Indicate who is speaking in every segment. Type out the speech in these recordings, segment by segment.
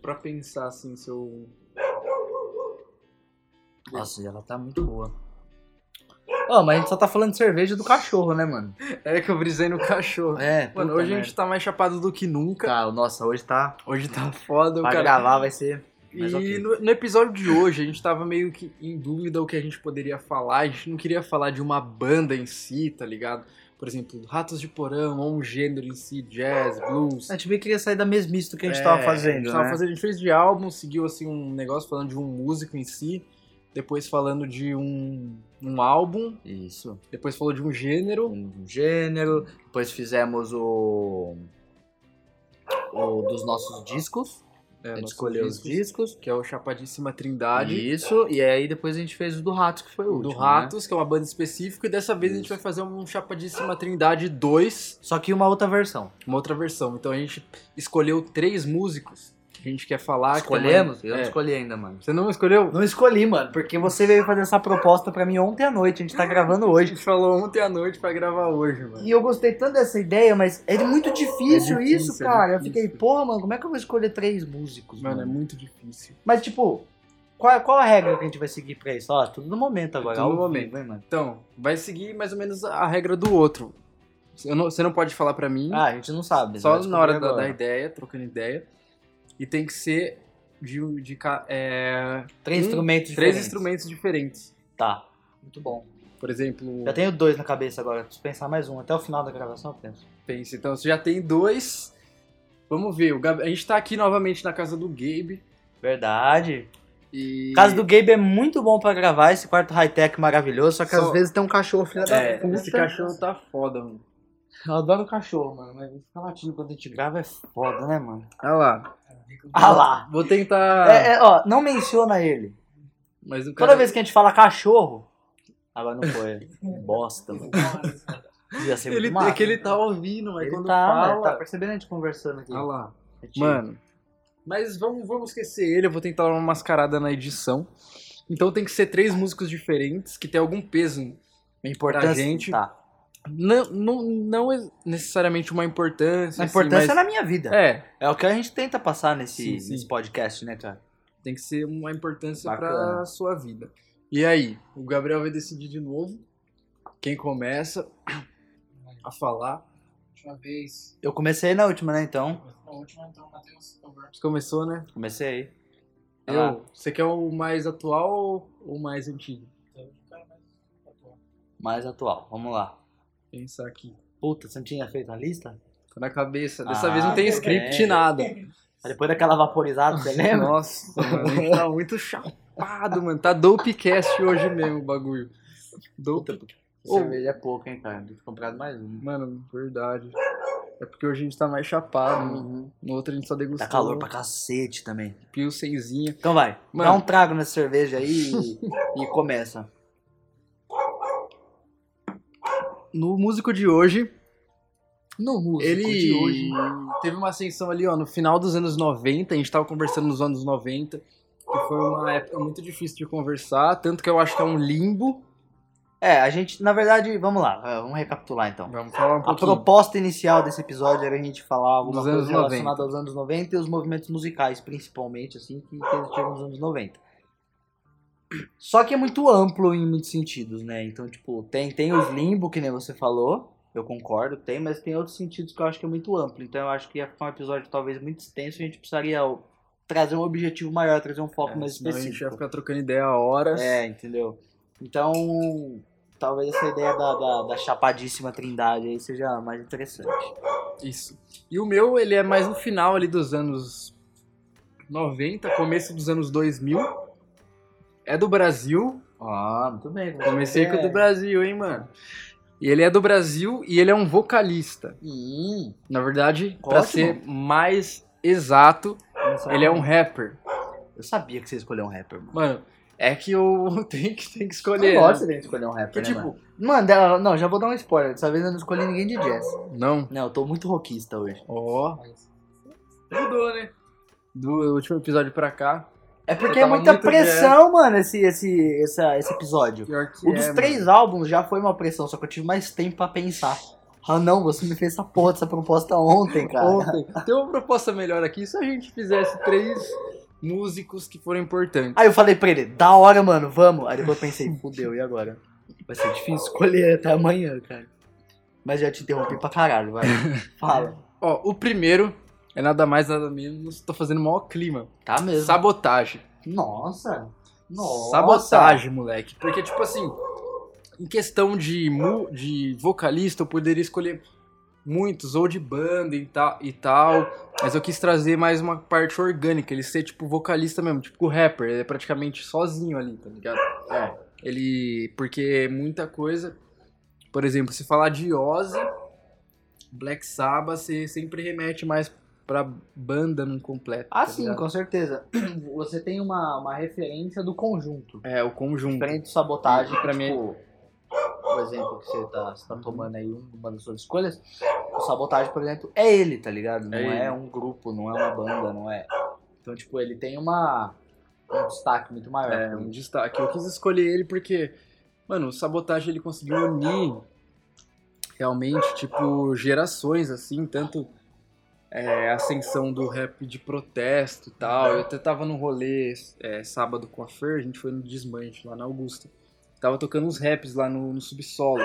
Speaker 1: pra pensar assim se eu.
Speaker 2: Nossa, e ela tá muito boa. Ó, mas a gente só tá falando de cerveja do cachorro, né, mano?
Speaker 1: É que eu brisei no cachorro.
Speaker 2: É,
Speaker 1: Mano,
Speaker 2: puta
Speaker 1: hoje a
Speaker 2: merda.
Speaker 1: gente tá mais chapado do que nunca.
Speaker 2: Tá, nossa, hoje tá.
Speaker 1: Hoje tá foda, o
Speaker 2: Pra
Speaker 1: cara.
Speaker 2: gravar vai ser.
Speaker 1: E
Speaker 2: Mas ok.
Speaker 1: no, no episódio de hoje a gente tava meio que em dúvida o que a gente poderia falar. A gente não queria falar de uma banda em si, tá ligado? Por exemplo, Ratos de Porão, ou um gênero em si, jazz, blues.
Speaker 2: A gente meio queria sair da mesmice do que a gente
Speaker 1: É,
Speaker 2: tava
Speaker 1: a gente
Speaker 2: fazendo,
Speaker 1: tava
Speaker 2: né?
Speaker 1: fazendo- a gente fez de álbum, seguiu assim um negócio falando de um músico em si, depois falando de um, um álbum,
Speaker 2: Isso.
Speaker 1: depois falou de um gênero.
Speaker 2: Um gênero. Depois fizemos o. O dos nossos discos.
Speaker 1: É,
Speaker 2: a gente
Speaker 1: nossos
Speaker 2: escolheu os discos.
Speaker 1: Que é o Chapadíssima Trindade.
Speaker 2: Isso, e aí depois a gente fez o do Ratos, que foi o
Speaker 1: do
Speaker 2: último. né?
Speaker 1: Ratos, que é uma banda específica, e dessa vez a gente
Speaker 2: Isso.
Speaker 1: vai fazer um Chapadíssima Trindade 2,
Speaker 2: Só que uma outra versão.
Speaker 1: uma outra versão. Então a gente escolheu três músicos que a gente quer falar. que
Speaker 2: Escolhemos?
Speaker 1: também-
Speaker 2: Eu
Speaker 1: É.
Speaker 2: não escolhi ainda, mano.
Speaker 1: Você não escolheu?
Speaker 2: Não escolhi, mano, porque você veio fazer essa proposta pra mim ontem à noite, a gente tá gravando
Speaker 1: A
Speaker 2: hoje.
Speaker 1: gente falou ontem à noite pra gravar hoje, mano.
Speaker 2: E eu gostei tanto dessa ideia, mas é muito difícil,
Speaker 1: É difícil,
Speaker 2: isso,
Speaker 1: é
Speaker 2: cara.
Speaker 1: difícil.
Speaker 2: Eu fiquei, porra, mano, como é que eu vou escolher três músicos, mano?
Speaker 1: Mano, é muito difícil.
Speaker 2: Mas, tipo, qual, qual a regra que a gente vai seguir pra isso? Ó, tudo no momento agora.
Speaker 1: Tudo no
Speaker 2: ao vivo,
Speaker 1: momento.
Speaker 2: hein, mano?
Speaker 1: Então, vai seguir mais ou menos a regra do outro. Eu não- você não pode falar pra mim,
Speaker 2: Ah, a gente não sabe.
Speaker 1: só
Speaker 2: a gente
Speaker 1: na
Speaker 2: vai
Speaker 1: hora
Speaker 2: descobrir
Speaker 1: da, da
Speaker 2: agora.
Speaker 1: ideia, trocando ideia. E tem que ser de, um, de ca- é,
Speaker 2: Três
Speaker 1: um,
Speaker 2: instrumentos
Speaker 1: três
Speaker 2: diferentes.
Speaker 1: instrumentos diferentes.
Speaker 2: Tá, muito bom.
Speaker 1: Por exemplo,
Speaker 2: Já tenho dois na cabeça agora, preciso pensar mais um. Até o final da gravação eu penso.
Speaker 1: Pense, então você já tem dois. Vamos ver, o Gab- a gente tá aqui novamente na casa do Gabe.
Speaker 2: Verdade.
Speaker 1: E...
Speaker 2: O caso do Gabe é muito bom pra gravar, esse quarto high-tech maravilhoso, só que
Speaker 1: Só-
Speaker 2: às vezes tem um cachorro filha da
Speaker 1: É,
Speaker 2: puta.
Speaker 1: esse cachorro tá foda, mano.
Speaker 2: Eu adoro cachorro, mano, mas ficar latindo quando a gente grava é foda, né, mano?
Speaker 1: Ah lá.
Speaker 2: Ah lá.
Speaker 1: Vou tentar.
Speaker 2: É, é, ó, não menciona ele.
Speaker 1: Mas o
Speaker 2: Toda
Speaker 1: cara.
Speaker 2: vez que a gente fala cachorro. Agora não foi. Bosta, mano. Ia ser
Speaker 1: Ele,
Speaker 2: muito massa.
Speaker 1: é que ele tá ouvindo, mas
Speaker 2: Ele
Speaker 1: quando
Speaker 2: tá,
Speaker 1: fala.
Speaker 2: mano, tá percebendo a gente conversando aqui.
Speaker 1: Ah lá.
Speaker 2: É tipo-
Speaker 1: Mano. Mas vamos, vamos esquecer ele, eu vou tentar dar uma mascarada na edição. Então tem que ser três músicos diferentes que tem algum peso.
Speaker 2: a importância.
Speaker 1: pra gente-
Speaker 2: tá.
Speaker 1: Não, não, não é necessariamente uma importância.
Speaker 2: A importância é
Speaker 1: assim,
Speaker 2: na minha vida.
Speaker 1: mas... É,
Speaker 2: É o que a gente tenta passar nesse,
Speaker 1: Sim, sim.
Speaker 2: nesse podcast, né, cara?
Speaker 1: Tem que ser uma importância
Speaker 2: Bacana.
Speaker 1: pra sua vida. E aí, o Gabriel vai decidir de novo quem começa a falar.
Speaker 3: última vez.
Speaker 2: Eu comecei na última, né, então?
Speaker 3: Na última, então, Matheus, por favor.
Speaker 1: Você começou, né?
Speaker 2: Comecei. Tá
Speaker 1: Eu. Você quer o mais atual ou o mais antigo?
Speaker 3: Então, eu quero mais atuar.
Speaker 2: Mais atual, vamos lá.
Speaker 1: Pensar aqui.
Speaker 2: Puta, você não tinha feito a lista?
Speaker 1: Tá na cabeça. Dessa
Speaker 2: Ah,
Speaker 1: vez
Speaker 3: tá
Speaker 1: não tem script,
Speaker 2: é.
Speaker 1: nada.
Speaker 2: Depois daquela vaporizada, você lembra?
Speaker 1: Nossa, mano, a gente tá muito chapado, mano. Tá dopecast hoje mesmo o bagulho. Dope. Ô.
Speaker 2: Cerveja é pouco, hein, cara? Tem que comprar mais um.
Speaker 1: Mano, verdade. É porque hoje a gente tá mais chapado. mano. No outro a gente só degustou.
Speaker 2: Uhum. Tá calor pra cacete também.
Speaker 1: Pilsenzinha.
Speaker 2: Então vai,
Speaker 1: Mano.
Speaker 2: dá um trago nessa cerveja aí e, e começa.
Speaker 1: No músico de hoje,
Speaker 2: No músico
Speaker 1: ele teve uma ascensão ali, ó, no final dos anos 90, a gente tava conversando nos anos 90, que foi uma época muito difícil de conversar, tanto que eu acho que é um limbo.
Speaker 2: É, a gente, na verdade, vamos lá, é, vamos recapitular então.
Speaker 1: Vamos falar um
Speaker 2: A
Speaker 1: pouquinho.
Speaker 2: proposta inicial desse episódio era a gente falar alguma
Speaker 1: Dos
Speaker 2: coisa
Speaker 1: anos 90.
Speaker 2: relacionada aos anos 90 e os movimentos musicais, principalmente, assim, que que existiam nos anos 90. Só que é muito amplo em muitos sentidos, né? Então, tipo, tem, tem os limbo, que nem você falou, eu concordo, tem, mas tem outros sentidos que eu acho que é muito amplo. Então eu acho que ia ficar um episódio talvez muito extenso e a gente precisaria ó, trazer um objetivo maior, trazer um foco mais
Speaker 1: É, Senão a gente
Speaker 2: específico.
Speaker 1: ia ficar trocando ideia a horas.
Speaker 2: É, entendeu? Então, talvez essa ideia da, da, da chapadíssima trindade aí seja mais interessante.
Speaker 1: Isso. E o meu, ele é mais no final ali dos anos 90, começo dos anos 2000. É do Brasil.
Speaker 2: Ah, muito bem. É.
Speaker 1: Comecei com o do
Speaker 2: Brasil.
Speaker 1: Brasil, hein, mano. E ele é do Brasil e ele é um vocalista.
Speaker 2: Hum,
Speaker 1: Na verdade, pra
Speaker 2: Ótimo. Tá.
Speaker 1: ser mais exato, ele é um rapper.
Speaker 2: Eu sabia que você escolheu um rapper, mano.
Speaker 1: Mano, é que eu tenho que, tenho que escolher. né?
Speaker 2: de escolher um rapper,
Speaker 1: Porque,
Speaker 2: né,
Speaker 1: tipo,
Speaker 2: mano? Mano, dela- não, já vou dar um spoiler. Dessa vez eu não escolhi ninguém de jazz.
Speaker 1: não.
Speaker 2: Não, eu tô muito rockista hoje.
Speaker 1: Ó,
Speaker 3: Mas,
Speaker 1: mudou, né? Do último episódio pra cá.
Speaker 2: É porque
Speaker 1: Eu
Speaker 2: é
Speaker 1: tava
Speaker 2: muita
Speaker 1: muito
Speaker 2: pressão, mano, esse, esse, essa, esse episódio.
Speaker 1: Pior que
Speaker 2: O
Speaker 1: é,
Speaker 2: dos
Speaker 1: mano.
Speaker 2: três álbuns já foi uma pressão, só que eu tive mais tempo pra pensar. Ah, não, você me fez essa porra dessa proposta ontem, cara.
Speaker 1: Ontem. Tem uma proposta melhor aqui. Se a gente fizesse três músicos que foram importantes.
Speaker 2: Aí eu falei pra ele, da hora, mano, vamos. Aí depois eu pensei, fudeu, e agora? Vai ser difícil escolher até amanhã, cara. Mas já te interrompi pra caralho, vai. Fala.
Speaker 1: Ó, o primeiro é nada mais, nada menos. Tô fazendo maior clima.
Speaker 2: Tá mesmo.
Speaker 1: Sabotagem.
Speaker 2: Nossa. Nossa.
Speaker 1: Sabotagem, moleque. Porque, tipo assim, em questão de, mu- de vocalista, eu poderia escolher muitos, ou de banda e tal, e tal. Mas eu quis trazer mais uma parte orgânica, ele ser, tipo, vocalista mesmo, tipo o rapper. Ele é praticamente sozinho ali, tá ligado?
Speaker 2: É.
Speaker 1: Ele. Porque é muita coisa. Por exemplo, se falar de Ozzy, Black Sabbath, você sempre remete mais pra banda no completo.
Speaker 2: Ah,
Speaker 1: tá
Speaker 2: sim,
Speaker 1: ligado?
Speaker 2: com certeza. Você tem uma, uma referência do conjunto.
Speaker 1: É, o conjunto.
Speaker 2: Diferente de sabotagem,
Speaker 1: E pra
Speaker 2: pra
Speaker 1: mim-
Speaker 2: tipo, por exemplo, que você tá, você tá tomando aí um- uma das suas escolhas, o sabotagem, por exemplo, é ele, tá ligado? Não
Speaker 1: É
Speaker 2: é,
Speaker 1: ele.
Speaker 2: um grupo, não é uma banda, não é. Então, tipo, ele tem uma um destaque muito maior.
Speaker 1: É, um destaque. Eu quis escolher ele porque, mano, o Sabotagem ele conseguiu unir realmente, tipo, gerações, assim, tanto é, a ascensão do rap de protesto e tal. Eu até tava num rolê é, sábado com a Fer, a gente foi no Desmanche, lá na Augusta. Tava tocando uns raps lá no, no subsolo.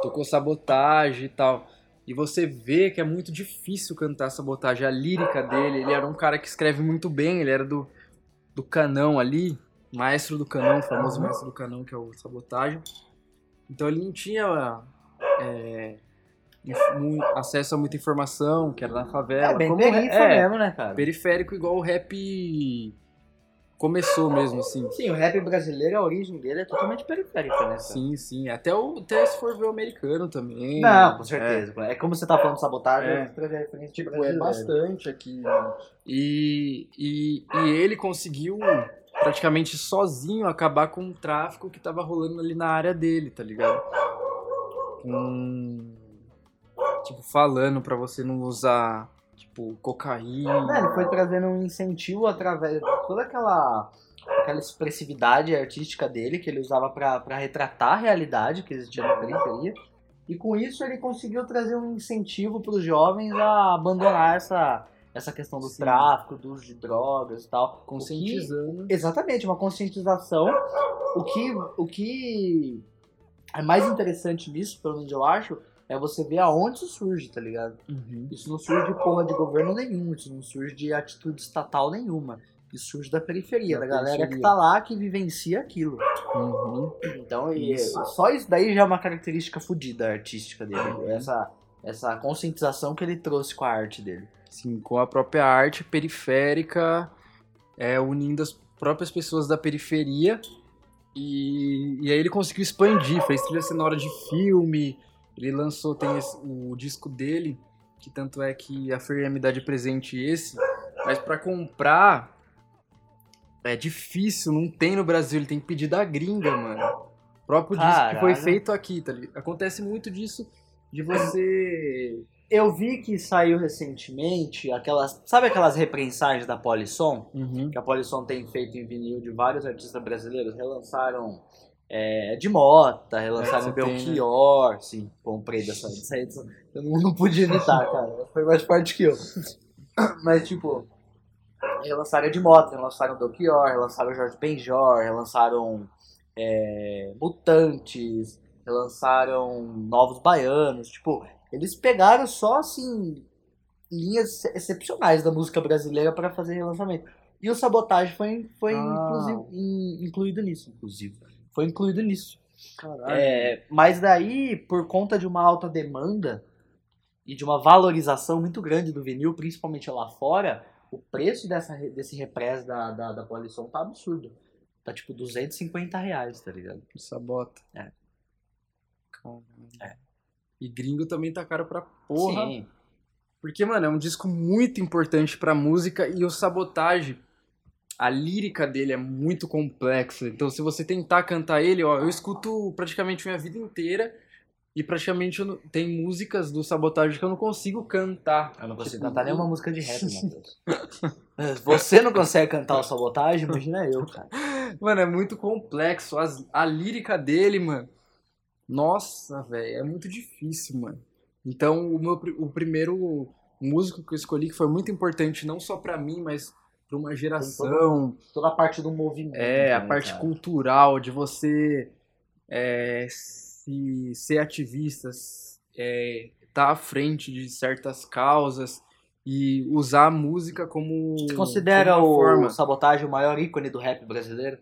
Speaker 1: Tocou Sabotagem e tal. E você vê que é muito difícil cantar Sabotagem. A lírica dele, ele era um cara que escreve muito bem, ele era do do Canão ali, maestro do Canão, o famoso
Speaker 2: Uhum.
Speaker 1: maestro do Canão, que é o Sabotagem. Então ele não tinha é, inf- mu- acesso a muita informação, que era na favela.
Speaker 2: É bem
Speaker 1: Como
Speaker 2: perifa
Speaker 1: é,
Speaker 2: mesmo, né, cara?
Speaker 1: periférico igual o rap começou mesmo, assim.
Speaker 2: Sim, o rap brasileiro, a origem dele é totalmente periférica, né? cara?
Speaker 1: Sim, sim. Até, o, até se for ver o americano também.
Speaker 2: Não, com
Speaker 1: É,
Speaker 2: certeza. É, como você tá falando de sabotagem,
Speaker 1: É.
Speaker 2: é. trazer referência de
Speaker 1: Tipo, é
Speaker 2: brasileiro.
Speaker 1: bastante aqui. né? E, e, e ele conseguiu praticamente sozinho acabar com o tráfico que tava rolando ali na área dele, tá ligado? Com. Tipo, falando pra você não usar, tipo,
Speaker 2: Né,
Speaker 1: cocaína.
Speaker 2: ele foi trazendo um incentivo através de toda aquela, aquela expressividade artística dele que ele usava pra pra retratar a realidade que existia na periferia. E com isso ele conseguiu trazer um incentivo para os jovens a abandonar essa, essa questão do
Speaker 1: Sim.
Speaker 2: tráfico, do uso de drogas e tal. O que-
Speaker 1: Conscientizando.
Speaker 2: Exatamente, uma conscientização. O que, o que é mais interessante nisso, pelo menos eu acho, é você ver aonde isso surge, tá ligado?
Speaker 1: Uhum.
Speaker 2: Isso não surge de porra de governo nenhum, isso não surge de atitude estatal nenhuma. Isso surge da periferia,
Speaker 1: Da
Speaker 2: da, galera que
Speaker 1: periferia.
Speaker 2: tá lá, que vivencia aquilo.
Speaker 1: Uhum.
Speaker 2: Então, e
Speaker 1: Isso.
Speaker 2: só isso daí já é uma característica fodida artística dele. Essa, essa conscientização que ele trouxe com a arte dele.
Speaker 1: Sim, com a própria arte periférica, é, unindo as próprias pessoas da periferia. E, e aí ele conseguiu expandir, fez trilha sonora de filme, ele lançou, tem esse- o disco dele, que tanto é que a Fer ia me dá de presente esse, mas pra comprar é difícil, não tem no Brasil, ele tem que pedir da gringa, mano. O próprio disco que foi
Speaker 2: Caralho.
Speaker 1: feito aqui, tá ligado? Acontece muito disso, de você...
Speaker 2: Eu vi que saiu recentemente aquelas. Sabe aquelas reprensagens da Polisson?
Speaker 1: Uhum.
Speaker 2: que a Polisson tem feito em vinil de vários artistas brasileiros, relançaram é, de Mota, relançaram
Speaker 1: É, você tem,
Speaker 2: Belchior, sim, comprei dessa, dessa edição, eu não, não podia evitar, cara, foi mais forte que eu. Mas, tipo, relançaram de Mota, relançaram Belchior, relançaram Jorge Benjor, relançaram é, Mutantes, relançaram Novos Baianos, tipo, eles pegaram só, assim, linhas excepcionais da música brasileira para fazer relançamento. E o sabotagem foi, foi
Speaker 1: Ah.
Speaker 2: inclusive, in- incluído nisso, inclusive. Foi incluído nisso.
Speaker 1: Caralho.
Speaker 2: É, mas daí, por conta de uma alta demanda e de uma valorização muito grande do vinil, principalmente lá fora, o preço dessa, re- desse repress da, da, da Polisson tá absurdo. Tá tipo 250 reais, tá ligado?
Speaker 1: Me sabota.
Speaker 2: É.
Speaker 1: Caralho.
Speaker 2: É.
Speaker 1: E gringo também tá caro pra porra.
Speaker 2: Sim.
Speaker 1: Porque, mano, é um disco muito importante pra música e o Sabotage, a lírica dele é muito complexa. Então, se você tentar cantar ele, ó, eu escuto praticamente minha vida inteira e praticamente eu não- tem músicas do Sabotage que eu não consigo cantar. Tipo,
Speaker 2: Eu Tipo, não
Speaker 1: consigo
Speaker 2: consigo
Speaker 1: cantar
Speaker 2: cantar nenhuma música de rap, Matheus. É, Você não consegue cantar o sabotagem? Imagina eu, cara.
Speaker 1: Mano, é muito complexo. As- a lírica dele, mano. Nossa, velho, é muito difícil, mano. Então, o meu pri- o primeiro músico que eu escolhi que foi muito importante não só pra mim, mas pra uma geração.
Speaker 2: Toda a parte do movimento.
Speaker 1: É, a
Speaker 2: né,
Speaker 1: parte
Speaker 2: cara?
Speaker 1: cultural de você é, se, ser ativista, é, tá à frente de certas causas e usar a música como
Speaker 2: Você considera
Speaker 1: como
Speaker 2: o
Speaker 1: uma forma.
Speaker 2: Sabotagem o maior ícone do rap brasileiro?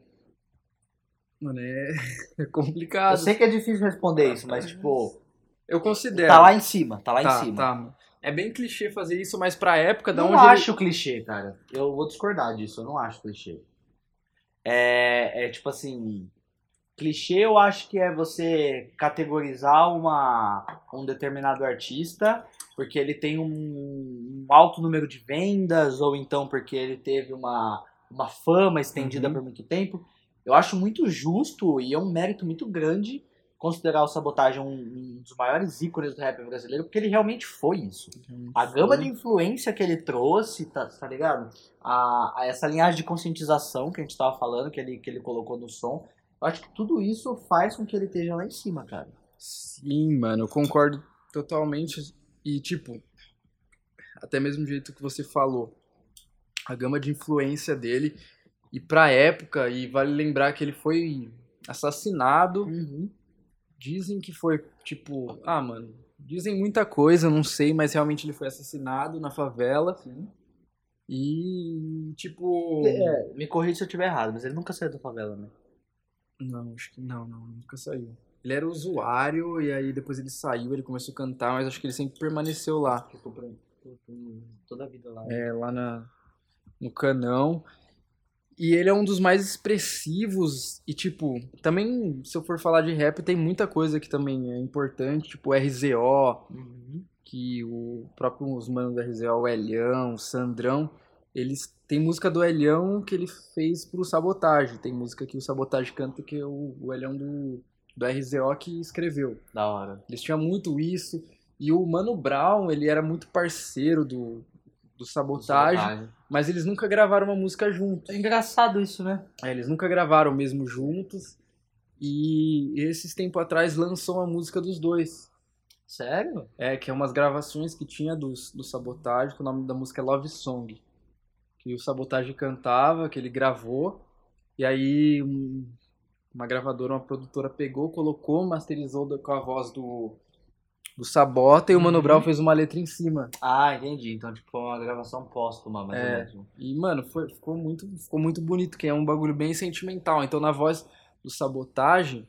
Speaker 1: Mano, é, é
Speaker 2: Eu
Speaker 1: complicado.
Speaker 2: sei que é difícil responder isso, mas tipo,
Speaker 1: Eu considero.
Speaker 2: tá lá em cima, tá lá
Speaker 1: Tá,
Speaker 2: em cima.
Speaker 1: tá, mano. É bem clichê fazer isso, mas pra época da
Speaker 2: não
Speaker 1: onde ele-
Speaker 2: acho clichê, cara. Eu vou discordar disso, eu não acho clichê. É, é tipo assim. Clichê eu acho que é você categorizar uma, um determinado artista porque ele tem um, um alto número de vendas ou então porque ele teve uma, uma fama estendida
Speaker 1: Uhum.
Speaker 2: por muito tempo. Eu acho muito justo e é um mérito muito grande considerar o Sabotagem um, um dos maiores ícones do rap brasileiro porque ele realmente foi isso. A gama de influência que ele trouxe, tá, tá ligado? A, a essa linhagem de conscientização que a gente tava falando, que ele, que ele colocou no som. Eu acho que tudo isso faz com que ele esteja lá em cima, cara.
Speaker 1: Sim, mano, eu concordo totalmente. E, tipo, até mesmo do jeito que você falou, a gama de influência dele, e pra época, e vale lembrar que ele foi assassinado,
Speaker 2: Uhum.
Speaker 1: dizem que foi, tipo, ah, mano, dizem muita coisa, eu não sei, mas realmente ele foi assassinado na favela. E, tipo.
Speaker 2: É, me corrija se eu estiver errado, mas ele nunca saiu da favela, né?
Speaker 1: Não, acho que não, não, nunca saiu. Ele era usuário e aí depois ele saiu, ele começou a cantar, mas acho que ele sempre permaneceu lá.
Speaker 2: Ficou pra- ficou toda a vida lá.
Speaker 1: É, lá na, no canão. E ele é um dos mais expressivos e, tipo, também, se eu for falar de rap, tem muita coisa que também é importante, tipo RZO,
Speaker 2: Uhum.
Speaker 1: que o próprio os manos da RZO, o Elhão, o Sandrão, eles tem música do Elhão que ele fez pro Sabotagem, tem música que o Sabotagem canta que é o, o Elhão do, do RZO que escreveu.
Speaker 2: Da hora.
Speaker 1: Eles tinham muito isso. E o Mano Brown, ele era muito parceiro do, do Sabotagem, mas eles nunca gravaram uma música junto.
Speaker 2: É engraçado isso, né?
Speaker 1: É, eles nunca gravaram mesmo juntos. E esses tempo atrás lançou uma música dos dois.
Speaker 2: Sério?
Speaker 1: É, que é umas gravações que tinha do, do Sabotagem, que o nome da música é Love Song. Que o Sabotagem cantava, que ele gravou, e aí um- uma gravadora, uma produtora pegou, colocou, masterizou da- com a voz do, do Sabota, e o Mano
Speaker 2: Uhum.
Speaker 1: Brown fez uma letra em cima.
Speaker 2: Ah, entendi. Então, tipo, foi uma gravação póstuma, mais
Speaker 1: É.
Speaker 2: ou menos.
Speaker 1: E, mano, foi- ficou, muito, ficou muito bonito, que é um bagulho bem sentimental. Então, na voz do Sabotagem,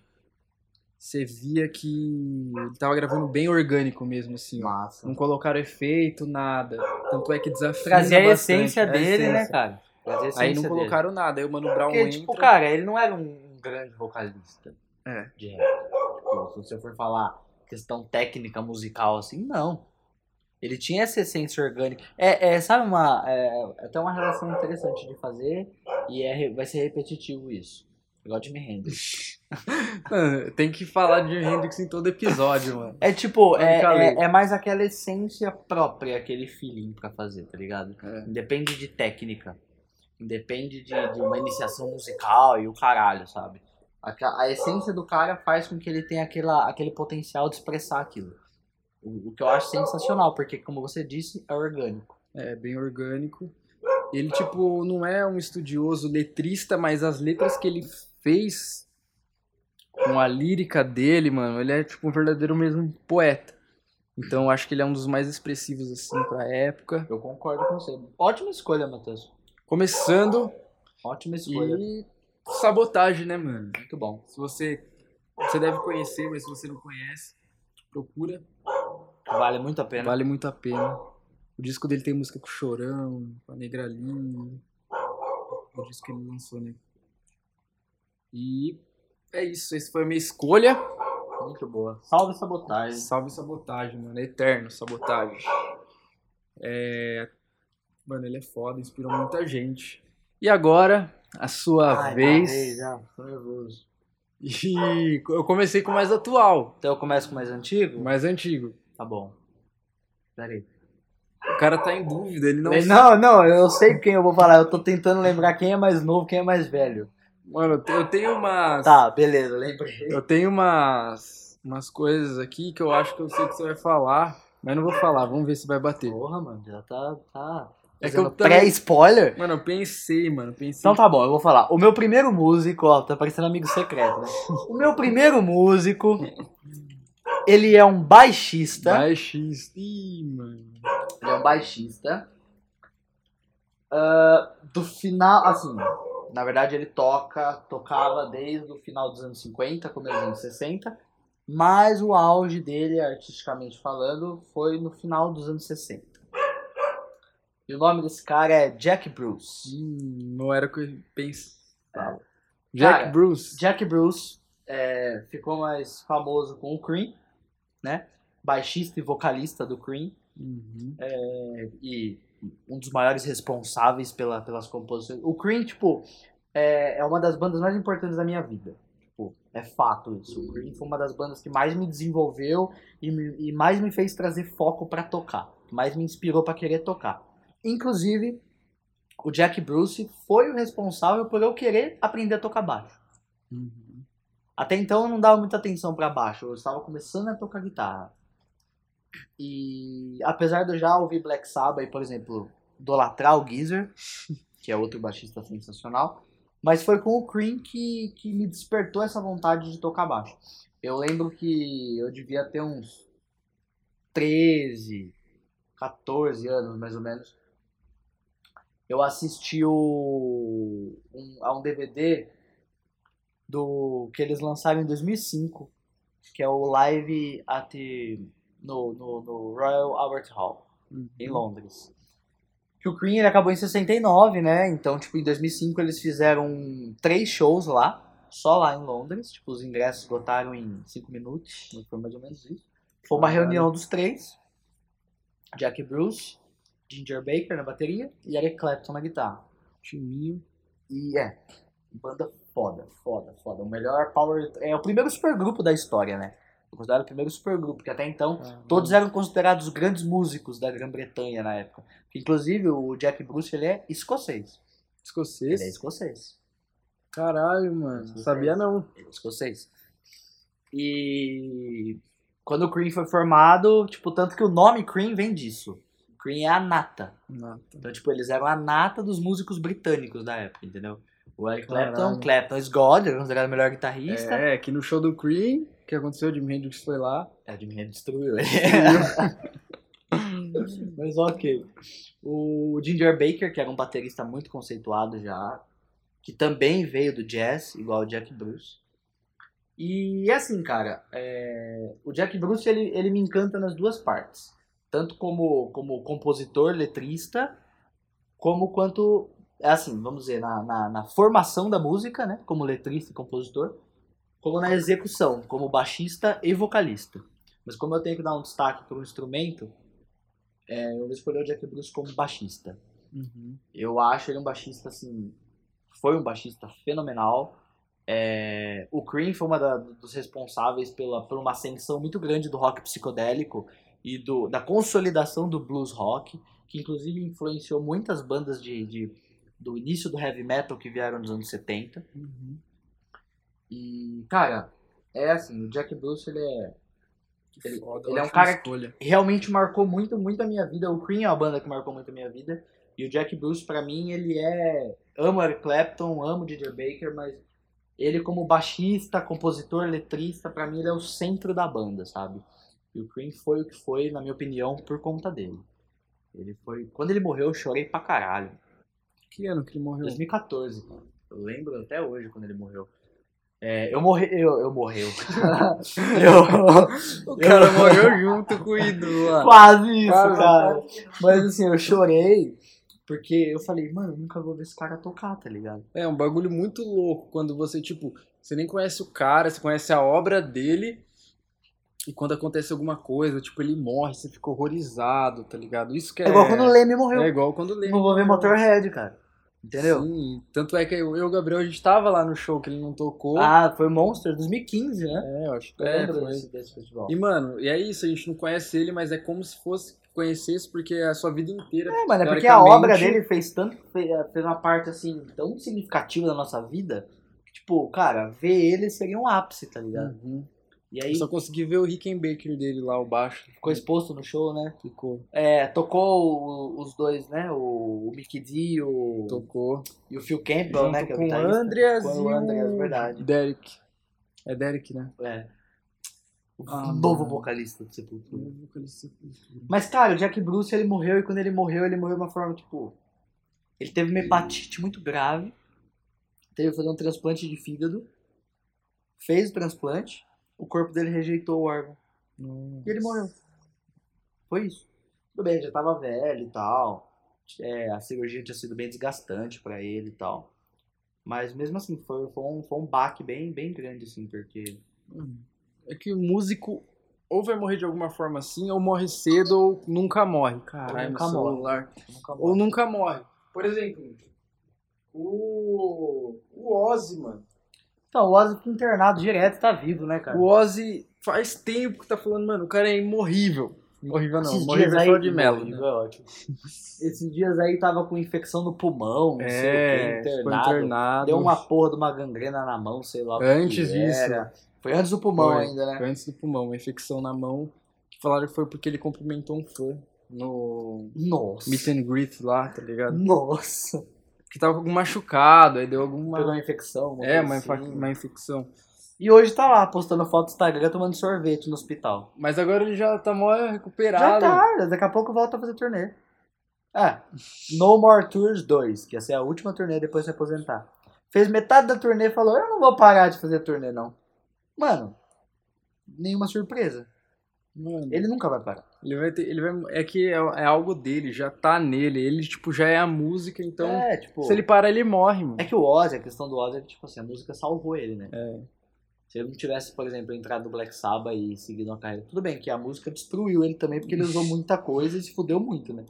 Speaker 1: você via que ele tava gravando bem orgânico mesmo, assim, ó.
Speaker 2: Massa.
Speaker 1: Não colocaram efeito, nada. Tanto é que desafina
Speaker 2: Trazer a
Speaker 1: bastante.
Speaker 2: essência
Speaker 1: É a
Speaker 2: dele, né,
Speaker 1: essência.
Speaker 2: cara? Trazer a essência
Speaker 1: Aí não
Speaker 2: dele.
Speaker 1: colocaram nada. Aí o Mano Brown
Speaker 2: Porque,
Speaker 1: entra...
Speaker 2: tipo, cara, ele não era um grande vocalista.
Speaker 1: É.
Speaker 2: De rap. Tipo, se você for falar questão técnica musical, assim, não. Ele tinha essa essência orgânica. É, é, sabe uma. É, até uma relação interessante de fazer. E é, re- vai ser repetitivo isso. Igual Jimi Hendrix.
Speaker 1: Mano, Ah, tem que falar de Hendrix em todo episódio, mano.
Speaker 2: É tipo, é,
Speaker 1: Nunca
Speaker 2: é,
Speaker 1: lembro.
Speaker 2: é mais aquela essência própria, aquele feeling pra fazer, tá ligado?
Speaker 1: É.
Speaker 2: Independe de técnica. Independe de, de uma iniciação musical e o caralho, sabe? A, a essência do cara faz com que ele tenha aquela, aquele potencial de expressar aquilo. O, o que eu acho sensacional, porque, como você disse, é orgânico.
Speaker 1: É, bem orgânico. Ele, tipo, não é um estudioso letrista, mas as letras que ele fez com a lírica dele, mano, ele é, tipo, um verdadeiro mesmo poeta. Então, eu acho que ele é um dos mais expressivos, assim, pra época.
Speaker 2: Eu concordo com você. Ótima escolha, Matheus.
Speaker 1: Começando
Speaker 2: Ótima escolha.
Speaker 1: e... Sabotagem, né, mano?
Speaker 2: Muito bom.
Speaker 1: Se você, você deve conhecer, mas se você não conhece, procura.
Speaker 2: Vale muito a pena.
Speaker 1: Vale muito a pena. O disco dele tem música com o Chorão, com a Negra Lima. O disco que ele lançou, né? E é isso. Essa foi a minha escolha.
Speaker 2: Muito boa. Salve sabotagem.
Speaker 1: Salve sabotagem, mano. É eterno sabotagem. É, Mano, ele é foda, inspirou muita gente. E agora, a sua
Speaker 2: Ai,
Speaker 1: vez.
Speaker 2: parei já. Tô nervoso.
Speaker 1: E eu comecei com o mais atual,
Speaker 2: Então eu começo com o mais antigo?
Speaker 1: o mais antigo.
Speaker 2: Tá bom. Peraí.
Speaker 1: O cara tá em dúvida, ele não
Speaker 2: Não, não, eu sei quem eu vou falar. Eu tô tentando lembrar quem é mais novo, quem é mais velho.
Speaker 1: Mano, eu te- eu tenho umas.
Speaker 2: Tá, beleza, lembrei.
Speaker 1: Eu tenho umas. umas coisas aqui que eu acho que eu sei que você vai falar, mas não vou falar, vamos ver se vai bater.
Speaker 2: Porra, mano, já tá. tá
Speaker 1: É que
Speaker 2: fazendo
Speaker 1: eu também-
Speaker 2: pré-spoiler?
Speaker 1: Mano, eu pensei, mano, pensei.
Speaker 2: Então tá bom, eu vou falar. O meu primeiro músico, ó, tá parecendo amigo secreto, né? O meu primeiro músico, ele é um baixista.
Speaker 1: Baixista. Ih, mano.
Speaker 2: Ele é um baixista. Ah, do final, assim, na verdade ele toca, tocava desde o final dos anos 50, começo dos anos 60, mas o auge dele, artisticamente falando, foi no final dos anos 60. E o nome desse cara é Jack Bruce.
Speaker 1: Hum, não era o que eu pensava. Jack
Speaker 2: Tá. Cara,
Speaker 1: Bruce.
Speaker 2: Jack Bruce é, ficou mais famoso com o Cream, né? Baixista e vocalista do Cream.
Speaker 1: Uhum.
Speaker 2: É. e um dos maiores responsáveis pela, pelas composições. O Cream, tipo, é, é uma das bandas mais importantes da minha vida. Tipo, é fato isso. O Cream foi uma das bandas que mais me desenvolveu e, me- e mais me fez trazer foco pra tocar. Mais me inspirou pra querer tocar. Inclusive, o Jack Bruce foi o responsável por eu querer aprender a tocar baixo.
Speaker 1: Uhum.
Speaker 2: Até então eu não dava muita atenção pra baixo, eu estava começando a tocar guitarra. E apesar de eu já ouvir Black Sabbath, e, por exemplo, idolatrar o Geezer, que é outro baixista sensacional, mas foi com o Cream que, que me despertou essa vontade de tocar baixo. Eu lembro que eu devia ter uns 13, 14 anos mais ou menos. Eu assisti o, um- a um DVD do que eles lançaram em 2005, que é o Live at the- no, no, no Royal Albert Hall, em Londres. Que o Cream ele acabou em 69, né? Então, tipo, em 2005 eles fizeram três shows lá, só lá em Londres. Tipo, os ingressos esgotaram em cinco minutos, não foi mais ou menos isso. Foi uma
Speaker 1: Caralho.
Speaker 2: reunião dos três. Jack Bruce, Ginger Baker na bateria e Eric Clapton na guitarra.
Speaker 1: Timinho.
Speaker 2: E é, banda foda, foda, foda. O melhor power. É o primeiro supergrupo da história, né? Eu considero o primeiro supergrupo, porque até então todos eram considerados grandes músicos da Grã-Bretanha na época. Inclusive o Jack Bruce, ele é escocês. Ele é
Speaker 1: Escocês?
Speaker 2: escocês.
Speaker 1: Caralho, mano.
Speaker 2: Escocês.
Speaker 1: Sabia não.
Speaker 2: Ele é escocês. E quando o Cream foi formado, tipo, tanto que o nome Cream vem disso. Cream é a nata.
Speaker 1: Nata.
Speaker 2: Então, tipo, eles eram a nata dos músicos britânicos da época, entendeu? O Eric Clapton, é um
Speaker 1: Caralho.
Speaker 2: Clapton is God, ele é considerado o melhor guitarrista.
Speaker 1: É, que no show do Cream, que aconteceu, o Jimi Hendrix foi lá.
Speaker 2: A Jimi Hendrix destruiu ele. Mas ok. O Ginger Baker, que era um baterista muito conceituado já, que também veio do jazz, igual o Jack Bruce. E assim, cara, é, o Jack Bruce ele, ele me encanta nas duas partes. Tanto como, como compositor, letrista, como quanto, é assim, vamos dizer, na, na, na formação da música, né? Como letrista e compositor, como na execução, como baixista e vocalista. Mas como eu tenho que dar um destaque para um instrumento, é, eu vou escolher o Jack Bruce como baixista.
Speaker 1: Uhum.
Speaker 2: Eu acho ele um baixista, assim, foi um baixista fenomenal. É, o Cream foi uma da- dos responsáveis pela, por uma ascensão muito grande do rock psicodélico e do, da consolidação do blues rock, que inclusive influenciou muitas bandas de, de- do início do heavy metal que vieram nos anos 70.
Speaker 1: Uhum.
Speaker 2: E, cara, é assim, o Jack Bruce, ele é
Speaker 1: Que
Speaker 2: Ele-
Speaker 1: foda,
Speaker 2: ele é um
Speaker 1: ótima
Speaker 2: cara que-
Speaker 1: escolha.
Speaker 2: realmente marcou muito, muito a minha vida. O Cream é uma banda que marcou muito a minha vida. E o Jack Bruce, pra mim, ele é. Amo Eric Clapton, amo DJ Baker, mas ele, como baixista, compositor, letrista, pra mim, ele é o centro da banda, sabe? E o Cream foi o que foi, na minha opinião, por conta dele. Ele foi. Quando ele morreu, eu chorei pra caralho.
Speaker 1: Que ano que ele morreu?
Speaker 2: 2014. cara. Eu lembro até hoje quando ele morreu. É, eu morri. Eu, eu morreu. eu,
Speaker 1: O cara morreu junto com o ídolo lá.
Speaker 2: Quase isso,
Speaker 1: Quase,
Speaker 2: cara. Mas assim, eu chorei porque eu falei, mano, eu nunca vou ver esse cara tocar, tá ligado?
Speaker 1: É um bagulho muito louco quando você, tipo, você nem conhece o cara, você conhece a obra dele. E quando acontece alguma coisa, tipo, ele morre, você fica horrorizado, tá ligado? Isso que é.
Speaker 2: É igual quando o Leme morreu.
Speaker 1: É igual quando lê.
Speaker 2: não vou ver Motorhead, cara. Entendeu?
Speaker 1: Sim, tanto é que eu eu e o Gabriel, a gente tava lá no show que ele não tocou.
Speaker 2: Ah, foi Monster 2015, né?
Speaker 1: É, eu acho que
Speaker 2: Eu
Speaker 1: é,
Speaker 2: lembro
Speaker 1: foi.
Speaker 2: desse, desse festival.
Speaker 1: E, mano, e é isso, a gente não conhece ele, mas é como se fosse que conhecesse, porque é a sua vida inteira.
Speaker 2: É, mano, é porque a
Speaker 1: Teoricamente-
Speaker 2: obra dele fez tanto, fez fez uma parte assim tão significativa da nossa vida que, tipo, cara, ver ele seria um ápice, tá ligado?
Speaker 1: Uhum.
Speaker 2: E aí
Speaker 1: Eu só consegui ver o Rickenbacker dele lá, o baixo.
Speaker 2: ficou exposto no show, né?
Speaker 1: Ficou,
Speaker 2: É, tocou o- os dois, né? O, o Mickey D e o,
Speaker 1: tocou.
Speaker 2: e o Phil Campbell,
Speaker 1: Junto
Speaker 2: né? que é o
Speaker 1: com o
Speaker 2: guitarrista.
Speaker 1: Andreas
Speaker 2: Com
Speaker 1: e
Speaker 2: o Andreas,
Speaker 1: o
Speaker 2: verdade.
Speaker 1: Derek. É Derek, né?
Speaker 2: É. O
Speaker 1: Ah,
Speaker 2: novo
Speaker 1: mano.
Speaker 2: vocalista do Sepultura.
Speaker 1: O vocalista Sepultura.
Speaker 2: Hum. Mas, cara, o Jack Bruce, ele morreu e quando ele morreu, ele morreu de uma forma, tipo... Ele teve uma hepatite muito grave. Teve que fazer um transplante de fígado. Fez o transplante. O corpo dele rejeitou o órgão. E ele morreu. Foi isso. Tudo bem, ele já tava velho e tal. É, a cirurgia tinha sido bem desgastante pra ele e tal. Mas mesmo assim, foi, foi, um, foi um baque bem, bem grande, assim, porque.
Speaker 1: É que o músico ou vai morrer de alguma forma assim, ou morre cedo, ou nunca morre. Caralho,
Speaker 2: nunca
Speaker 1: meu
Speaker 2: morre.
Speaker 1: celular.
Speaker 2: Nunca
Speaker 1: Ou nunca morre. Por exemplo, o, o Ozzy, mano.
Speaker 2: Então, o Ozzy fica internado direto e tá vivo, né, cara?
Speaker 1: O Ozzy faz tempo que tá falando, mano, o cara é imorrível. Imorrível não,
Speaker 2: Esses
Speaker 1: imorrível
Speaker 2: dias
Speaker 1: é
Speaker 2: aí-
Speaker 1: flor de melo.
Speaker 2: Imorrível
Speaker 1: Né?
Speaker 2: é ótimo. Esses dias aí tava com infecção no pulmão, não sei
Speaker 1: É,
Speaker 2: o que,
Speaker 1: ficou
Speaker 2: internado.
Speaker 1: internado.
Speaker 2: Deu uma porra de uma gangrena na mão, sei lá. o que
Speaker 1: Antes
Speaker 2: que
Speaker 1: disso.
Speaker 2: era. Foi antes do pulmão
Speaker 1: Foi.
Speaker 2: ainda, né?
Speaker 1: Foi antes do pulmão, uma infecção na mão. Que falaram que foi porque ele cumprimentou um fã no
Speaker 2: Nossa.
Speaker 1: meet and greet lá, tá ligado?
Speaker 2: Nossa.
Speaker 1: Que tava com algum machucado, aí deu alguma.
Speaker 2: Pegou uma infecção.
Speaker 1: é,
Speaker 2: coisa
Speaker 1: uma,
Speaker 2: assim.
Speaker 1: infa- uma infecção.
Speaker 2: E hoje tá lá, postando foto no Instagram, tomando sorvete no hospital.
Speaker 1: Mas agora ele já tá mó
Speaker 2: Já
Speaker 1: recuperado.
Speaker 2: tá, daqui a pouco volta a fazer turnê. É, No More Tours 2, que ia ser a última turnê depois de se aposentar. Fez metade da turnê e falou, eu não vou parar de fazer turnê, não. Mano, nenhuma surpresa.
Speaker 1: Mano,
Speaker 2: Ele nunca vai parar.
Speaker 1: ele vai ter. Ele vai, é que é, é algo dele, já tá nele. Ele, tipo, já é a música, então.
Speaker 2: é, tipo...
Speaker 1: Se ele parar, ele morre, mano.
Speaker 2: É que o Ozzy, a questão do Ozzy é que, tipo assim, a música salvou ele, né?
Speaker 1: É.
Speaker 2: Se ele não tivesse, por exemplo, entrado no Black Sabbath e seguido uma carreira... Tudo bem que a música destruiu ele também, porque ele usou muita coisa e se fudeu muito, né?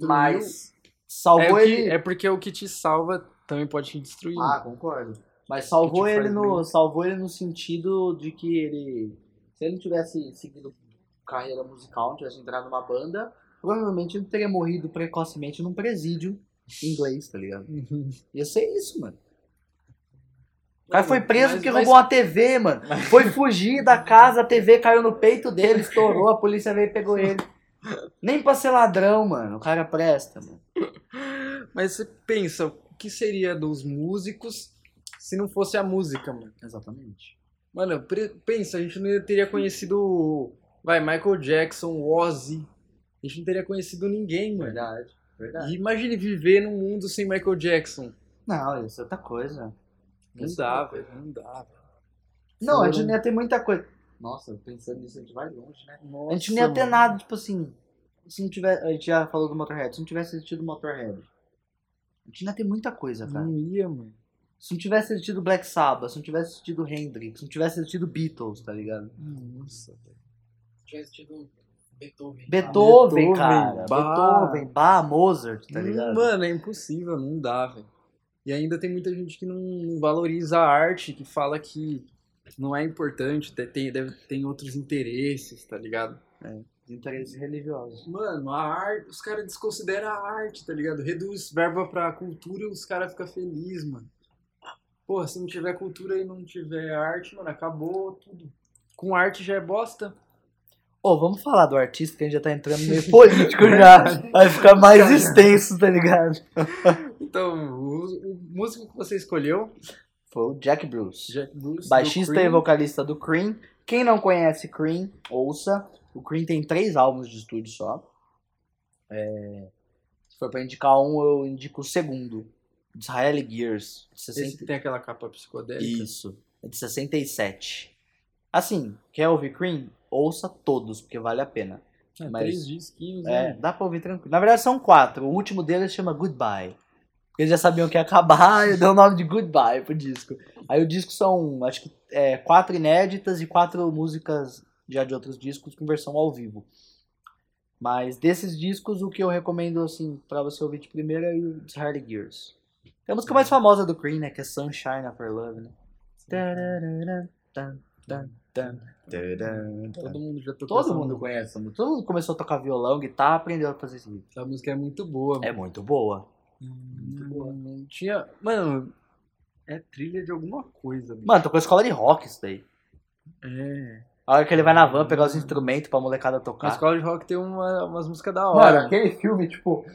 Speaker 2: Mas
Speaker 1: É,
Speaker 2: salvou
Speaker 1: o que-
Speaker 2: ele...
Speaker 1: é porque o que te salva também pode te destruir.
Speaker 2: Ah, concordo. Mas salvou
Speaker 1: Que te
Speaker 2: ele
Speaker 1: faz
Speaker 2: no
Speaker 1: bem.
Speaker 2: salvou ele no sentido de que ele se ele não tivesse seguido carreira musical, não tivesse entrado numa banda, provavelmente ele teria morrido precocemente num presídio inglês, tá ligado?
Speaker 1: Uhum.
Speaker 2: Ia ser isso, mano. O cara foi preso
Speaker 1: Mas-
Speaker 2: porque
Speaker 1: mas-
Speaker 2: roubou uma TV, mano. Foi fugir da casa, a TV caiu no peito dele, estourou, a polícia veio e pegou ele. Nem pra ser ladrão, mano. O cara presta, mano.
Speaker 1: Mas você pensa, o que seria dos músicos se não fosse a música, mano?
Speaker 2: Exatamente.
Speaker 1: Mano, pre- pensa, a gente não teria conhecido. o- Vai, Michael Jackson, Ozzy. A gente não teria conhecido ninguém, mano.
Speaker 2: Verdade, verdade.
Speaker 1: E imagine viver num mundo sem Michael Jackson.
Speaker 2: Não, isso é outra coisa.
Speaker 1: Não
Speaker 2: Isso
Speaker 1: dá,
Speaker 2: é outra
Speaker 1: velho. Não dá, velho.
Speaker 2: Não, a gente
Speaker 1: Foram-
Speaker 2: não ia ter muita coisa. Nossa, pensando nisso, a gente vai longe, né?
Speaker 1: Nossa,
Speaker 2: A gente não ia ter
Speaker 1: mano.
Speaker 2: nada, tipo assim. Se não tiver. A gente já falou do Motorhead. Se não tivesse assistido o Motorhead. A gente não ia ter muita coisa, cara.
Speaker 1: Não ia, mano.
Speaker 2: Se não tivesse assistido Black Sabbath, se não tivesse assistido Hendrix, se não tivesse assistido Beatles, tá ligado?
Speaker 1: Nossa, velho.
Speaker 3: Tivesse tido um Beethoven.
Speaker 1: Ah,
Speaker 2: Beethoven,
Speaker 1: Beethoven,
Speaker 2: cara.
Speaker 1: Bach.
Speaker 2: Beethoven, Bach, Mozart, tá
Speaker 1: Hum,
Speaker 2: ligado?
Speaker 1: Mano, é impossível, não dá, velho. E ainda tem muita gente que não, não valoriza a arte, que fala que não é importante, te- tem, deve, tem outros interesses, tá ligado?
Speaker 2: Interesse religioso.
Speaker 1: Mano, a arte, os caras desconsideram a arte, tá ligado? Reduz verba pra cultura e os caras ficam felizes, mano. Porra, se não tiver cultura e não tiver arte, mano, acabou tudo. Com arte já é bosta.
Speaker 2: Ô, vamos falar do artista, que a gente já tá entrando meio político já. Vai ficar mais extenso, tá ligado?
Speaker 1: Então, o, o músico que você escolheu,
Speaker 2: Foi o Jack Bruce.
Speaker 1: Jack Bruce, do
Speaker 2: baixista e
Speaker 1: Cream.
Speaker 2: vocalista do Cream. Quem não conhece Cream, ouça. O Cream tem três álbuns de estúdio só. É, Se for pra indicar um, eu indico o segundo. Israel Gears. de 60
Speaker 1: Esse que tem aquela capa psicodélica.
Speaker 2: Isso. É de 67. Assim, quer ouvir Cream? Ouça todos, porque vale a pena.
Speaker 1: É,
Speaker 2: Mas-
Speaker 1: Três disquinhos,
Speaker 2: É,
Speaker 1: né?
Speaker 2: dá pra ouvir tranquilo. Na verdade são quatro. O último deles chama Goodbye. Porque Eles já sabiam que ia acabar e deu o nome de Goodbye pro disco. Aí o disco são, acho que, é, quatro inéditas e quatro músicas já de outros discos com versão ao vivo. Mas desses discos, o que eu recomendo, assim, pra você ouvir de primeira é o Hard Gears. Tem a música mais famosa do Cream, né? Que é Sunshine After Love, né? Tararara, tan, tan, tan, tararara, tan.
Speaker 1: Todo mundo já tocou
Speaker 2: Todo
Speaker 1: essa
Speaker 2: mundo
Speaker 1: música.
Speaker 2: conhece essa música. Todo mundo começou a tocar violão, guitarra, aprendeu a fazer isso.
Speaker 1: Essa música é muito boa.
Speaker 2: É muito boa.
Speaker 1: Muito boa. Não tinha... Mano, é trilha de alguma coisa. bicho.
Speaker 2: Mano, tocou escola de rock isso daí.
Speaker 1: É.
Speaker 2: A hora que ele vai na van pegar os
Speaker 1: Hum.
Speaker 2: instrumentos pra molecada tocar.
Speaker 1: Na escola de rock tem uma- umas músicas da
Speaker 2: Mano,
Speaker 1: hora.
Speaker 2: aquele filme, tipo.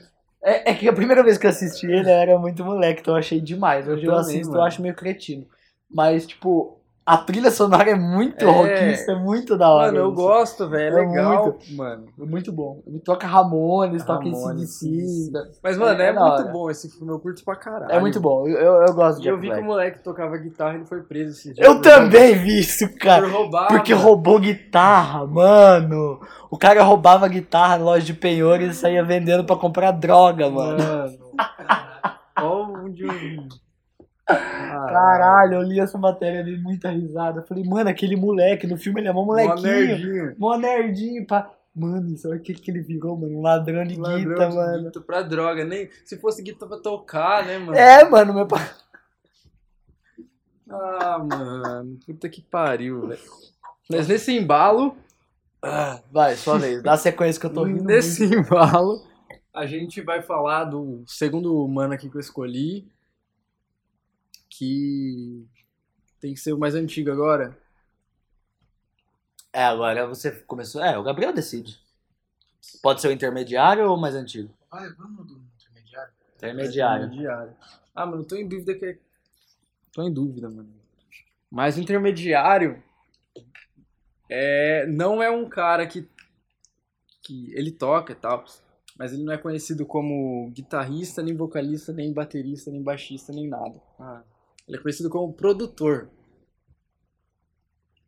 Speaker 2: É, é que a primeira vez que eu assisti ele eu era muito moleque, então eu achei demais. Hoje eu,
Speaker 1: Eu também,
Speaker 2: assisto, eu
Speaker 1: mano.
Speaker 2: acho meio cretino. Mas, tipo, a trilha sonora é
Speaker 1: É.
Speaker 2: muito rockista, é muito da hora.
Speaker 1: Mano, eu
Speaker 2: isso.
Speaker 1: gosto, velho.
Speaker 2: É
Speaker 1: É legal, mano.
Speaker 2: Muito bom. Ele toca Ramones, toca
Speaker 1: Ramones,
Speaker 2: ACDC.
Speaker 1: Mas, mano,
Speaker 2: É
Speaker 1: é,
Speaker 2: da hora.
Speaker 1: muito bom esse filme. Eu curto pra caralho.
Speaker 2: É muito bom. Eu, eu, eu gosto
Speaker 1: E
Speaker 2: de
Speaker 1: Eu
Speaker 2: Jack
Speaker 1: vi que
Speaker 2: Black.
Speaker 1: o moleque tocava guitarra e ele foi preso esse dia.
Speaker 2: Eu
Speaker 1: por-
Speaker 2: também vi isso, cara.
Speaker 1: Por roubar.
Speaker 2: Porque
Speaker 1: mano.
Speaker 2: roubou guitarra, mano. O cara roubava guitarra na loja de penhores e saía vendendo pra comprar droga, mano.
Speaker 1: Mano. Olha onde eu.
Speaker 2: Caralho, eu li essa matéria ali, muita risada. Eu Falei, mano, aquele moleque, no filme ele é mó
Speaker 1: Mó
Speaker 2: molequinho.
Speaker 1: nerdinho.
Speaker 2: Mó nerdinho, pá. Mano, sabe o que, que ele virou, mano? Um ladrão de guita,
Speaker 1: Ladrão de
Speaker 2: mano.
Speaker 1: guita pra droga. Nem, se fosse guita pra tocar, né, mano?
Speaker 2: É, mano, meu pai.
Speaker 1: Ah, mano. Puta que pariu, velho. Mas nesse embalo,
Speaker 2: Ah, Vai, só vez. Dá sequência que eu tô rindo.
Speaker 1: nesse embalo, a gente vai falar do segundo mano aqui que eu escolhi. Que tem que ser o mais antigo agora.
Speaker 2: muito. É, agora você começou. É, o Gabriel decide. Pode ser o intermediário ou o mais antigo?
Speaker 3: Vai, vamos do intermediário.
Speaker 2: É Intermediário.
Speaker 1: é Intermediário. Ah, mano, tô em dúvida que é. Tô em dúvida, mano. Mas intermediário é não é um cara que que ele toca e tal, mas ele não é conhecido como guitarrista, nem vocalista, nem baterista, nem baixista, nem nada.
Speaker 2: Ah.
Speaker 1: Ele é conhecido como produtor.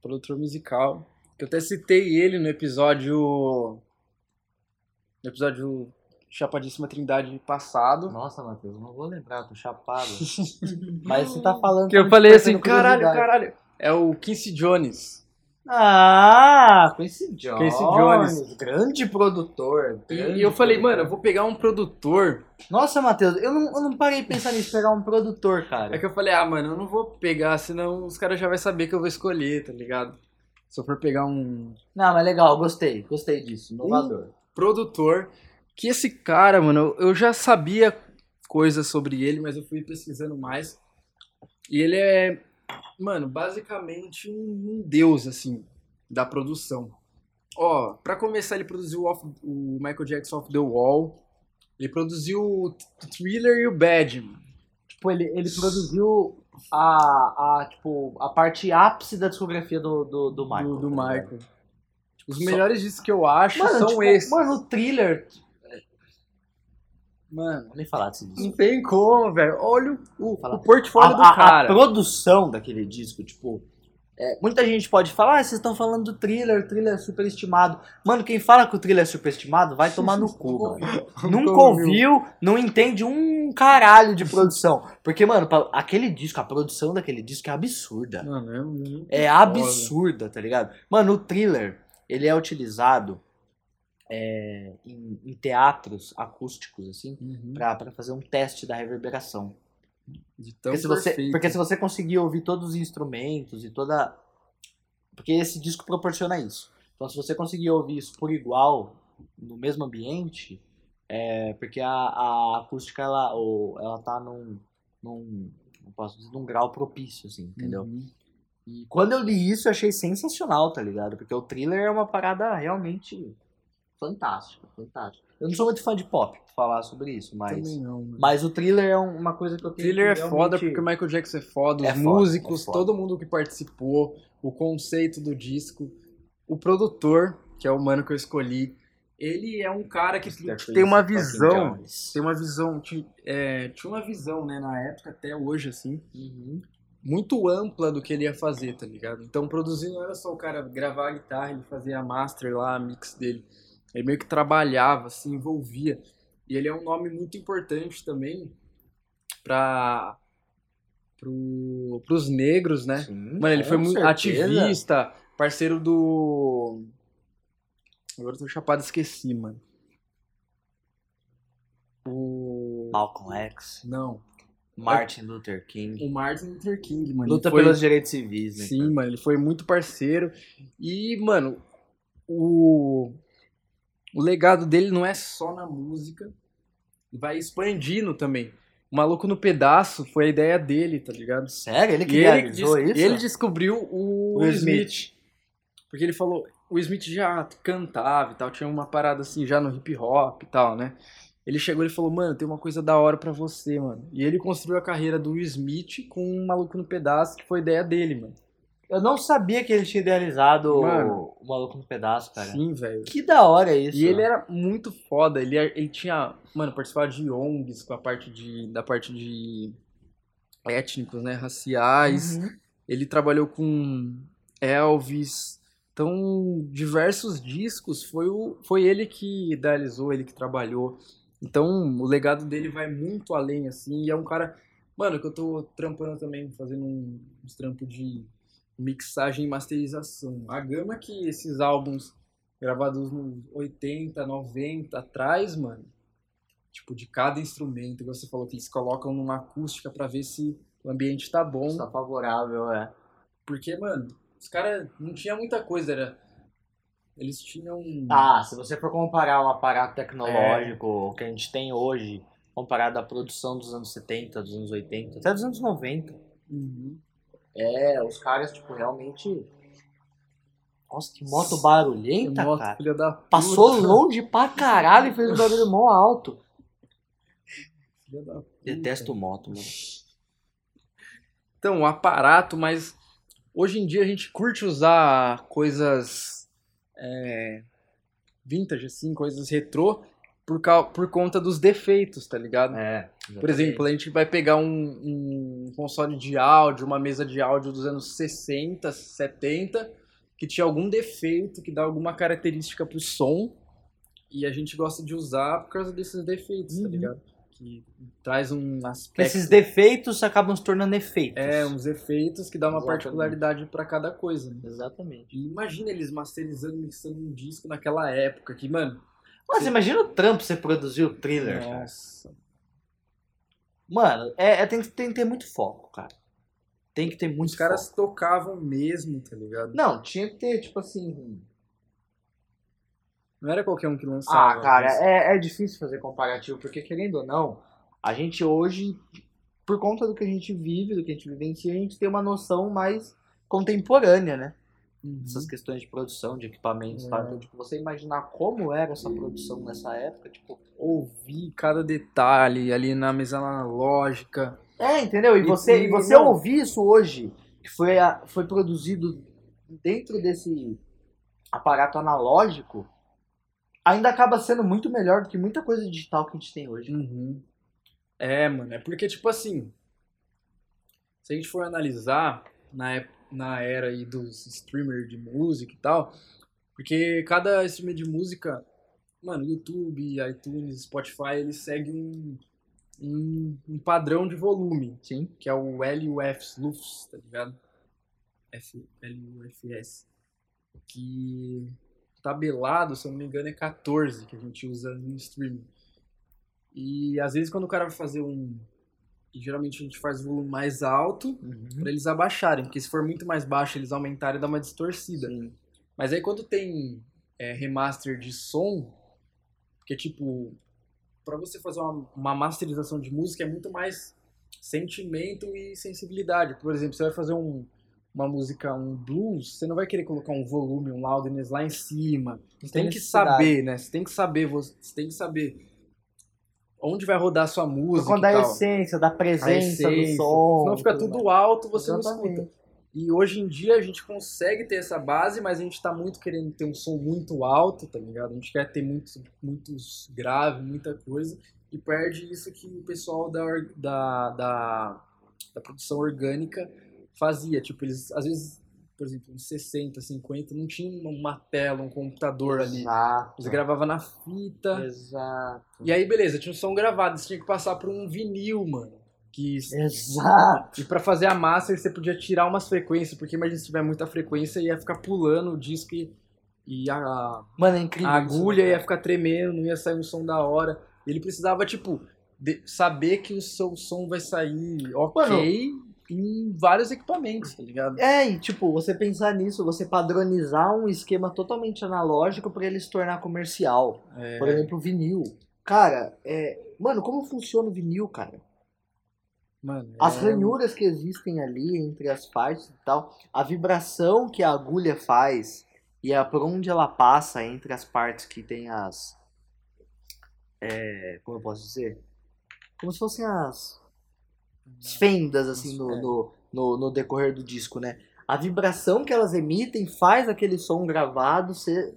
Speaker 1: Produtor musical. Que eu até citei ele no episódio no episódio Chapadíssima Trindade passado.
Speaker 2: Nossa, Matheus, não vou lembrar, eu tô chapado. Mas você tá falando.
Speaker 1: Que eu
Speaker 2: tá
Speaker 1: falei assim,
Speaker 2: despertando
Speaker 1: caralho,
Speaker 2: curiosidade."
Speaker 1: caralho. É o Quincy Jones.
Speaker 2: Ah, Quincy Jones.
Speaker 1: Quincy Jones.
Speaker 2: Grande produtor.
Speaker 1: E,
Speaker 2: grande
Speaker 1: e eu falei,
Speaker 2: produtor.
Speaker 1: mano, eu vou pegar um produtor.
Speaker 2: Nossa, Matheus, eu não, eu não parei de pensar nisso, pegar um produtor, cara.
Speaker 1: É que eu falei, ah, mano, eu não vou pegar, senão os caras já vão saber que eu vou escolher, tá ligado? Se eu for pegar um
Speaker 2: Não, mas legal, gostei, gostei disso, inovador.
Speaker 1: produtor, que esse cara, mano, eu eu já sabia coisas sobre ele, mas eu fui pesquisando mais. E ele é, mano, basicamente um, um deus, assim, da produção. Ó, pra começar, ele produziu Off- o Michael Jackson Off The Wall. Ele produziu o Th- Thriller e o Bad, mano.
Speaker 2: Tipo, ele, ele produziu a, a, tipo, a parte ápice da discografia do, do, do Michael.
Speaker 1: do, do
Speaker 2: tá ligado?
Speaker 1: Michael. Os
Speaker 2: Só-
Speaker 1: melhores discos que eu acho
Speaker 2: Mano,
Speaker 1: são
Speaker 2: tipo,
Speaker 1: esses.
Speaker 2: mano, o thriller.
Speaker 1: Mano,
Speaker 2: Vou nem falar desse disco.
Speaker 1: não tem como, velho. Olha o,
Speaker 2: Fala.
Speaker 1: o portfólio
Speaker 2: a,
Speaker 1: do
Speaker 2: a- a
Speaker 1: cara.
Speaker 2: produção daquele disco, tipo. é, muita gente pode falar, ah, vocês estão falando do thriller, o thriller é superestimado. Mano, quem fala que o thriller é superestimado vai tomar no cu, mano. Nunca
Speaker 1: Nunca
Speaker 2: ouviu, não entende um caralho de produção. Porque, mano, pra- aquele disco, a produção daquele disco é absurda.
Speaker 1: Mano, é um-
Speaker 2: É absurda, tá ligado? Mano, o thriller, ele é utilizado é, em- em teatros acústicos, assim,
Speaker 1: Uhum.
Speaker 2: pra, pra fazer um teste da reverberação.
Speaker 1: De tão
Speaker 2: Porque se, você,
Speaker 1: Então, perfeito.
Speaker 2: porque se você conseguir ouvir todos os instrumentos e toda. Porque esse disco proporciona isso. Então, se você conseguir ouvir isso por igual, no mesmo ambiente, é porque a, a acústica ela, ou, ela tá num, num, não posso dizer, num grau propício, assim, entendeu?
Speaker 1: Uhum.
Speaker 2: E quando eu li isso, eu achei sensacional, tá ligado? Porque o thriller é uma parada realmente fantástica, fantástica. Eu não sou muito fã de pop pra falar sobre isso, mas.
Speaker 1: Também não, mano.
Speaker 2: Mas o thriller é uma coisa que eu
Speaker 1: O
Speaker 2: tenho
Speaker 1: Thriller é
Speaker 2: que
Speaker 1: foda
Speaker 2: realmente-
Speaker 1: porque o Michael Jackson é foda, os
Speaker 2: É foda,
Speaker 1: músicos,
Speaker 2: é foda.
Speaker 1: todo mundo que participou, o conceito do disco, o produtor, que é o mano que eu escolhi, ele é um cara que tem uma visão tem uma visão, ti- é, tinha uma visão, né, na época até hoje, assim,
Speaker 2: Uhum.
Speaker 1: muito ampla do que ele ia fazer, tá ligado? Então, produzir não era só o cara gravar a guitarra, ele fazia a master lá, a mix dele. Ele meio que trabalhava, se envolvia. E ele é um nome muito importante também para pro, pros negros, né? Mano, ele foi muito ativista, parceiro do. Agora eu tô chapado, esqueci, mano. O.
Speaker 2: Malcolm X,
Speaker 1: Não.
Speaker 2: Martin Luther King.
Speaker 1: O Martin Luther King, mano.
Speaker 2: Luta
Speaker 1: ele foi...
Speaker 2: pelos direitos civis, né?
Speaker 1: Sim, mano, ele foi muito parceiro. E, mano, o. O legado dele não é só na música, vai expandindo também. O Maluco no Pedaço foi a ideia dele, tá ligado?
Speaker 2: Sério? Ele que
Speaker 1: E ele, des-
Speaker 2: realizou isso?
Speaker 1: ele descobriu o
Speaker 2: Will
Speaker 1: Smith. Porque ele falou, o Smith já cantava e tal, tinha uma parada assim já no hip hop e tal, né? Ele chegou e falou, mano, tem uma coisa da hora pra você, mano. E ele construiu a carreira do Will Smith com um maluco no pedaço, que foi ideia dele, mano.
Speaker 2: Eu não sabia que ele tinha idealizado
Speaker 1: Mano.
Speaker 2: o Maluco no Pedaço, cara.
Speaker 1: Sim, velho.
Speaker 2: Que da hora é isso.
Speaker 1: E ele era muito foda, ele, era- ele tinha, mano, participava de ONGs com a parte de, da parte de étnicos, né, raciais.
Speaker 2: Uhum.
Speaker 1: Ele trabalhou com Elvis. Então, diversos discos foi, o, foi ele que idealizou, ele que trabalhou. Então, o legado dele vai muito além, assim. E é um cara, mano, que eu tô trampando também, fazendo um- uns trampos de mixagem e masterização. A gama que esses álbuns gravados nos 80, 90 atrás, mano, tipo, de cada instrumento, que você falou que eles colocam numa acústica pra ver se o ambiente tá bom.
Speaker 2: Tá favorável, é.
Speaker 1: Porque, mano, os caras não tinha muita coisa, era. Eles tinham. um,
Speaker 2: Ah, se você for comparar o aparato tecnológico que a gente tem hoje, comparado à produção dos anos 70, dos anos 80, até dos anos 90,
Speaker 1: Uhum.
Speaker 2: é, os caras, tipo, realmente... Nossa, que moto barulhenta,
Speaker 1: Moto,
Speaker 2: cara.
Speaker 1: filha da puta.
Speaker 2: Passou longe pra caralho e fez um barulho mó alto.
Speaker 1: Filha da puta.
Speaker 2: Detesto moto, mano.
Speaker 1: Então, o aparato, mas hoje em dia a gente curte usar coisas é, vintage, assim, coisas retrô, por, cau- por conta dos defeitos, tá ligado?
Speaker 2: É.
Speaker 1: Por exemplo, a gente vai pegar um, um console de áudio, uma mesa de áudio dos anos 60, 70, que tinha algum defeito, que dá alguma característica pro som, e a gente gosta de usar por causa desses defeitos, tá
Speaker 2: Uhum.
Speaker 1: ligado? Que traz um aspecto.
Speaker 2: Esses defeitos acabam se tornando efeitos.
Speaker 1: É, uns efeitos que dá uma
Speaker 2: Exatamente.
Speaker 1: particularidade pra cada coisa. Né?
Speaker 2: Exatamente.
Speaker 1: E imagina eles masterizando, mixando um disco naquela época, que, mano.
Speaker 2: Mas imagina o Trump você produzir o thriller, cara.
Speaker 1: Nossa.
Speaker 2: Mano, é, é- tem, que- tem que ter muito foco, cara. Tem que ter muito
Speaker 1: Os caras
Speaker 2: foco.
Speaker 1: tocavam mesmo, tá ligado?
Speaker 2: Não, tinha que ter, tipo assim.
Speaker 1: Não era qualquer um que lançava.
Speaker 2: Ah, cara,
Speaker 1: mas-
Speaker 2: é, é difícil fazer comparativo, porque querendo ou não, a gente hoje, por conta do que a gente vive, do que a gente vivencia, a gente tem uma noção mais contemporânea, né?
Speaker 1: Uhum.
Speaker 2: essas questões de produção, de equipamentos,
Speaker 1: É.
Speaker 2: tá? Então, tipo, você imaginar como era essa produção nessa época, tipo.
Speaker 1: ouvir cada detalhe ali na mesa analógica.
Speaker 2: É, entendeu? E
Speaker 1: E-
Speaker 2: você,
Speaker 1: e-
Speaker 2: e você
Speaker 1: não.
Speaker 2: ouvir isso hoje, que foi, a- foi produzido dentro desse aparato analógico, ainda acaba sendo muito melhor do que muita coisa digital que a gente tem hoje.
Speaker 1: Uhum. É, mano, é porque, tipo assim, se a gente for analisar na, ép- na era aí dos streamers de música e tal, porque cada streamer de música, mano, YouTube, iTunes, Spotify, ele segue um, um, um padrão de volume,
Speaker 2: Sim.
Speaker 1: que é o LUFS, LUFS, tá ligado? F, LUFS. Que tabelado, se eu não me engano, é 14 que a gente usa no streaming. E às vezes quando o cara vai fazer um. E geralmente a gente faz o volume mais alto
Speaker 2: Uhum.
Speaker 1: pra eles abaixarem, porque se for muito mais baixo eles aumentarem dá uma distorcida.
Speaker 2: Sim.
Speaker 1: Mas aí quando tem é, remaster de som, porque tipo, pra você fazer uma, uma masterização de música é muito mais sentimento e sensibilidade. Por exemplo, você vai fazer um- uma música, um blues, você não vai querer colocar um volume, um loudness lá em cima. Você tem que saber, né? Você tem que saber, você você tem que saber onde vai rodar a sua música
Speaker 2: Quando
Speaker 1: e
Speaker 2: a
Speaker 1: tal.
Speaker 2: essência, da
Speaker 1: A
Speaker 2: presença,
Speaker 1: essência.
Speaker 2: do som.
Speaker 1: Senão fica
Speaker 2: tudo
Speaker 1: tudo alto, você não
Speaker 2: Exatamente.
Speaker 1: escuta. E hoje em dia a gente consegue ter essa base, mas a gente tá muito querendo ter um som muito alto, tá ligado? A gente quer ter muito, muitos grave, muita coisa, e perde isso que o pessoal da, or- da, da, da produção orgânica fazia. Tipo, eles, às vezes, por exemplo, uns 60, 50, não tinha uma tela, um computador ali.
Speaker 2: Exato.
Speaker 1: Eles gravavam na fita.
Speaker 2: Exato.
Speaker 1: E aí, beleza, tinha um som gravado, você tinha que passar por um vinil, mano. Que
Speaker 2: É. Exato.
Speaker 1: e pra fazer a master, você podia tirar umas frequências, porque imagina se tiver muita frequência, ia ficar pulando o disco e, e a, a
Speaker 2: Mano, é incrível. isso,
Speaker 1: agulha
Speaker 2: né,
Speaker 1: ia
Speaker 2: cara?
Speaker 1: ficar tremendo, não ia sair um som da hora. Ele precisava, tipo, de- saber que o seu som vai sair ok em vários equipamentos, tá ligado?
Speaker 2: É, e tipo, você pensar nisso, você padronizar um esquema totalmente analógico pra ele se tornar comercial.
Speaker 1: É.
Speaker 2: Por exemplo, o vinil. Cara, é. Mano, como funciona o vinil, cara?
Speaker 1: Mano,
Speaker 2: As
Speaker 1: é-
Speaker 2: ranhuras que existem ali entre as partes e tal, a vibração que a agulha faz, E é por onde ela passa entre as partes que tem as. é, como eu posso dizer? Como se fossem as, as fendas, assim, no,
Speaker 1: É.
Speaker 2: no, no, no decorrer do disco, né? A vibração que elas emitem faz aquele som gravado ser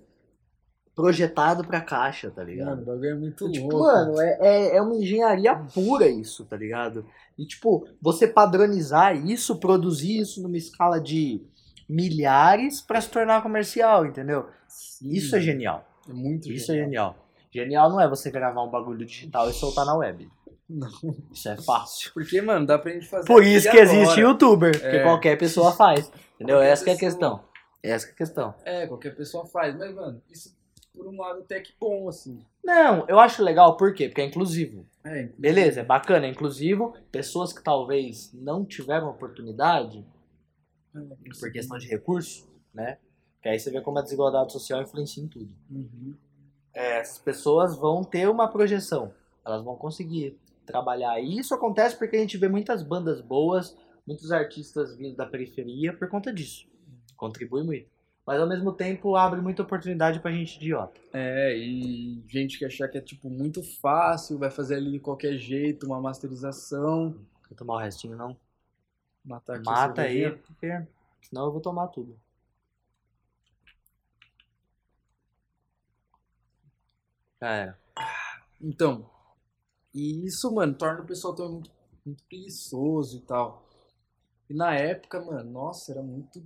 Speaker 2: projetado pra caixa, tá ligado?
Speaker 1: Mano, o bagulho é muito
Speaker 2: tipo,
Speaker 1: louco.
Speaker 2: mano, é, é, é uma engenharia pura isso, tá ligado? E, tipo, você padronizar isso, produzir isso numa escala de milhares pra se tornar comercial, entendeu?
Speaker 1: Sim,
Speaker 2: Isso é genial.
Speaker 1: é muito
Speaker 2: Isso é genial. Genial não é você gravar um bagulho digital e soltar na web.
Speaker 1: Não.
Speaker 2: Isso é fácil.
Speaker 1: Porque, mano, dá pra gente fazer.
Speaker 2: Por isso
Speaker 1: aqui
Speaker 2: que
Speaker 1: agora.
Speaker 2: existe youtuber, que
Speaker 1: É.
Speaker 2: qualquer pessoa faz. Entendeu?
Speaker 1: Qualquer
Speaker 2: Essa que é a
Speaker 1: pessoa.
Speaker 2: questão. Essa que é a questão.
Speaker 1: É, qualquer pessoa faz. Mas, mano, isso por um lado até que bom, assim.
Speaker 2: Não, eu acho legal, por quê? Porque é inclusivo.
Speaker 1: É,
Speaker 2: Beleza, é bacana, é inclusivo. Pessoas que talvez não tiveram oportunidade, por questão de recurso, né? Que aí você vê como a desigualdade social influencia em tudo.
Speaker 1: Uhum.
Speaker 2: É, Essas pessoas vão ter uma projeção, elas vão conseguir trabalhar. E isso acontece porque a gente vê muitas bandas boas, muitos artistas vindo da periferia por conta disso. Contribui muito. Mas ao mesmo tempo abre muita oportunidade pra gente idiota.
Speaker 1: É, e gente que achar que é, tipo, muito fácil, vai fazer ali de qualquer jeito, uma masterização.
Speaker 2: Vou tomar o restinho, não.
Speaker 1: Matar aqui a
Speaker 2: Mata aí,
Speaker 1: cervejinha.
Speaker 2: porque senão eu vou tomar tudo. Já era.
Speaker 1: Então, e isso, mano, torna o pessoal também muito, muito preguiçoso e tal. E na época, mano, nossa, era muito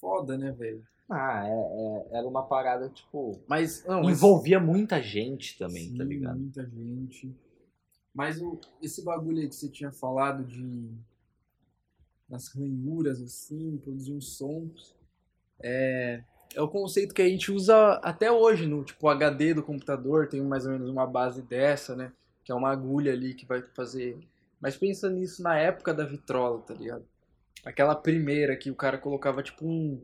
Speaker 1: foda, né, velho?
Speaker 2: Ah, é- é- era uma parada, tipo.
Speaker 1: Mas, não, mas-
Speaker 2: Envolvia muita gente também, tá
Speaker 1: Sim,
Speaker 2: ligado?
Speaker 1: Muita gente. Mas o, esse bagulho aí que você tinha falado de nas ranhuras, assim, produzir um som, é, é o conceito que a gente usa até hoje no tipo HD do computador, tem mais ou menos uma base dessa, né? Que é uma agulha ali que vai fazer. Mas pensa nisso na época da vitrola, tá ligado? Aquela primeira que o cara colocava tipo um,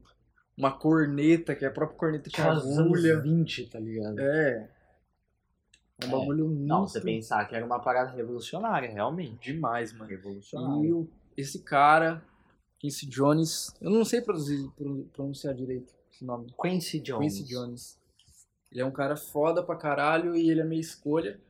Speaker 1: uma corneta, que a própria corneta tinha
Speaker 2: Aquelas
Speaker 1: agulha.
Speaker 2: anos 20, tá ligado?
Speaker 1: É. É um
Speaker 2: É.
Speaker 1: bagulho muito
Speaker 2: Não, você pensar que era uma parada revolucionária, realmente.
Speaker 1: demais, mano.
Speaker 2: Revolucionária.
Speaker 1: E o, esse cara, Quincy Jones, eu não sei produzir, pro- pronunciar direito esse nome.
Speaker 2: Quincy Jones.
Speaker 1: Quincy Jones. Ele é um cara foda pra caralho e ele é minha escolha.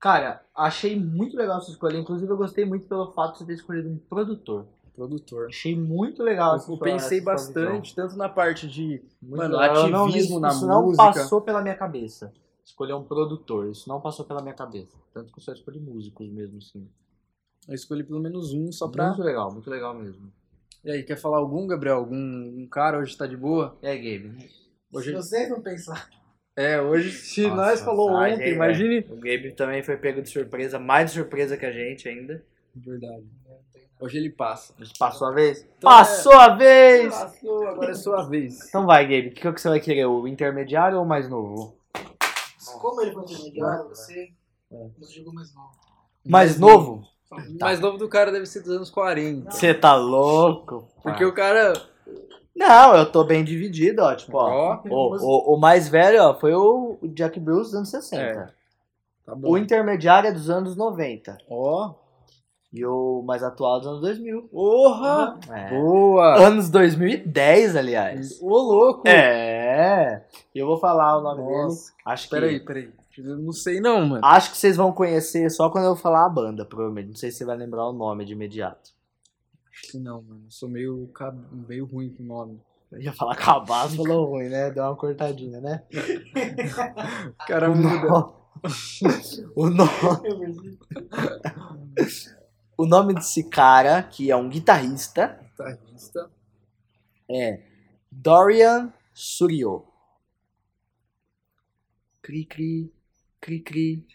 Speaker 2: Cara, achei muito legal essa escolha. Inclusive, eu gostei muito pelo fato de você ter escolhido um produtor.
Speaker 1: Produtor.
Speaker 2: Achei muito legal essa
Speaker 1: eu
Speaker 2: sua-
Speaker 1: pensei
Speaker 2: essa sua visão.
Speaker 1: bastante, tanto na parte de.
Speaker 2: Muito
Speaker 1: Mano,
Speaker 2: legal. Eu não-
Speaker 1: ativismo
Speaker 2: isso,
Speaker 1: na
Speaker 2: isso não
Speaker 1: música.
Speaker 2: passou pela minha cabeça. Escolher um produtor, isso não passou pela minha cabeça. Tanto que eu só escolhi músicos mesmo, assim.
Speaker 1: Eu escolhi pelo menos um só pra.
Speaker 2: Muito legal, muito legal mesmo.
Speaker 1: E aí, quer falar algum, Gabriel? Algum um cara hoje tá de boa?
Speaker 2: É, Gabe.
Speaker 1: Hoje...
Speaker 3: vocês não pensar.
Speaker 1: É, hoje se
Speaker 2: Nossa,
Speaker 1: nós falou
Speaker 2: ah,
Speaker 1: ontem,
Speaker 2: é, é.
Speaker 1: imagine.
Speaker 2: O Gabe também foi pego de surpresa, mais de surpresa que a gente ainda.
Speaker 1: Verdade. Hoje ele passa.
Speaker 2: Mas passou a vez?
Speaker 1: Então,
Speaker 2: passou a vez!
Speaker 1: Passou, agora é sua vez.
Speaker 2: Então vai, Gabe, o que, que você vai querer? O intermediário ou o mais novo?
Speaker 3: Como ele foi intermediário,
Speaker 2: Não.
Speaker 3: você nos jogou mais novo.
Speaker 2: Mais novo?
Speaker 1: O Tá. mais novo do cara deve ser dos anos 40.
Speaker 2: Você tá louco?
Speaker 1: Porque o cara.
Speaker 2: Não, eu tô bem dividido, ó. Tipo, ó.
Speaker 1: Ó,
Speaker 2: O, o- o mais velho, ó, foi o Jack Bruce dos anos 60.
Speaker 1: É. tá bom.
Speaker 2: O intermediário é dos anos 90.
Speaker 1: Ó.
Speaker 2: E o mais atual é dos anos 2000.
Speaker 1: Porra!
Speaker 2: É.
Speaker 1: Boa!
Speaker 2: Anos 2010, aliás.
Speaker 1: Ô, louco!
Speaker 2: É. E eu vou falar o nome dele.
Speaker 1: Nossa.
Speaker 2: Acho que,
Speaker 1: Peraí, peraí. Eu não sei não, mano.
Speaker 2: acho que vocês vão conhecer só quando eu falar a banda, provavelmente. Não sei se você vai lembrar o nome de imediato.
Speaker 1: Acho que não, mano. Eu sou meio, cab- meio ruim com o nome.
Speaker 2: Eu ia falar cabaço, falou ruim, né? Deu uma cortadinha, né?
Speaker 1: O cara muda.
Speaker 2: o nome. O nome desse cara, que é um guitarrista,
Speaker 1: Guitarrista.
Speaker 2: é Dorian Surio. Cri cri, cri cri.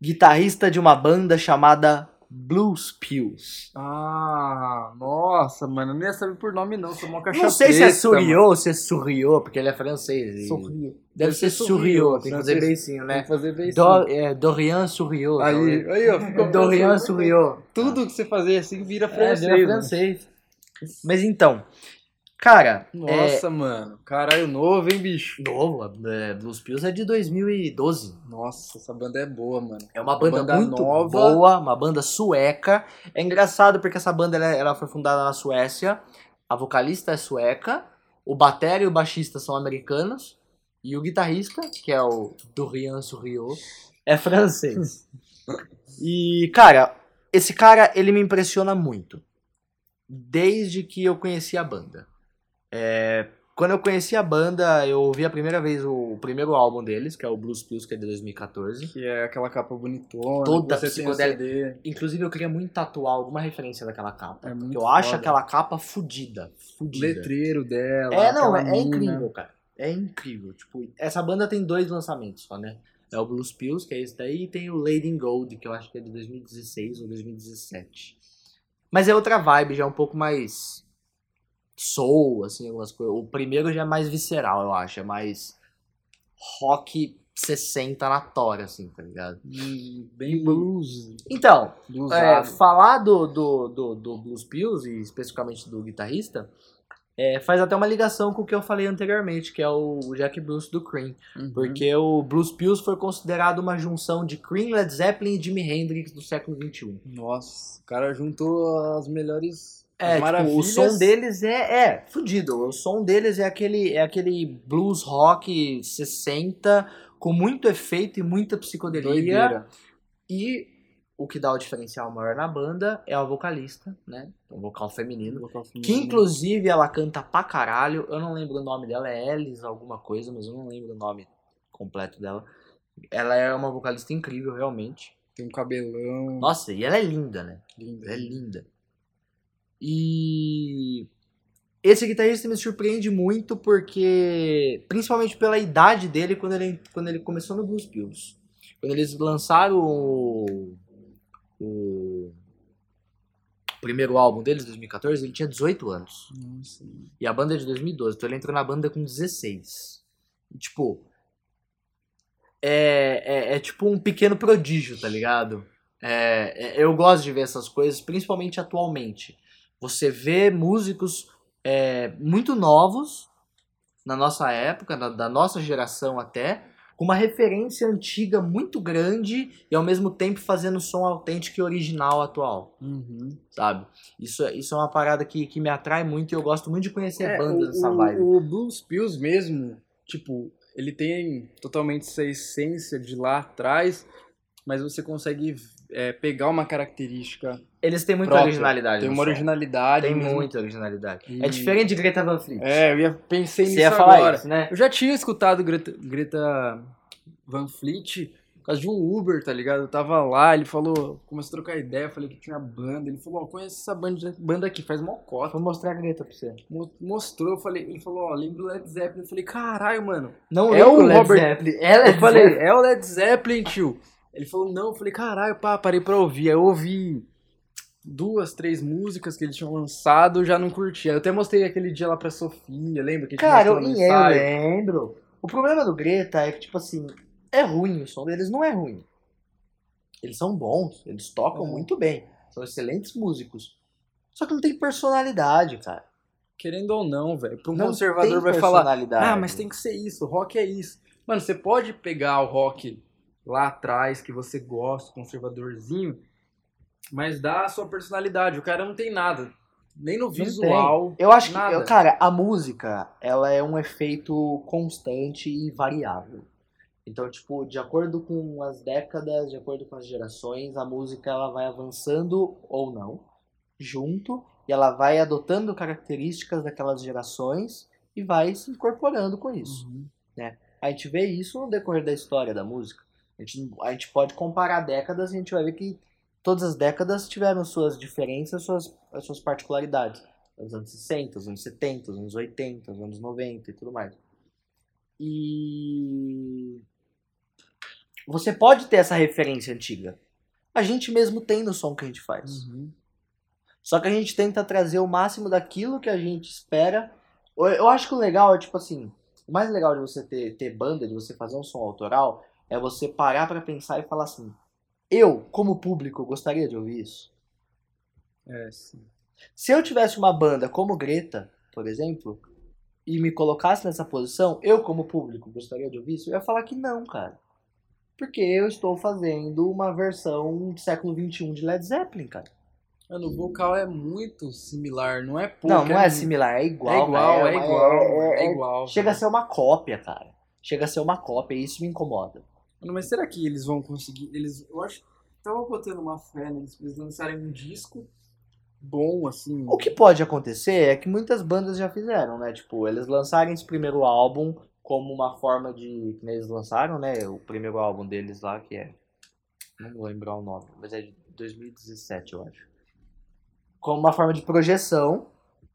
Speaker 2: Guitarrista de uma banda chamada Blues Pills.
Speaker 1: Ah, nossa, mano. Eu não ia saber por nome não. Sou mó caixa
Speaker 2: Não sei se é
Speaker 1: preta,
Speaker 2: Surio ou se é Surrio, porque ele é francês.
Speaker 1: mano.
Speaker 2: e-
Speaker 1: Sorriu.
Speaker 2: Deve ser Surrio, tem que fazer
Speaker 1: bem,
Speaker 2: beicinho,
Speaker 1: né? Tem
Speaker 2: né?
Speaker 1: que fazer bem
Speaker 2: Do, é, Dorian Surrio.
Speaker 1: Aí, aí, ó. Ficou
Speaker 2: Dorian Surrio.
Speaker 1: Tudo que você fazer assim vira
Speaker 2: né? É,
Speaker 1: francês.
Speaker 2: vira
Speaker 1: mano.
Speaker 2: francês. Mas então, cara, é,
Speaker 1: Nossa, mano. Caralho novo, hein, bicho?
Speaker 2: novo, é, Blues Pills é de 2012.
Speaker 1: Nossa, essa banda é boa, mano.
Speaker 2: É uma banda,
Speaker 1: Banda
Speaker 2: muito
Speaker 1: nova.
Speaker 2: boa, uma banda sueca. É engraçado porque essa banda ela, ela foi fundada na Suécia, a vocalista é sueca O batera e o baixista são americanos. E o guitarrista, que é o Dorian Surriot, é francês. e, cara, esse cara, ele me impressiona muito. Desde que eu conheci a banda. É, Quando eu conheci a banda, eu ouvi a primeira vez o primeiro álbum deles, que é o Blues Pills, que é de 2014.
Speaker 1: Que é aquela capa bonitona.
Speaker 2: Toda
Speaker 1: que você tem o
Speaker 2: psicodélica.
Speaker 1: CD.
Speaker 2: Inclusive, eu queria muito tatuar alguma referência daquela capa.
Speaker 1: É
Speaker 2: porque
Speaker 1: muito
Speaker 2: eu acho
Speaker 1: foda.
Speaker 2: aquela capa fudida. Fudida.
Speaker 1: Letreiro dela.
Speaker 2: É, não,
Speaker 1: aquela
Speaker 2: é, é
Speaker 1: mina.
Speaker 2: incrível, cara. É incrível. Tipo, essa banda tem dois lançamentos só, né? É o Blues Pills, que é esse daí, e tem o Lady in Gold, que eu acho que é de 2016 ou 2017. Mas é outra vibe, já é um pouco mais soul, assim, algumas coisas. O primeiro já é mais visceral, eu acho. É mais rock 60 na tora, assim, tá ligado?
Speaker 1: Hum, Bem blues.
Speaker 2: Então, é,
Speaker 1: Bluesado.
Speaker 2: falar do, do, do, do Blues Pills, e especificamente do guitarrista, é, faz até uma ligação com o que eu falei anteriormente, que é o Jack Bruce do Cream.
Speaker 1: Uhum.
Speaker 2: Porque o Blues Pills foi considerado uma junção de Cream, Led Zeppelin e Jimi Hendrix do século um. XXI.
Speaker 1: Nossa, o cara juntou as melhores
Speaker 2: É, tipo, o
Speaker 1: maravilhas.
Speaker 2: som deles é, é fudido. O som deles é aquele, é aquele blues rock 60 com muito efeito e muita psicodelia.
Speaker 1: Doideira.
Speaker 2: E o que dá o diferencial maior na banda é a vocalista, né? Um vocal feminino.
Speaker 1: Vocal
Speaker 2: Que
Speaker 1: feminino.
Speaker 2: inclusive ela canta pra caralho. Eu não lembro o nome dela, é Elis alguma coisa, mas eu não lembro o nome completo dela. Ela é uma vocalista incrível, realmente.
Speaker 1: Tem um cabelão.
Speaker 2: Nossa, e ela é linda, né?
Speaker 1: lindo.
Speaker 2: É linda. E esse guitarrista me surpreende muito porque, principalmente pela idade dele quando ele, quando ele começou no Blues Pills. Quando eles lançaram o, o primeiro álbum deles, 2014, ele tinha 18 anos.
Speaker 1: Nossa.
Speaker 2: E a banda é de 2012, então ele entrou na banda com 16. E, tipo, é, é, é tipo um pequeno prodígio, tá ligado? É, é- eu gosto de ver essas coisas, principalmente atualmente. Você vê músicos é, muito novos, na nossa época, na- da nossa geração até, com uma referência antiga muito grande e ao mesmo tempo fazendo som autêntico e original atual
Speaker 1: Uhum.
Speaker 2: sabe? Isso, é- isso é uma parada que, que me atrai muito e eu gosto muito de conhecer
Speaker 1: É,
Speaker 2: bandas
Speaker 1: o-
Speaker 2: dessa
Speaker 1: o-
Speaker 2: vibe.
Speaker 1: O Blues Pills mesmo, tipo, ele tem totalmente essa essência de lá atrás, mas você consegue é, pegar uma característica.
Speaker 2: Eles têm muita
Speaker 1: própria.
Speaker 2: originalidade.
Speaker 1: Tem
Speaker 2: no
Speaker 1: uma
Speaker 2: som.
Speaker 1: originalidade.
Speaker 2: Tem
Speaker 1: mesmo.
Speaker 2: muita originalidade.
Speaker 1: E-
Speaker 2: É diferente de Greta Van Fleet.
Speaker 1: É, eu ia, pensei
Speaker 2: Você
Speaker 1: nisso
Speaker 2: ia falar
Speaker 1: agora.
Speaker 2: isso, né?
Speaker 1: Eu já tinha escutado Greta, Greta Van Fleet por causa de um Uber, tá ligado? Eu tava lá, ele falou, começou a trocar ideia, eu falei que tinha banda. Ele falou, ó, conhece essa banda, banda aqui, faz mocota.
Speaker 2: Vou mostrar a Greta pra você.
Speaker 1: Mo- Mostrou, eu falei, ele falou, ó, lembra o Led Zeppelin. Eu falei, caralho, mano.
Speaker 2: Não
Speaker 1: É
Speaker 2: lembro
Speaker 1: o
Speaker 2: Led
Speaker 1: Robert-
Speaker 2: Zeppelin. Ela é
Speaker 1: Eu
Speaker 2: Led
Speaker 1: falei,
Speaker 2: Zeppelin.
Speaker 1: é o Led Zeppelin, tio. Ele falou, não, eu falei, caralho, pá, parei pra ouvir. Aí eu ouvi duas, três músicas que eles tinham lançado, eu já não curtia. Eu até mostrei aquele dia lá pra Sofia, lembra? Que a gente
Speaker 2: Cara, eu,
Speaker 1: mostrou no
Speaker 2: eu
Speaker 1: ensaio?
Speaker 2: lembro. O problema do Greta é que, tipo assim, é ruim o som deles, não é ruim. Eles são bons, eles tocam
Speaker 1: É.
Speaker 2: muito bem. São excelentes músicos. Só que não tem personalidade, cara.
Speaker 1: Querendo ou não, velho, pra um
Speaker 2: Não
Speaker 1: conservador
Speaker 2: tem
Speaker 1: vai falar,
Speaker 2: personalidade.
Speaker 1: ah, mas tem que ser isso, o rock é isso. Mano, você pode pegar o rock lá atrás, que você gosta, conservadorzinho, mas dá a sua personalidade. O cara não tem nada, nem no
Speaker 2: tem.
Speaker 1: visual.
Speaker 2: Eu acho que,
Speaker 1: Nada.
Speaker 2: eu- cara, a música, ela é um efeito constante e variável. Então, tipo, de acordo com as décadas, de acordo com as gerações, a música ela vai avançando ou não, junto, e ela vai adotando características daquelas gerações e vai se incorporando com isso. A gente vê isso no decorrer da história da música. A gente, a gente pode comparar décadas e a gente vai ver que todas as décadas tiveram suas diferenças, suas, as suas particularidades. Os anos 60, os anos 70, os anos 80, os anos 90 e tudo mais. E. Você pode ter essa referência antiga. A gente mesmo tem no som que a gente faz.
Speaker 1: Uhum.
Speaker 2: Só que a gente tenta trazer o máximo daquilo que a gente espera. Eu- Eu acho que o legal é, tipo assim, o mais legal de você ter, ter banda, de você fazer um som autoral, é você parar pra pensar e falar assim, eu, como público, gostaria de ouvir isso.
Speaker 1: É, sim.
Speaker 2: Se eu tivesse uma banda como Greta, por exemplo, e me colocasse nessa posição, eu, como público, gostaria de ouvir isso, eu ia falar que não, cara. Porque eu estou fazendo uma versão século XXI de Led um Zeppelin, cara.
Speaker 1: Mano, o vocal é muito similar, não é pouco.
Speaker 2: Não, não é
Speaker 1: mu-
Speaker 2: similar, é
Speaker 1: É
Speaker 2: igual.
Speaker 1: igual,
Speaker 2: cara.
Speaker 1: é igual,
Speaker 2: é-
Speaker 1: é
Speaker 2: é-
Speaker 1: igual.
Speaker 2: Chega a ser uma cópia, cara. Chega a ser uma cópia e isso me incomoda.
Speaker 1: Mano, mas será que eles vão conseguir? Eles, eu acho que tava botando uma fé neles, pra eles lançarem um disco bom, assim.
Speaker 2: O que pode acontecer é que muitas bandas já fizeram, né? Tipo, eles lançarem esse primeiro álbum como uma forma de. que nem Eles lançaram, né? O primeiro álbum deles lá, que é. Não vou lembrar o nome, mas é de 2017, eu acho. Como uma forma de projeção,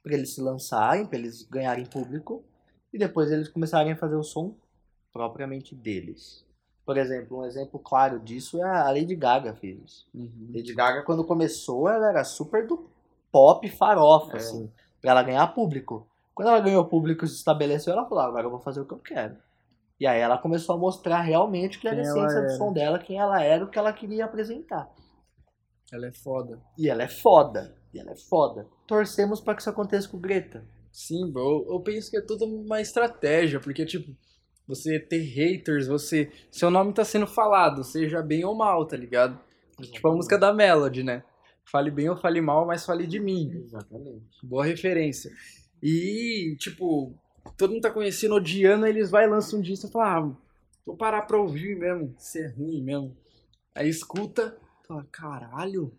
Speaker 2: pra eles se lançarem, pra eles ganharem público, e depois eles começarem a fazer o som propriamente deles. Por exemplo, um exemplo claro disso é a Lady Gaga fez isso.
Speaker 1: Uhum.
Speaker 2: Lady Gaga, quando começou, ela era super do pop farofa,
Speaker 1: É.
Speaker 2: assim, pra ela ganhar público. Quando ela ganhou público e se estabeleceu, ela falou, "Ah, agora eu vou fazer o que eu quero. E aí ela começou a mostrar realmente que era a
Speaker 1: Quem ela
Speaker 2: essência do
Speaker 1: era.
Speaker 2: som dela, quem ela era, o que ela queria apresentar.
Speaker 1: Ela é foda.
Speaker 2: E ela é foda. E ela é foda. Torcemos pra que isso aconteça com Greta.
Speaker 1: Sim, bro, eu, eu penso que é tudo uma estratégia, porque, tipo, você ter haters, você. Seu nome tá sendo falado, seja bem ou mal, tá ligado? Tipo a música da Melody, né? Fale bem ou fale mal, mas fale de mim.
Speaker 2: Exatamente.
Speaker 1: Boa referência. E, tipo, todo mundo tá conhecendo, odiando, aí eles vai e lançam um disco e fala, ah, vou parar pra ouvir mesmo, ser ruim mesmo. Aí escuta, fala, caralho,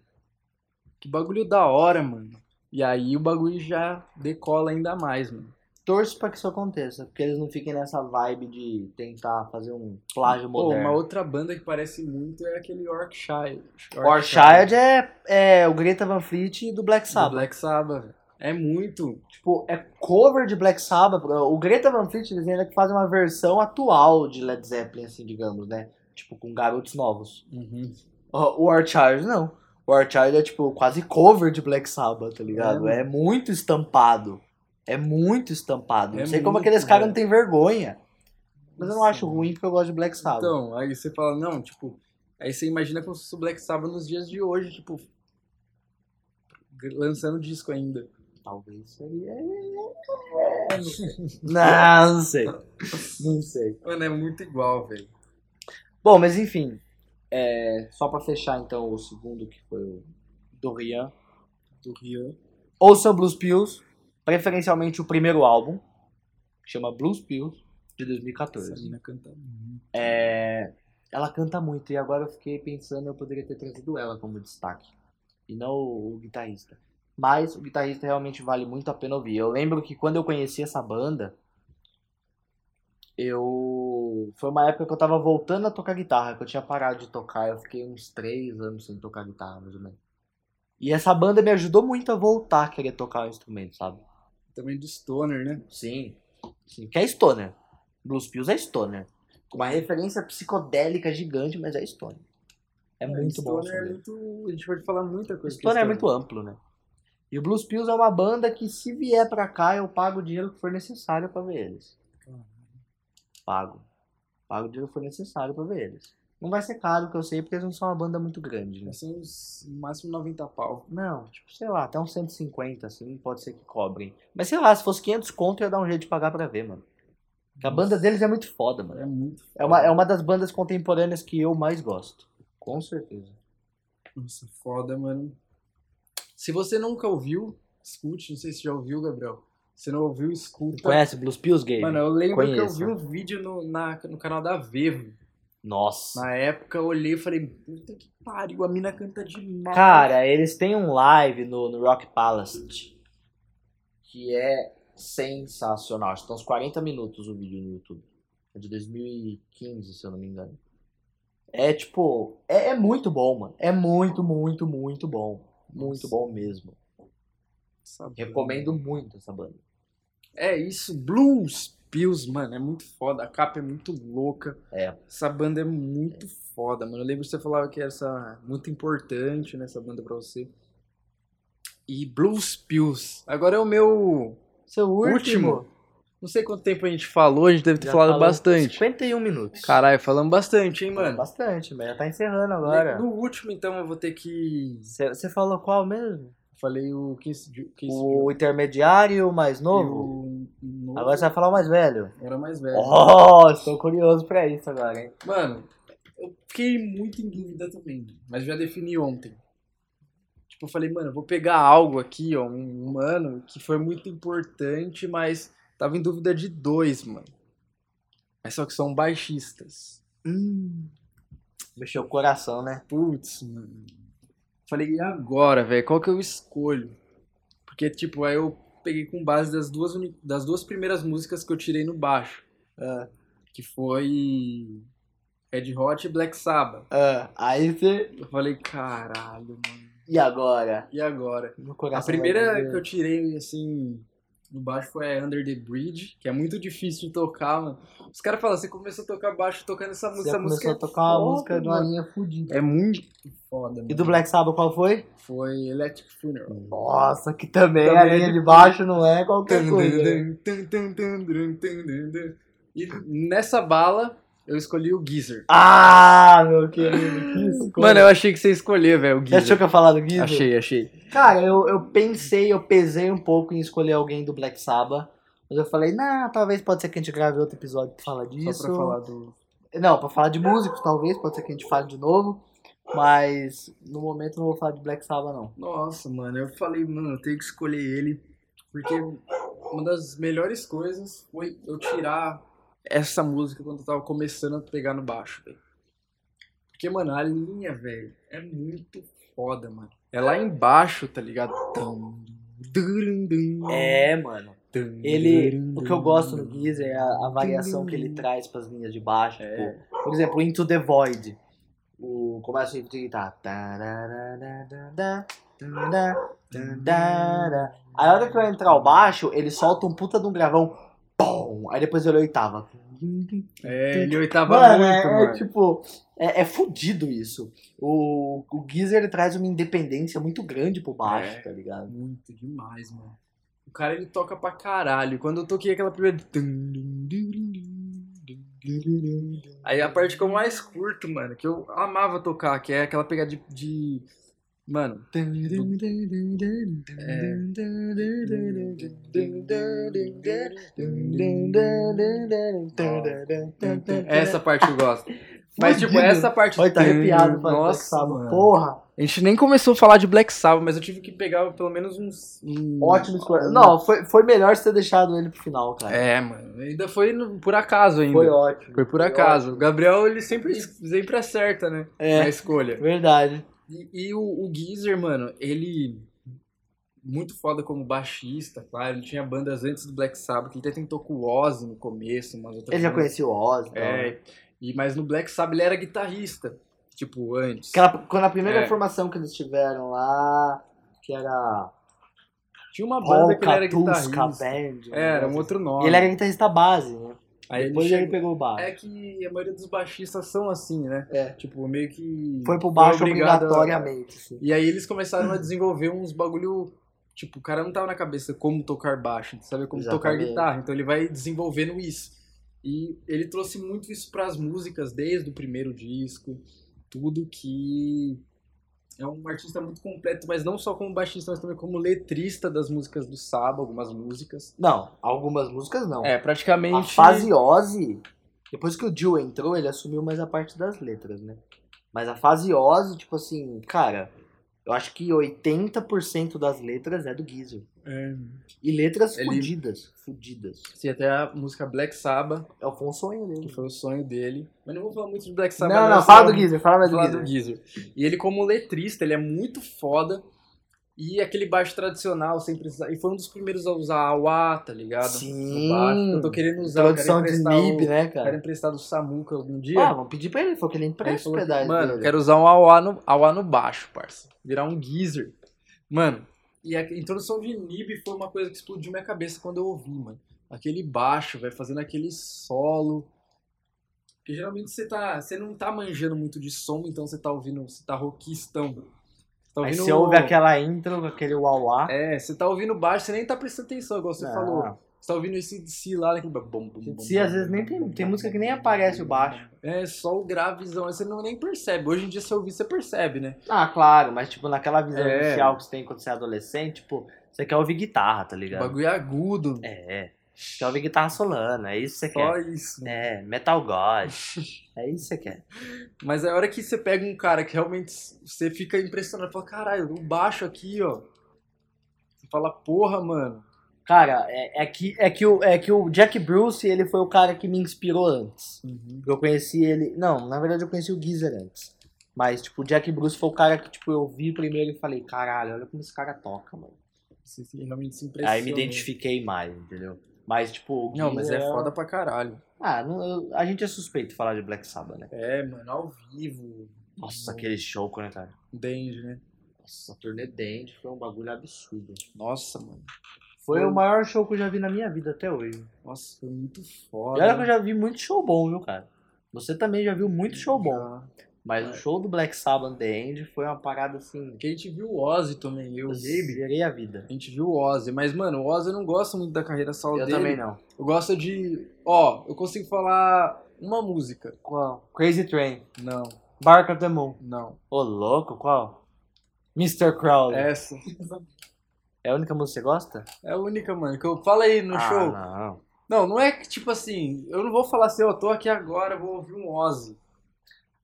Speaker 1: que bagulho da hora, mano. E aí o bagulho já decola ainda mais, mano.
Speaker 2: Torço pra que isso aconteça, porque eles não fiquem nessa vibe de tentar fazer um plágio
Speaker 1: Pô, uma
Speaker 2: moderno.
Speaker 1: outra banda que parece muito é aquele Yorkshire.
Speaker 2: Orchard é, é o Greta Van Fleet do Black
Speaker 1: do
Speaker 2: Sabbath.
Speaker 1: Black Sabbath. É muito.
Speaker 2: Tipo, é cover de Black Sabbath. é, O Greta Van Fleet, eles ainda que fazem uma versão atual de Led Zeppelin, assim, digamos, né? Tipo, com garotos novos.
Speaker 1: Uhum.
Speaker 2: O o Orchard, não. O Orchard é, tipo, quase cover de Black Sabbath, tá ligado? É, muito estampado. É muito estampado.
Speaker 1: É
Speaker 2: não sei como
Speaker 1: muito,
Speaker 2: aqueles caras
Speaker 1: velho.
Speaker 2: não têm vergonha. Mas eu não
Speaker 1: Nossa,
Speaker 2: acho ruim porque eu gosto de Black Sabbath.
Speaker 1: Então, aí você fala, não, tipo, aí você imagina como se fosse o Black Sabbath nos dias de hoje, tipo, lançando disco ainda.
Speaker 2: Talvez seria... não, não sei. Não sei.
Speaker 1: Mano, é muito igual, velho.
Speaker 2: Bom, mas enfim. é, só pra fechar então o segundo, que foi o Dorian.
Speaker 1: Do Rio.
Speaker 2: Ouça Blues Pills, preferencialmente o primeiro álbum, que chama Blues Pills, de
Speaker 1: Essa
Speaker 2: 2014.
Speaker 1: mina canta muito.
Speaker 2: É, ela canta muito, e agora eu fiquei pensando, eu poderia ter trazido ela como destaque. E não o, o guitarrista. Mas o guitarrista realmente vale muito a pena ouvir. Eu lembro que quando eu conheci essa banda, eu. Foi uma época que eu tava voltando a tocar guitarra, que eu tinha parado de tocar. Eu fiquei uns três anos sem tocar guitarra, mais ou menos. E essa banda me ajudou muito a voltar a querer tocar o instrumento, sabe?
Speaker 1: Também do Stoner, né?
Speaker 2: Sim. Sim. Que é stoner. Blues Pills é stoner. Com uma referência psicodélica gigante, mas é stoner. É muito bom. o som
Speaker 1: Stoner é
Speaker 2: dele.
Speaker 1: muito. A gente pode falar muita coisa. com
Speaker 2: Stoner é muito amplo, né? E o Blues Pills é uma banda que se vier pra cá, eu pago o dinheiro que for necessário pra ver eles.
Speaker 1: Caralho.
Speaker 2: Pago. Pago o dinheiro que for necessário pra ver eles. Não vai ser caro, que eu sei, porque eles não são uma banda muito grande, né?
Speaker 1: Vai ser uns, Assim, no máximo 90 pau.
Speaker 2: Não, tipo, sei lá, até uns 150, assim, pode ser que cobrem. Mas sei lá, se fosse 500 conto, eu ia dar um jeito de pagar pra ver, mano. Porque a banda deles é muito foda, mano.
Speaker 1: É muito.
Speaker 2: É uma, é uma das bandas contemporâneas que eu mais gosto. Com certeza.
Speaker 1: Nossa, foda, mano. Se você nunca ouviu, escute. Não sei se já ouviu, Gabriel. Se não ouviu, escuta.
Speaker 2: Conhece Blues Pills Game?
Speaker 1: Mano, eu lembro que eu
Speaker 2: Conheço.
Speaker 1: vi um vídeo no, na- no canal da Vevo.
Speaker 2: Nossa.
Speaker 1: Na época eu olhei e falei, puta que pariu, a mina canta demais.
Speaker 2: Cara, eles têm um live no, no Rock Palace que é sensacional. Acho que tá uns 40 minutos o vídeo no YouTube. É de 2015, se eu não me engano. É tipo, é, é muito bom, mano. É muito, muito, muito bom. Muito bom mesmo.
Speaker 1: Essa banda.
Speaker 2: Recomendo muito essa banda.
Speaker 1: É isso, Blues Pills, mano, é muito foda. A capa é muito louca.
Speaker 2: É.
Speaker 1: Essa banda é muito foda, mano. Eu lembro que você falava que era essa, muito importante nessa banda pra você. E Blues Pills. Agora é o meu.
Speaker 2: Seu
Speaker 1: último? Não sei quanto tempo a gente falou, a gente deve ter
Speaker 2: Já
Speaker 1: falado
Speaker 2: falou
Speaker 1: bastante.
Speaker 2: 51 minutos.
Speaker 1: Caralho, falamos bastante, hein, mano.
Speaker 2: Bastante, mas já tá encerrando
Speaker 1: No
Speaker 2: agora.
Speaker 1: último, então, eu vou ter que.
Speaker 2: Você falou qual mesmo?
Speaker 1: Falei o 15 de. 15 de-
Speaker 2: O intermediário e o mais
Speaker 1: e o
Speaker 2: novo?
Speaker 1: novo
Speaker 2: Agora você vai falar o mais velho.
Speaker 1: era mais velho.
Speaker 2: Oh, estou curioso pra isso agora, hein?
Speaker 1: Mano, eu fiquei muito em dúvida também, mas já defini ontem. Tipo, eu falei, mano, eu vou pegar algo aqui, ó, um humano que foi muito importante, mas tava em dúvida de dois, mano. Mas só que são baixistas.
Speaker 2: Hum. Mexeu o coração, né?
Speaker 1: Putz, mano. Falei, e agora, velho? Qual que eu escolho? Porque, tipo, aí eu peguei com base das duas, uni- das duas primeiras músicas que eu tirei no baixo.
Speaker 2: Ah.
Speaker 1: Que foi Red Hot e Black Sabbath.
Speaker 2: Ah, aí você.
Speaker 1: Eu falei, caralho, mano.
Speaker 2: E agora?
Speaker 1: E agora?
Speaker 2: No
Speaker 1: A
Speaker 2: coração vai
Speaker 1: primeira
Speaker 2: doer.
Speaker 1: que eu tirei, assim, no baixo foi Under the Bridge, que é muito difícil de tocar, mano. Os caras falam, você começou a tocar baixo tocando essa música.
Speaker 2: Você
Speaker 1: Essa
Speaker 2: começou
Speaker 1: música é
Speaker 2: a é tocar uma
Speaker 1: foda,
Speaker 2: música de uma
Speaker 1: mano.
Speaker 2: linha fodida.
Speaker 1: É muito foda, mano.
Speaker 2: E do Hum. Black Sabbath qual foi?
Speaker 1: Foi Electric Funeral.
Speaker 2: Nossa, que também, a
Speaker 1: Também é
Speaker 2: linha
Speaker 1: de-
Speaker 2: de baixo não é qualquer coisa.
Speaker 1: E nessa bala, eu escolhi o Geezer.
Speaker 2: Ah, meu querido, que escolha.
Speaker 1: Mano, eu achei que você escolheu, velho, é o
Speaker 2: Você achou
Speaker 1: Geezer.
Speaker 2: que eu ia falar do Guido?
Speaker 1: Achei, achei.
Speaker 2: Cara, eu, eu pensei, eu pesei um pouco em escolher alguém do Black Sabbath. Mas eu falei, não, talvez pode ser que a gente grave outro episódio que fala disso.
Speaker 1: Só pra falar do...
Speaker 2: Não, pra falar de músicos, talvez, pode ser que a gente fale de novo. Mas no momento eu não vou falar de Black Sabbath, não.
Speaker 1: Nossa, mano, eu falei, mano, eu tenho que escolher ele. Porque uma das melhores coisas foi eu tirar essa música quando eu tava começando a pegar no baixo, velho. Porque, mano, a linha, velho, é muito foda, mano. É lá embaixo, tá ligado? Tum, durum, dum,
Speaker 2: É, mano.
Speaker 1: tum,
Speaker 2: Ele.
Speaker 1: durum,
Speaker 2: O que eu gosto
Speaker 1: dum.
Speaker 2: no Geezer é a, a variação que ele traz pras linhas de baixo. tipo, por exemplo, Into the Void. O começo de guitarra. Tararararara, tarara, tarara. Aí a hora que vai entrar o baixo, ele solta um puta de um gravão. Pum! Aí depois ele oitava.
Speaker 1: É, ele oitava
Speaker 2: Mano,
Speaker 1: muito,
Speaker 2: é,
Speaker 1: mano.
Speaker 2: é tipo. É, é fudido isso. O, o Geezer ele traz uma independência muito grande pro baixo,
Speaker 1: É.
Speaker 2: tá ligado?
Speaker 1: Muito demais, mano. O cara ele toca pra caralho. Quando eu toquei aquela primeira. É. Aí a parte que eu mais curto, mano, que eu amava tocar, que é aquela pegada de. de- Mano. Essa parte eu gosto. Mas, tipo,
Speaker 2: É. Fudido.
Speaker 1: essa parte.
Speaker 2: Olha, tá arrepiado, falando Black
Speaker 1: Nossa,
Speaker 2: Sabbath.
Speaker 1: mano.
Speaker 2: Porra,
Speaker 1: A gente nem começou a falar de Black Sabbath, mas eu tive que pegar pelo menos uns. um-
Speaker 2: ótimo escolha. Não, foi, foi melhor você ter deixado ele pro final, cara.
Speaker 1: É, mano. Ainda foi no- por acaso É, ainda.
Speaker 2: Foi ótimo.
Speaker 1: Foi por acaso. O Gabriel, ele sempre, sempre acerta, né? Na
Speaker 2: É,
Speaker 1: escolha.
Speaker 2: verdade.
Speaker 1: E, e o, o Geezer, mano, ele. Muito foda como baixista, claro. Ele tinha bandas antes do Black Sabbath. Ele até tentou com o Ozzy no começo, umas outras
Speaker 2: Ele já
Speaker 1: bandas.
Speaker 2: conhecia o Oz. então, né?
Speaker 1: É. E, mas no Black Sabbath ele era guitarrista. Tipo, antes.
Speaker 2: Aquela- quando a primeira
Speaker 1: É.
Speaker 2: formação que eles tiveram lá, que era
Speaker 1: Tinha uma banda é que ele
Speaker 2: Polka,
Speaker 1: era
Speaker 2: Tuska,
Speaker 1: guitarrista.
Speaker 2: Band.
Speaker 1: Era um
Speaker 2: né?
Speaker 1: outro
Speaker 2: E
Speaker 1: nome.
Speaker 2: ele era guitarrista base, né?
Speaker 1: Aí ele
Speaker 2: Depois ele,
Speaker 1: chegou-
Speaker 2: pegou o baixo.
Speaker 1: É que a maioria dos baixistas são assim, né?
Speaker 2: É.
Speaker 1: Tipo, meio que.
Speaker 2: Foi pro baixo
Speaker 1: obrigado a-
Speaker 2: obrigatoriamente. assim.
Speaker 1: E aí eles começaram a desenvolver uns bagulho. Tipo, o cara não tava na cabeça como tocar baixo, ele sabia como tocar
Speaker 2: Exatamente.
Speaker 1: guitarra. Então ele vai desenvolvendo isso. E ele trouxe muito isso pras músicas desde o primeiro disco. Tudo que. É um artista muito completo, mas não só como baixista, mas também como letrista das músicas do Saba, algumas músicas.
Speaker 2: Não, algumas músicas não.
Speaker 1: É, praticamente.
Speaker 2: a fase Ozzy, depois que o Jill entrou, ele assumiu mais a parte das letras, né? Mas a fase Ozzy, tipo assim, cara, eu acho que 80% das letras é do Gizzo.
Speaker 1: É.
Speaker 2: E letras
Speaker 1: Ele-
Speaker 2: fudidas, fudidas.
Speaker 1: Sim, até a música Black Sabbath,
Speaker 2: É o Fonson
Speaker 1: que
Speaker 2: dele.
Speaker 1: foi o sonho dele. Mas não vou falar muito de Black
Speaker 2: Não,
Speaker 1: Sabbath.
Speaker 2: não,
Speaker 1: senão-
Speaker 2: fala do Gizzo, fala mais do
Speaker 1: Falar
Speaker 2: Gizzo.
Speaker 1: do Geezer. E ele, como letrista, ele é muito foda. E aquele baixo tradicional, sem precisar. E foi um dos primeiros a usar a wah, tá ligado?
Speaker 2: Sim.
Speaker 1: No baixo. Eu tô querendo usar. então, eu quero
Speaker 2: Produção de
Speaker 1: emprestar
Speaker 2: Nib,
Speaker 1: o-
Speaker 2: né,
Speaker 1: Quero
Speaker 2: cara?
Speaker 1: emprestar do Samuca algum dia.
Speaker 2: Ah, vamos pedir pra ele, foi que ele
Speaker 1: Ele
Speaker 2: empresta
Speaker 1: falou
Speaker 2: os
Speaker 1: que,
Speaker 2: pedaços
Speaker 1: Mano,
Speaker 2: dele.
Speaker 1: quero usar um AOA no, AOA no baixo, parça. Virar um Geezer. Mano, e a introdução de Nib foi uma coisa que explodiu minha cabeça quando eu ouvi, mano. Aquele baixo, velho, fazendo aquele solo. Porque geralmente você tá. Você não tá manjando muito de som, então você tá ouvindo. Você tá rockistão. Você tá
Speaker 2: Aí
Speaker 1: ouvindo-
Speaker 2: você ouve aquela intro, aquele uauá.
Speaker 1: É, você tá ouvindo baixo, você nem tá prestando atenção, igual você
Speaker 2: Não.
Speaker 1: falou. Você tá ouvindo esse DC lá, naquele. bom, bom, bom,
Speaker 2: Se às vezes nem tem, tem música que nem aparece o baixo.
Speaker 1: É, só o gravezão, aí você não nem percebe. Hoje em dia, se eu ouvir, você percebe, né?
Speaker 2: Ah, claro, mas tipo, naquela visão
Speaker 1: É.
Speaker 2: inicial que você tem quando você é adolescente, tipo, você quer ouvir guitarra, tá ligado?
Speaker 1: Bagulho agudo.
Speaker 2: É, é. Quer ouvir guitarra solana, é isso que você
Speaker 1: Só
Speaker 2: quer.
Speaker 1: isso.
Speaker 2: É, Metal God. É isso que você quer.
Speaker 1: Mas a hora que você pega um cara que realmente você fica impressionado, fala, caralho, o baixo aqui, ó. Você fala, porra, mano.
Speaker 2: Cara, é, é que, é, que o, é que o Jack Bruce, ele foi o cara que me inspirou antes. Eu conheci ele... Não, na verdade eu conheci o Geezer antes. Mas, tipo, o Jack Bruce foi o cara que, tipo, eu vi primeiro e falei, caralho, olha como esse cara toca, mano.
Speaker 1: Você se- realmente se impressiona.
Speaker 2: Aí me identifiquei mais, entendeu? Mas, tipo... o
Speaker 1: Não, mas é
Speaker 2: Geezer
Speaker 1: foda pra caralho.
Speaker 2: Ah, não, eu- a gente é suspeito falar de Black Sabbath, né?
Speaker 1: É, mano, ao vivo.
Speaker 2: Nossa, aquele show, né, cara?
Speaker 1: Dende, né?
Speaker 2: Nossa, a turnê Dente foi um bagulho absurdo.
Speaker 1: Nossa, mano.
Speaker 2: Foi um o maior show que eu já vi na minha vida até hoje.
Speaker 1: Nossa, foi muito
Speaker 2: E olha que
Speaker 1: foda.
Speaker 2: eu já vi muito show bom, viu, cara? Você também já viu muito show bom.
Speaker 1: Ah,
Speaker 2: Mas o show do Black Sabbath The End foi uma parada assim.
Speaker 1: Porque a gente viu o Ozzy também, eu e
Speaker 2: Eu
Speaker 1: o Gabe.
Speaker 2: zerei a vida.
Speaker 1: A gente viu o Ozzy, mas, mano, o Ozzy eu não gosto muito da carreira solo
Speaker 2: Eu
Speaker 1: dele.
Speaker 2: também não.
Speaker 1: Eu gosto de. Ó, eu consigo falar uma música.
Speaker 2: Qual? Crazy Train.
Speaker 1: Não,
Speaker 2: Bark at the Moon.
Speaker 1: não.
Speaker 2: Ô, louco, qual? Mr. Crowley. É.
Speaker 1: Essa.
Speaker 2: a única música que você gosta?
Speaker 1: É a única, mano, que eu falo aí no
Speaker 2: ah,
Speaker 1: show.
Speaker 2: Não.
Speaker 1: Não, não é que, tipo assim, eu não vou falar assim, eu tô aqui agora, eu vou ouvir um Ozzy.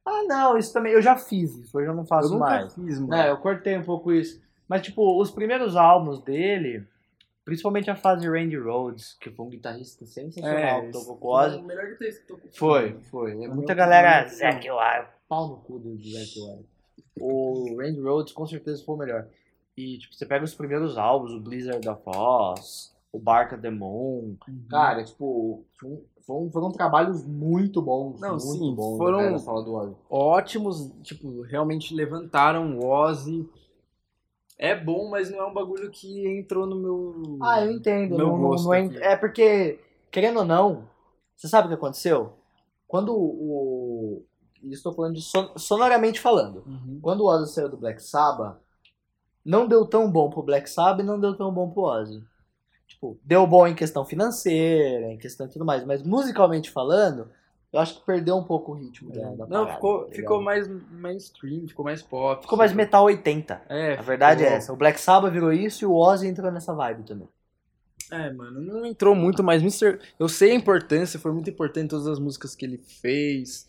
Speaker 2: Ah, não, isso também. Eu já fiz isso, hoje eu não faço
Speaker 1: eu nunca
Speaker 2: mais.
Speaker 1: fiz, mano.
Speaker 2: É, eu cortei um pouco isso. Mas, tipo, os primeiros álbuns dele, principalmente a fase Randy Rhodes, que foi um guitarrista sensacional, que tocou com o Ozzy.
Speaker 1: o é melhor que eu tocou.
Speaker 2: É, Foi, foi. É
Speaker 1: Na
Speaker 2: Muita
Speaker 1: minha
Speaker 2: galera,
Speaker 1: opinião,
Speaker 2: Zac Wire, pau no cu do Zac Wire. O Randy Rhodes com certeza foi o melhor. E, tipo, você pega os primeiros álbuns, o Blizzard of Oz, o Barca the Moon.
Speaker 1: Uhum.
Speaker 2: Cara, tipo, foi- foram, foram trabalhos muito bons.
Speaker 1: Não,
Speaker 2: muito
Speaker 1: sim,
Speaker 2: bons,
Speaker 1: foram-
Speaker 2: né, na sala do Ozzy.
Speaker 1: Ótimos, tipo, realmente levantaram o Ozzy. É bom, mas não é um bagulho que entrou no meu.
Speaker 2: Ah, eu entendo.
Speaker 1: Meu
Speaker 2: não- não-
Speaker 1: gosto
Speaker 2: não é,
Speaker 1: aqui.
Speaker 2: é porque, querendo ou não, você sabe o que aconteceu? Quando o. e Estou falando de son- sonoramente falando.
Speaker 1: Uhum.
Speaker 2: Quando o Ozzy saiu do Black Sabbath, não deu tão bom pro Black Sabbath e não deu tão bom pro Ozzy. Tipo, deu bom em questão financeira, em questão de tudo mais, mas musicalmente falando, eu acho que perdeu um pouco o ritmo da, da
Speaker 1: É, Não,
Speaker 2: parada,
Speaker 1: ficou,
Speaker 2: tá
Speaker 1: ficou
Speaker 2: ligado?
Speaker 1: mais mainstream, ficou mais pop. tipo,
Speaker 2: Ficou mais metal 80.
Speaker 1: É,
Speaker 2: A verdade é
Speaker 1: ficou-
Speaker 2: essa. O Black Sabbath virou isso e o Ozzy entrou nessa vibe também.
Speaker 1: É, mano, não entrou muito, mas Mr. Eu sei a importância, foi muito importante todas as músicas que ele fez.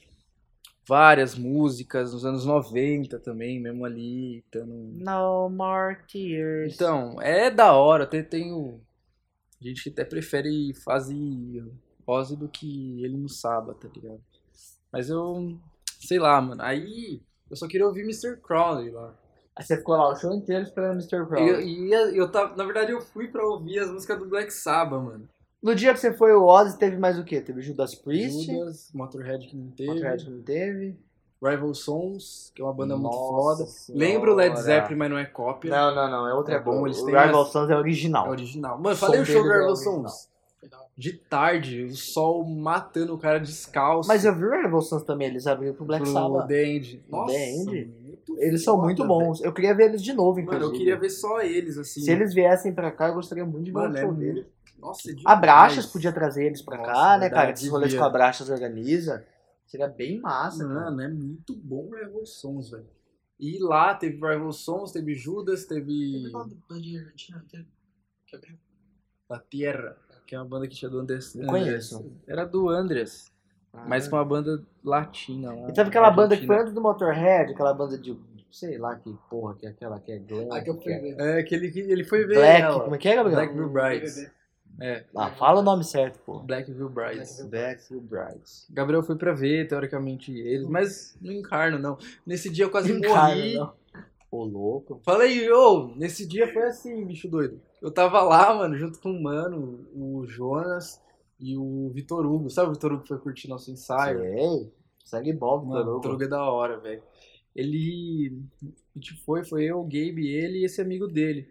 Speaker 1: Várias músicas nos anos 90 também, mesmo ali. Então,
Speaker 2: No more tears.
Speaker 1: então é da hora, até tenho. Gente que até prefere fase Ozzy do que ele no sábado, tá ligado? Mas eu. Sei lá, mano. Aí eu só queria ouvir Mr. Crowley lá.
Speaker 2: Aí você ficou lá o show inteiro esperando o Mr. Brown.
Speaker 1: Eu, e eu, eu tava, na verdade, eu fui pra ouvir as músicas do Black Sabbath, mano.
Speaker 2: No dia que você foi, o Ozzy teve mais o quê? Teve Judas Priest,
Speaker 1: Judas, Motorhead que não teve.
Speaker 2: Motorhead que não teve.
Speaker 1: Rival Sons, que é uma banda muito
Speaker 2: Nossa
Speaker 1: foda.
Speaker 2: Senhora.
Speaker 1: Lembra o Led Zeppelin, mas não é cópia.
Speaker 2: Não, não, não, é outra
Speaker 1: É bom,
Speaker 2: coisa.
Speaker 1: eles
Speaker 2: o
Speaker 1: têm
Speaker 2: Rival
Speaker 1: as-
Speaker 2: Sons é
Speaker 1: É
Speaker 2: original.
Speaker 1: original. Mano,
Speaker 2: som
Speaker 1: falei o show do
Speaker 2: deles é
Speaker 1: Rival
Speaker 2: original.
Speaker 1: Sons. De tarde, o sol matando o cara descalço.
Speaker 2: Mas eu vi o Rival Sons também, eles abriram pro Black
Speaker 1: pro
Speaker 2: Sabbath.
Speaker 1: The End. Nossa,
Speaker 2: The End?
Speaker 1: muito
Speaker 2: Eles são
Speaker 1: foda,
Speaker 2: muito
Speaker 1: velho.
Speaker 2: bons. Eu queria ver eles de novo, inclusive.
Speaker 1: Mano, eu queria ver só eles, assim.
Speaker 2: Se eles viessem pra cá, eu gostaria muito de ver
Speaker 1: Mano,
Speaker 2: o
Speaker 1: é
Speaker 2: show
Speaker 1: muito-
Speaker 2: deles.
Speaker 1: Nossa, é demais.
Speaker 2: A Brachas podia trazer eles pra
Speaker 1: Nossa,
Speaker 2: cá, né,
Speaker 1: verdade,
Speaker 2: cara? Esses rolês que
Speaker 1: devia.
Speaker 2: a Brachas organiza. Seria bem massa, cara.
Speaker 1: Mano, é muito bom o Rival Sons, velho. E lá teve Rival Sons, teve Judas,
Speaker 3: Teve
Speaker 1: teve
Speaker 3: uma bandinha argentina que que abriu.
Speaker 1: La Tierra, que é uma banda que tinha do Andres.
Speaker 2: Não conheço.
Speaker 1: Era do Andres. Mas
Speaker 2: Ah.
Speaker 1: com uma banda latina lá.
Speaker 2: E teve aquela banda que foi
Speaker 1: argentina.
Speaker 2: antes do Motorhead, aquela banda de. Sei lá que porra que é aquela que é Glam.
Speaker 3: Ah, que eu fui
Speaker 2: é
Speaker 3: ver.
Speaker 1: É, que ele, que ele foi ver
Speaker 2: Black.
Speaker 1: ela.
Speaker 2: Como é que é, Gabriel?
Speaker 1: Black Blue Brides.
Speaker 3: BBB.
Speaker 1: É,
Speaker 2: Ah, fala o nome certo, porra.
Speaker 1: Blackville Brides.
Speaker 2: Black Brides.
Speaker 1: Gabriel foi pra ver, teoricamente, eles, mas não encarno, não. Nesse dia eu quase morri.
Speaker 2: Encarna, não. Ô, louco.
Speaker 1: Falei, ô, nesse dia foi assim, bicho doido. Eu tava lá, mano, junto com o Mano, o Jonas e o Vitor Hugo. Sabe o Vitor Hugo que foi curtir nosso ensaio?
Speaker 2: Sei. Segue Bob,
Speaker 1: Mano, o Vitor Hugo é da hora, velho. Ele. A gente foi, foi eu, o Gabe, ele e esse amigo dele.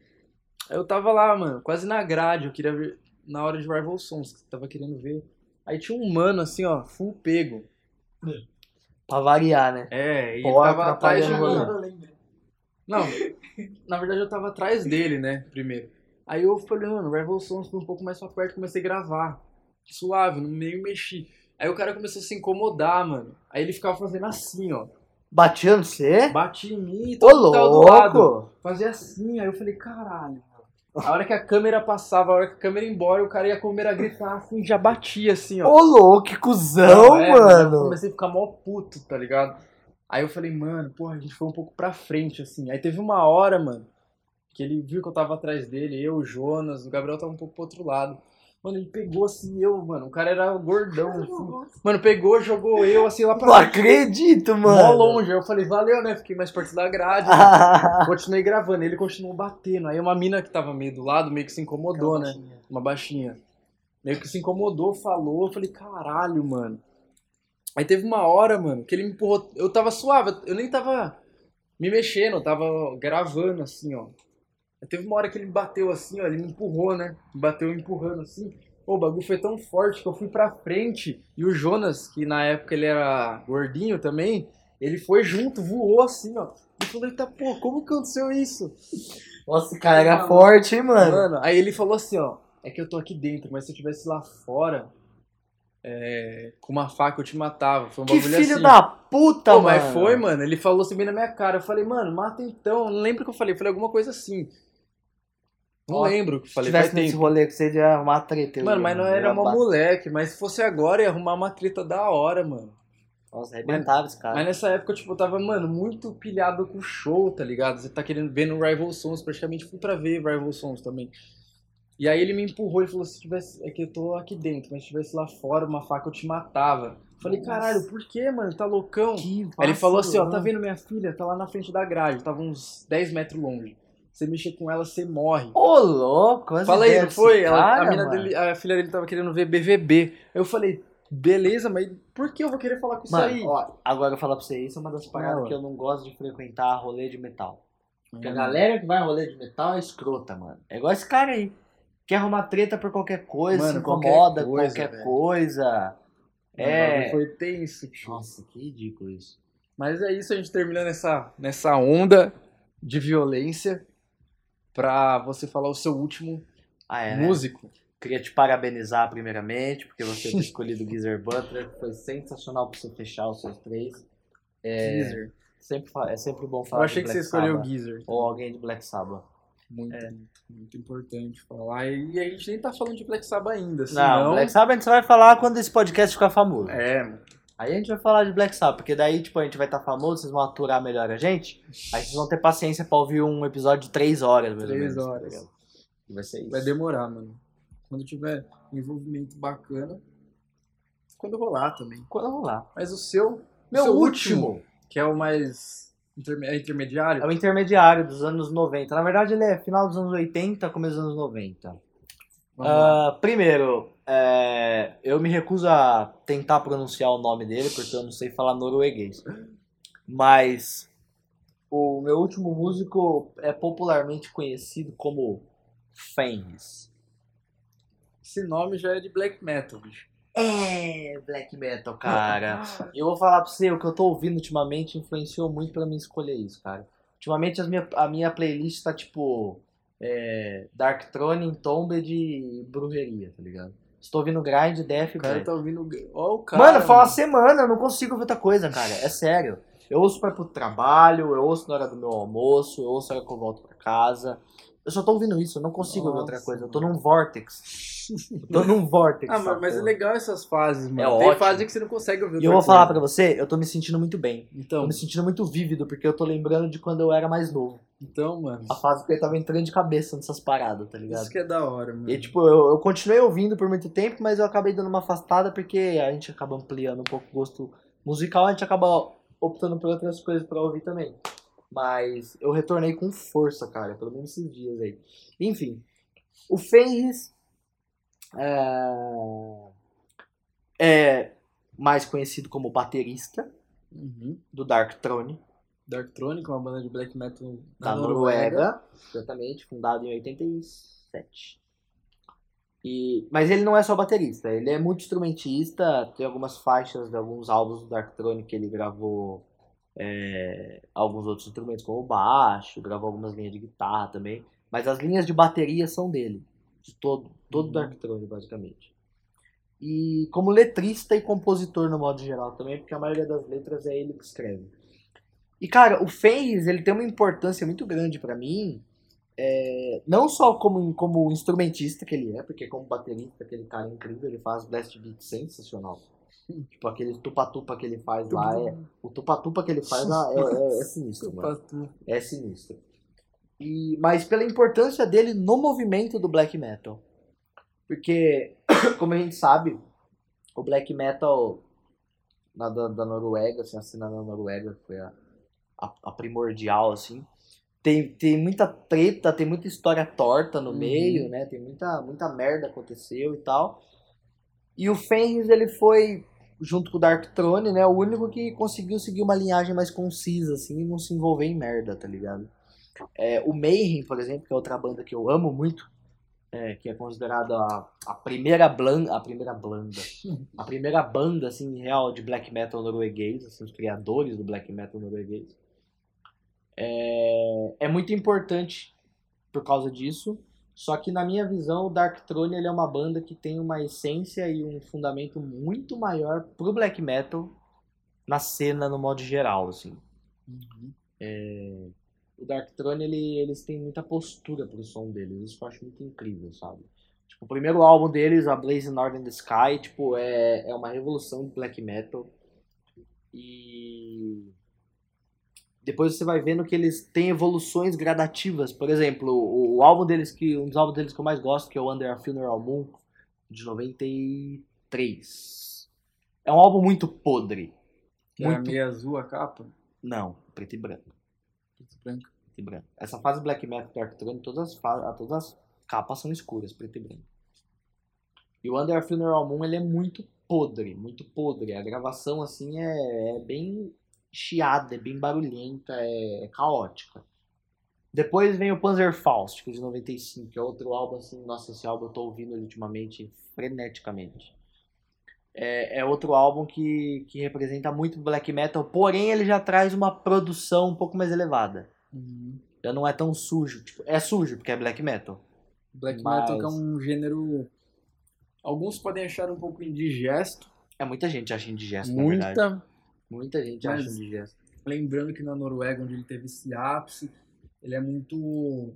Speaker 1: Aí eu tava lá, mano, quase na grade, eu queria ver. Na hora de Rival Sons, que eu tava querendo ver. Aí tinha um mano assim, ó, full pego.
Speaker 2: Pra variar, né?
Speaker 1: É, e ele
Speaker 2: Porra,
Speaker 1: tava atrás de
Speaker 2: atrapalhando o
Speaker 1: mim.
Speaker 2: rolê.
Speaker 3: Eu lembro.
Speaker 1: Não, na verdade eu tava atrás dele, né, primeiro. Aí eu falei, mano, Rival Sons foi um pouco mais pra perto, comecei a gravar. Suave, no meio mexi. Aí o cara começou a se incomodar, mano. Aí ele ficava fazendo assim, ó.
Speaker 2: Batia no C?
Speaker 1: Bati em mim e
Speaker 2: Ô,
Speaker 1: todo mundo tava do lado.
Speaker 2: louco!
Speaker 1: Fazia assim, aí eu falei, caralho, mano. A hora que a câmera passava, a hora que a câmera ia embora, o cara ia com a câmera gritar assim, já batia assim, ó.
Speaker 2: Ô, louco, que cuzão,
Speaker 1: É, Eu
Speaker 2: mano.
Speaker 1: comecei a ficar mó puto, tá ligado? Aí eu falei, mano, porra, a gente foi um pouco pra frente, assim. Aí teve uma hora, mano, que ele viu que eu tava atrás dele, eu, o Jonas, o Gabriel tava um pouco pro outro lado. Mano, ele pegou assim, eu, mano, o cara era gordão, assim. Mano, pegou, jogou eu, assim, lá
Speaker 2: Não
Speaker 1: pra
Speaker 2: acredito,
Speaker 1: mó
Speaker 2: mano.
Speaker 1: longe. Aí eu falei, valeu, né? Fiquei mais perto da grade. né? Continuei gravando, ele continuou batendo. Aí uma mina que tava meio do lado meio que se incomodou, né? Uma baixinha. Meio que se incomodou, falou. Eu falei, caralho, mano. Aí teve uma hora, mano, que ele me empurrou. Eu tava suave, eu nem tava me mexendo, eu tava gravando assim, ó. Aí teve uma hora que ele me bateu assim, ó, ele me empurrou, né? Me bateu empurrando assim. Pô, o bagulho foi tão forte que eu fui pra frente e o Jonas, que na época ele era gordinho também, ele foi junto, voou assim, ó. Eu falei, tá, pô, como que aconteceu isso?
Speaker 2: Nossa, cara, era forte, hein, mano.
Speaker 1: Tá Mano, aí ele falou assim, ó, é que eu tô aqui dentro, mas se eu tivesse lá fora, é, com uma faca eu te matava. Foi um
Speaker 2: Que
Speaker 1: bagulho
Speaker 2: filho
Speaker 1: assim.
Speaker 2: da puta,
Speaker 1: Pô,
Speaker 2: mano.
Speaker 1: mas foi, mano. Ele falou assim bem na minha cara. Eu falei, mano, mata então. Eu Não lembro o que eu falei. Eu falei alguma coisa assim. Não
Speaker 2: Ó,
Speaker 1: lembro o que eu
Speaker 2: Se
Speaker 1: falei. Faz
Speaker 2: tivesse nesse
Speaker 1: tempo.
Speaker 2: rolê que você ia arrumar treta. eu
Speaker 1: Mano,
Speaker 2: ia,
Speaker 1: mas não
Speaker 2: eu ia
Speaker 1: era uma
Speaker 2: bater.
Speaker 1: moleque. Mas se fosse agora, ia arrumar uma treta da hora, mano.
Speaker 2: Nossa, arrebentava esse cara.
Speaker 1: Mas nessa época, tipo, eu tava, mano, muito pilhado com o show, tá ligado? Você tá querendo ver no Rival Sons, praticamente fui pra ver Rival Sons também. E aí ele me empurrou e falou, se tivesse. É que eu tô aqui dentro, mas se tivesse lá fora uma faca, eu te matava. Falei,
Speaker 2: Nossa.
Speaker 1: caralho, por que, mano? Tá loucão?
Speaker 2: Que
Speaker 1: Aí ele falou assim,
Speaker 2: vacilo,
Speaker 1: ó, tá
Speaker 2: né?
Speaker 1: vendo minha filha? Tá lá na frente da grade, tava uns 10 metros longe. Você mexer com ela, você morre.
Speaker 2: Ô, louco, as
Speaker 1: Fala aí,
Speaker 2: ideias
Speaker 1: não foi?
Speaker 2: desse
Speaker 1: Ela-
Speaker 2: cara,
Speaker 1: a, mina
Speaker 2: mano.
Speaker 1: dele- a filha dele tava querendo ver BVB. Eu falei, beleza, mas por que eu vou querer falar com
Speaker 2: Mano,
Speaker 1: isso aí?
Speaker 2: ó, agora eu vou falar pra você, isso é uma das paradas
Speaker 1: Fala. Hum.
Speaker 2: que eu não gosto de frequentar rolê de metal. Porque a galera que vai a rolê de metal é escrota, mano. É igual esse cara aí. Quer arrumar treta por qualquer coisa,
Speaker 1: Mano,
Speaker 2: se incomoda
Speaker 1: qualquer
Speaker 2: com
Speaker 1: coisa,
Speaker 2: qualquer
Speaker 1: velho.
Speaker 2: coisa.
Speaker 1: O
Speaker 2: É.
Speaker 1: bagulho Foi tenso, tio.
Speaker 2: Nossa, que ridículo isso.
Speaker 1: Mas é isso, a gente termina nessa, nessa onda de violência pra você falar o seu último
Speaker 2: Ah, é. Né?
Speaker 1: músico.
Speaker 2: Queria te parabenizar primeiramente, porque você ter escolhido o Geezer Butler, que foi sensacional pra você fechar os seus três.
Speaker 1: Geezer.
Speaker 2: Sempre, fa- é sempre bom É, falar
Speaker 1: Eu achei
Speaker 2: de
Speaker 1: que você
Speaker 2: Black
Speaker 1: escolheu o
Speaker 2: Sabbath.
Speaker 1: Geezer.
Speaker 2: Ou alguém de Black Sabbath.
Speaker 1: Muito, muito importante falar. E a gente nem tá falando de Black Sabbath ainda,
Speaker 2: Não,
Speaker 1: senão...
Speaker 2: Black Sabbath a gente só vai falar quando esse podcast ficar famoso.
Speaker 1: É, mano.
Speaker 2: Aí a gente vai falar de Black Sabbath, porque daí, tipo, a gente vai estar famoso, vocês vão aturar melhor a gente. Aí vocês vão ter paciência pra ouvir um episódio de três horas, mais
Speaker 1: Três
Speaker 2: ou menos. tá
Speaker 1: horas.
Speaker 2: ligado? E vai ser isso.
Speaker 1: vai demorar, mano. Quando tiver um envolvimento bacana, quando rolar também.
Speaker 2: Quando vamos lá.
Speaker 1: Mas o seu,
Speaker 2: Meu
Speaker 1: seu
Speaker 2: último,
Speaker 1: que é o mais interme- é intermediário,
Speaker 2: é o intermediário dos anos 90. Na verdade, ele é final dos anos 80, começo dos anos 90.
Speaker 1: vamos lá.
Speaker 2: Ah, primeiro, é, eu me recuso a tentar pronunciar o nome dele, porque eu não sei falar norueguês. Mas o meu último músico é popularmente conhecido como Fans.
Speaker 1: esse nome já é de black metal, bicho.
Speaker 2: É, black metal,
Speaker 1: Ah,
Speaker 2: cara.
Speaker 1: Uhum.
Speaker 2: E eu vou falar pra você, o que eu tô ouvindo ultimamente influenciou muito pra mim escolher isso, cara. Ultimamente as minha, a minha playlist tá tipo é, Dark Throne, Tombed e Brujeria, tá ligado? Estou ouvindo Grind, Death e
Speaker 1: O cara
Speaker 2: Black.
Speaker 1: tá ouvindo. Ó, o cara.
Speaker 2: Mano, foi uma semana, eu não consigo ouvir outra coisa, cara. É sério. Eu ouço pra ir pro trabalho, eu ouço na hora do meu almoço, eu ouço na hora que eu volto pra casa. Eu só tô ouvindo isso, eu não consigo ouvir outra
Speaker 1: Nossa,
Speaker 2: coisa. Eu tô num vórtex. Eu tô num vórtex.
Speaker 1: Ah, mas, mas é
Speaker 2: sacou?
Speaker 1: legal né? essas fases, mano.
Speaker 2: É
Speaker 1: Tem
Speaker 2: ótimo.
Speaker 1: fase que você não consegue ouvir.
Speaker 2: E eu vou falar pra você, eu tô me sentindo muito bem. Tô
Speaker 1: Então,
Speaker 2: me sentindo muito vívido, porque eu tô lembrando de quando eu era mais novo.
Speaker 1: então, mano.
Speaker 2: A fase que eu tava entrando de cabeça nessas paradas, tá ligado?
Speaker 1: Isso que é da hora, mano.
Speaker 2: E tipo, eu, eu continuei ouvindo por muito tempo, mas eu acabei dando uma afastada porque a gente acaba ampliando um pouco o gosto musical, a gente acaba optando por outras coisas pra ouvir também. Mas eu retornei com força, cara, pelo menos esses dias aí. Enfim, o Fenris é, é mais conhecido como baterista
Speaker 1: Uhum.
Speaker 2: do Dark Throne
Speaker 1: Darktronic, é uma banda de black metal
Speaker 2: da Noruega, exatamente, fundado em 87. E, mas ele não é só baterista, ele é muito instrumentista, tem algumas faixas de alguns álbuns do Darktron que ele gravou é, alguns outros instrumentos, como o baixo, gravou algumas linhas de guitarra também, mas as linhas de bateria são dele, de todo, todo
Speaker 1: Uhum.
Speaker 2: Darktron, basicamente. E como letrista e compositor no modo geral também, porque a maioria das letras é ele que escreve. E, cara, o Fez, ele tem uma importância muito grande pra mim, é, não só como, como instrumentista que ele é, porque como baterista, aquele cara é incrível, ele faz blast beat sensacional. Tipo, aquele tupa-tupa que ele faz lá, é, o tupa-tupa que ele ffaz lá é, é- é sinistro, mano. É sinistro. E, mas pela importância dele no movimento do black metal. Porque, como a gente sabe, o black metal na, da, da Noruega, assim, a cena da Noruega foi a, a, a primordial, assim. Tem, tem muita treta, tem muita história torta no
Speaker 1: Uhum.
Speaker 2: meio, né? Tem muita, muita merda aconteceu e tal. E o Fenris, ele foi, junto com o Dark Throne, né? O único que conseguiu seguir uma linhagem mais concisa, assim, e não se envolver em merda, tá ligado? É, o Mayhem, por exemplo, que é outra banda que eu amo muito, é, que é considerada a, a primeira blanda, a primeira blanda, a primeira banda, assim, real de black metal norueguês, assim, os criadores do black metal norueguês. É, é muito importante por causa disso, só que na minha visão, o Dark Throne ele é uma banda que tem uma essência e um fundamento muito maior pro black metal na cena no modo geral, assim.
Speaker 1: Uhum.
Speaker 2: O Dark Throne, ele, eles têm muita postura pro som deles, isso eu acho muito incrível, sabe? Tipo, o primeiro álbum deles, A Blaze Northern the Sky, tipo, é, é uma revolução do black metal. E depois você vai vendo que eles têm evoluções gradativas. Por exemplo, o, o álbum deles que um dos álbuns deles que eu mais gosto, que é o Under a Funeral Moon, de 93. É um álbum muito podre.
Speaker 1: Que era
Speaker 2: Muito-
Speaker 1: meio azul a capa.
Speaker 2: Não, preto e branco.
Speaker 1: preto e branco.
Speaker 2: preto e branco. Essa fase black metal do Arcturano, tá todas as, fa- todas as capas são escuras, preto e branco. E o Under a Funeral Moon, ele é muito podre, muito podre. A gravação, assim, é, é bem chiada, é bem barulhenta, é, é caótica. Depois vem o Panzerfaust, que é de 95, que é outro álbum, assim, nossa, esse álbum eu tô ouvindo ele ultimamente freneticamente. É, é outro álbum que, que representa muito black metal, porém ele já traz uma produção um pouco mais elevada.
Speaker 1: Uhum.
Speaker 2: Já não é tão sujo. Tipo, é sujo, porque é black metal.
Speaker 1: Black
Speaker 2: Mas-
Speaker 1: metal que é um gênero. Alguns podem achar um pouco indigesto.
Speaker 2: É muita gente acha indigesto, na verdade.
Speaker 1: Muita.
Speaker 2: Muita gente
Speaker 1: Mas-
Speaker 2: acha indigesto.
Speaker 1: Lembrando que na Noruega, onde ele teve esse ápice, ele é muito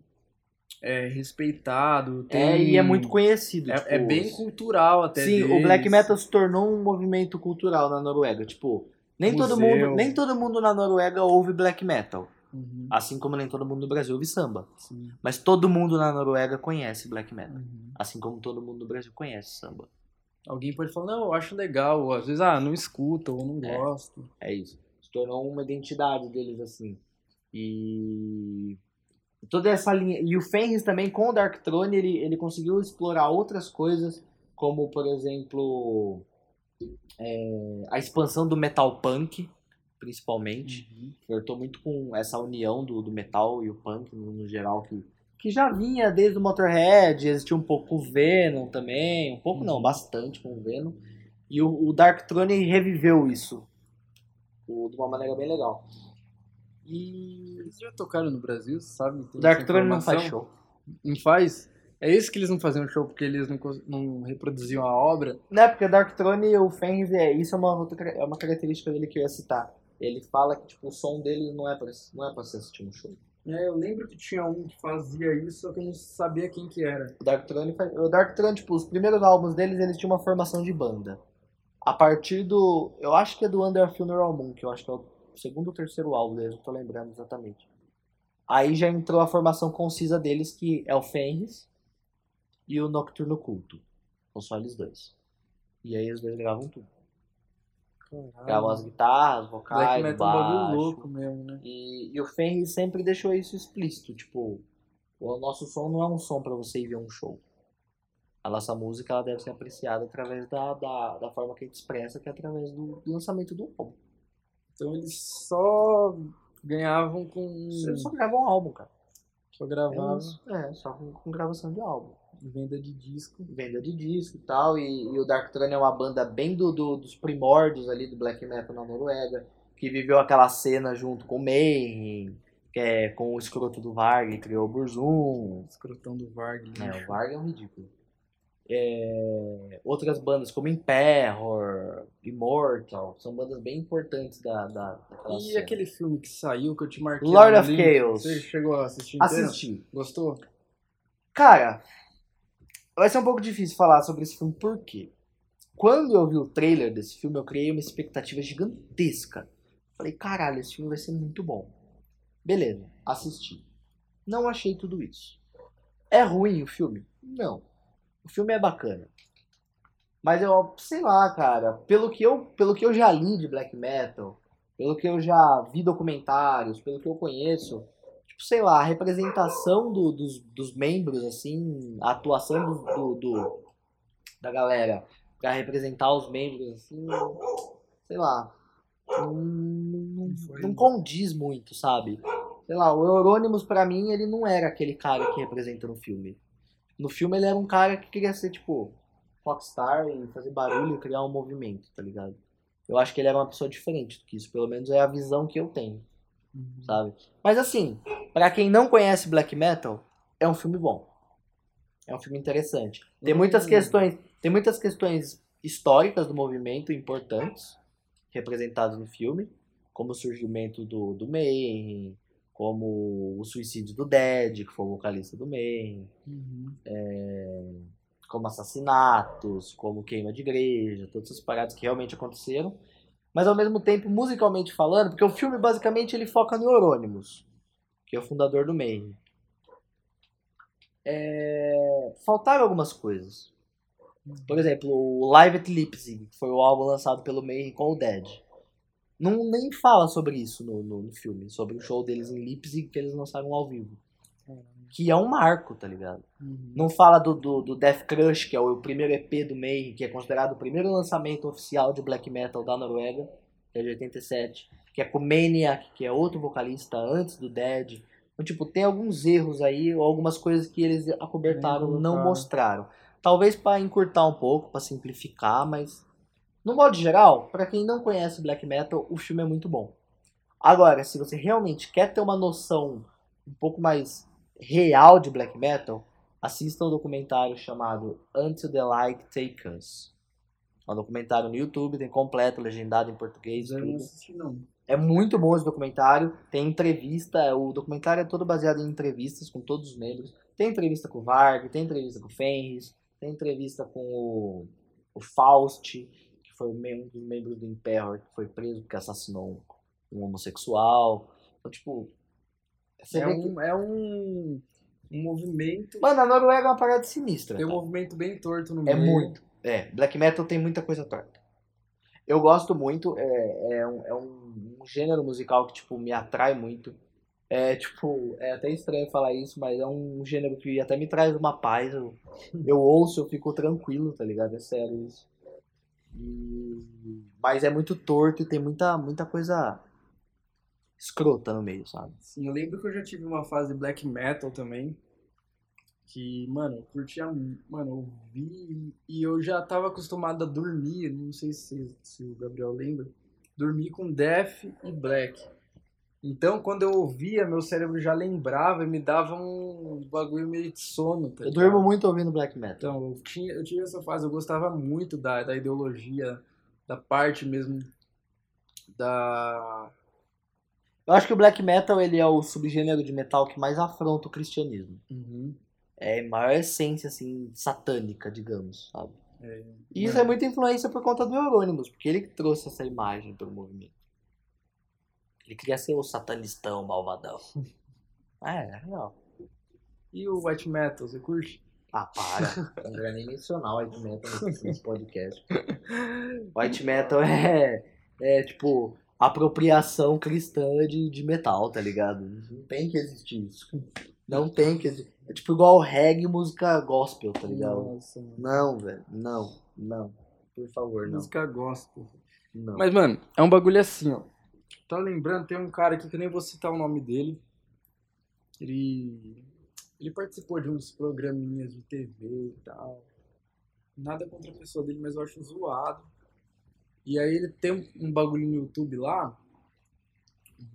Speaker 1: é, respeitado. Tem...
Speaker 2: É, e é muito conhecido.
Speaker 1: É,
Speaker 2: tipo,
Speaker 1: é bem cultural até.
Speaker 2: Sim, o
Speaker 1: deles.
Speaker 2: black metal se tornou um movimento cultural na Noruega. Tipo, nem todo,
Speaker 1: Museu.
Speaker 2: mundo, nem todo mundo na Noruega ouve black metal.
Speaker 1: Uhum,
Speaker 2: Assim como nem todo mundo no Brasil ouve samba.
Speaker 1: sim.
Speaker 2: Mas todo mundo na Noruega conhece black metal.
Speaker 1: Uhum.
Speaker 2: Assim como todo mundo no Brasil conhece samba.
Speaker 1: Alguém pode falar, não, eu acho legal. Ou às vezes, ah, não escuta ou não
Speaker 2: É.
Speaker 1: gosto.
Speaker 2: É isso. Se tornou uma identidade deles, assim. E. Toda essa linha. E o Fenris também, com o Dark Throne, ele, ele conseguiu explorar outras coisas, como, por exemplo, é, a expansão do metal punk, principalmente. Flertou muito com essa união do, do metal e o punk, no, no geral, que, que já vinha desde o Motorhead, existia um pouco o Venom também, um pouco não,
Speaker 1: Uhum.
Speaker 2: bastante com o Venom. E o, o Dark Throne reviveu isso o- de uma maneira bem legal.
Speaker 1: E eles já tocaram no Brasil, sabe? Tem
Speaker 2: O Dark
Speaker 1: essa
Speaker 2: Throne não faz
Speaker 1: informação?
Speaker 2: show.
Speaker 1: Não faz? É isso que eles não faziam show porque eles não, cons- não reproduziam a obra.
Speaker 2: Não, porque o Dark Throne e o Fenris, é, isso é uma, outra cara- é uma característica dele que eu ia citar. Ele fala que tipo, o som dele não é pra, não é pra se assistir um show.
Speaker 1: É, eu lembro que tinha um que fazia isso, só que eu não sabia quem que era.
Speaker 2: O Dark Throne, faz- o Dark Throne, tipo, os primeiros álbuns deles, eles tinham uma formação de banda. A partir do, eu acho que é do Under a Funeral Moon, que eu acho que é o segundo ou terceiro álbum deles, não tô lembrando exatamente. Aí já entrou a formação concisa deles, que é o Fenris e o Nocturno Culto. São só eles dois. E aí os dois gravam tudo. Gravam as guitarras, vocais,
Speaker 1: Ah. Black
Speaker 2: baixo.
Speaker 1: Metal é um bagulho louco mesmo, né?
Speaker 2: E, e o Fenris sempre deixou isso explícito, tipo, o nosso som não é um som pra você ir ver um show. A nossa música ela deve ser apreciada através da, da, da forma que a gente expressa, que é através do, do lançamento do álbum.
Speaker 1: Então eles só ganhavam com.
Speaker 2: Você só grava um álbum, cara.
Speaker 1: Só
Speaker 2: É
Speaker 1: gravavam
Speaker 2: isso. É, só com, com gravação de álbum.
Speaker 1: venda de disco.
Speaker 2: Venda de disco e tal, e, e o Dark Throne é uma banda bem do, do- dos primórdios ali do black metal na Noruega, que viveu aquela cena junto com o Mayhem, que é, com o escroto do Varg, criou o Burzum,
Speaker 1: Escrotão do Varg.
Speaker 2: É,
Speaker 1: lixo.
Speaker 2: o Varg é um ridículo. é, outras bandas como Imperor, Immortal, são bandas bem importantes da, da, daquela
Speaker 1: E
Speaker 2: cena.
Speaker 1: aquele filme que saiu que eu te marquei?
Speaker 2: tá Lord
Speaker 1: no
Speaker 2: of
Speaker 1: link,
Speaker 2: Chaos.
Speaker 1: Você chegou a assistir inteiro?
Speaker 2: Assisti.
Speaker 1: Gostou?
Speaker 2: Cara, vai ser um pouco difícil falar sobre esse filme, por quê? Quando eu vi o trailer desse filme, eu criei uma expectativa gigantesca. Falei, caralho, esse filme vai ser muito bom. Beleza, assisti. Não achei tudo isso. É ruim o filme? Não. O filme é bacana. Mas eu, sei lá, cara, pelo que eu, pelo que eu já li de black metal, pelo que eu já vi documentários, pelo que eu conheço, tipo, sei lá, a representação do- dos, dos membros, assim, a atuação do, do- do- da galera pra representar os membros, assim, sei lá, não, não,
Speaker 3: Foi.
Speaker 2: não condiz muito, sabe? Sei lá, o Euronymous pra mim, ele não era aquele cara que representa no filme. No filme ele era um cara que queria ser, tipo, rockstar e fazer barulho e criar um movimento, tá ligado? Eu acho que ele era uma pessoa diferente do que isso, pelo menos é a visão que eu tenho, sabe? Mas assim, pra quem não conhece black metal, é um filme bom. É um filme interessante. Tem muitas
Speaker 1: Hum.
Speaker 2: questões, tem muitas questões históricas do movimento importantes representadas no filme, como o surgimento do do Mayhem, como o suicídio do Dead, que foi o vocalista do Mayhem, Uhum, como assassinatos, como queima de igreja, todas essas paradas que realmente aconteceram. Mas ao mesmo tempo, musicalmente falando, porque o filme basicamente ele foca no Euronymous, que é o fundador do Mayhem. É, Faltaram algumas coisas. Por exemplo, o Live at Leipzig, que foi o álbum lançado pelo Mayhem com o Dead. Não, nem fala sobre isso no, no- no filme, sobre o show deles em Leipzig que eles lançaram ao vivo. Que é um marco, tá ligado? Não fala do, do, do Death Crush, que é o primeiro EP do Mayhem, que é considerado o primeiro lançamento oficial de black metal da Noruega, que é de 87. Que é com o Maniac, que é outro vocalista antes do Dead. Então, tipo, tem alguns erros aí, ou algumas coisas que eles acobertaram,
Speaker 1: Nem
Speaker 2: não
Speaker 1: colocaram.
Speaker 2: mostraram. Talvez pra encurtar um pouco, pra simplificar, mas... No modo geral, pra quem não conhece black metal, o filme é muito bom. Agora, se você realmente quer ter uma noção um pouco mais real de black metal, assista um documentário chamado Until the Light Take Us. É um documentário no YouTube, tem completo, legendado em português.
Speaker 1: Eu não
Speaker 2: tudo.
Speaker 1: assisti, não.
Speaker 2: É muito bom esse documentário. Tem entrevista, o documentário é todo baseado em entrevistas com todos os membros. Tem entrevista com o Varg, tem entrevista com o Fenris, tem entrevista com o, o Faust, que foi um mem- um dos membros do Imperor que foi preso porque assassinou um, um homossexual. Então, tipo. Você
Speaker 1: É
Speaker 2: vê que-
Speaker 1: um, é um, um movimento.
Speaker 2: Mano, a Noruega é uma parada sinistra.
Speaker 1: Tem um
Speaker 2: cara.
Speaker 1: movimento bem torto no
Speaker 2: É
Speaker 1: meio.
Speaker 2: muito. É, black metal tem muita coisa torta. Eu gosto muito, é, é um, é um- um gênero musical que, tipo, me atrai muito. É, tipo, é até estranho falar isso, mas é um gênero que até me traz uma paz. Eu, eu ouço, eu fico tranquilo, tá ligado? É sério isso. E- mas é muito torto e tem muita, muita coisa escrota no meio, sabe?
Speaker 1: Sim, eu lembro que eu já tive uma fase black metal também. Que, mano, eu curtia. mu- Mano, eu ouvi e eu já tava acostumado a dormir. Não sei se, se o Gabriel lembra. Dormir com death e black. Então, quando eu ouvia, meu cérebro já lembrava e me dava um bagulho meio de sono. Tá
Speaker 2: Eu
Speaker 1: ligado?
Speaker 2: durmo muito ouvindo black metal.
Speaker 1: Então, eu, tinha, eu tive essa fase, eu gostava muito da, da ideologia, da parte mesmo da.
Speaker 2: Eu acho que o black metal ele é o subgênero de metal que mais afronta o cristianismo.
Speaker 1: Uhum.
Speaker 2: é maior essência, assim, satânica, digamos, sabe?
Speaker 1: É.
Speaker 2: E isso é muita influência por conta do Euronymous, porque ele que trouxe essa imagem pro movimento. Ele queria ser o satanistão malvadão. é, é real.
Speaker 1: E o white metal, você curte?
Speaker 2: Ah, para. Não queria nem mencionar o White Metal nesse- nesse podcast. White Metal é, é tipo, apropriação cristã de, de metal, tá ligado? Não tem que existir isso. Não tem que existir. É tipo igual reggae e música gospel, tá ligado?
Speaker 1: Nossa, mano.
Speaker 2: Não, velho. Não, não. Por favor, não.
Speaker 1: Música gospel.
Speaker 2: não.
Speaker 1: Mas, mano, é um bagulho assim, ó. Tá lembrando, tem um cara aqui que eu nem vou citar o nome dele. Ele. Ele participou de uns programinhas de TV e tal. Nada contra a pessoa dele, mas eu acho zoado. E aí ele tem um- um bagulho no YouTube lá. Um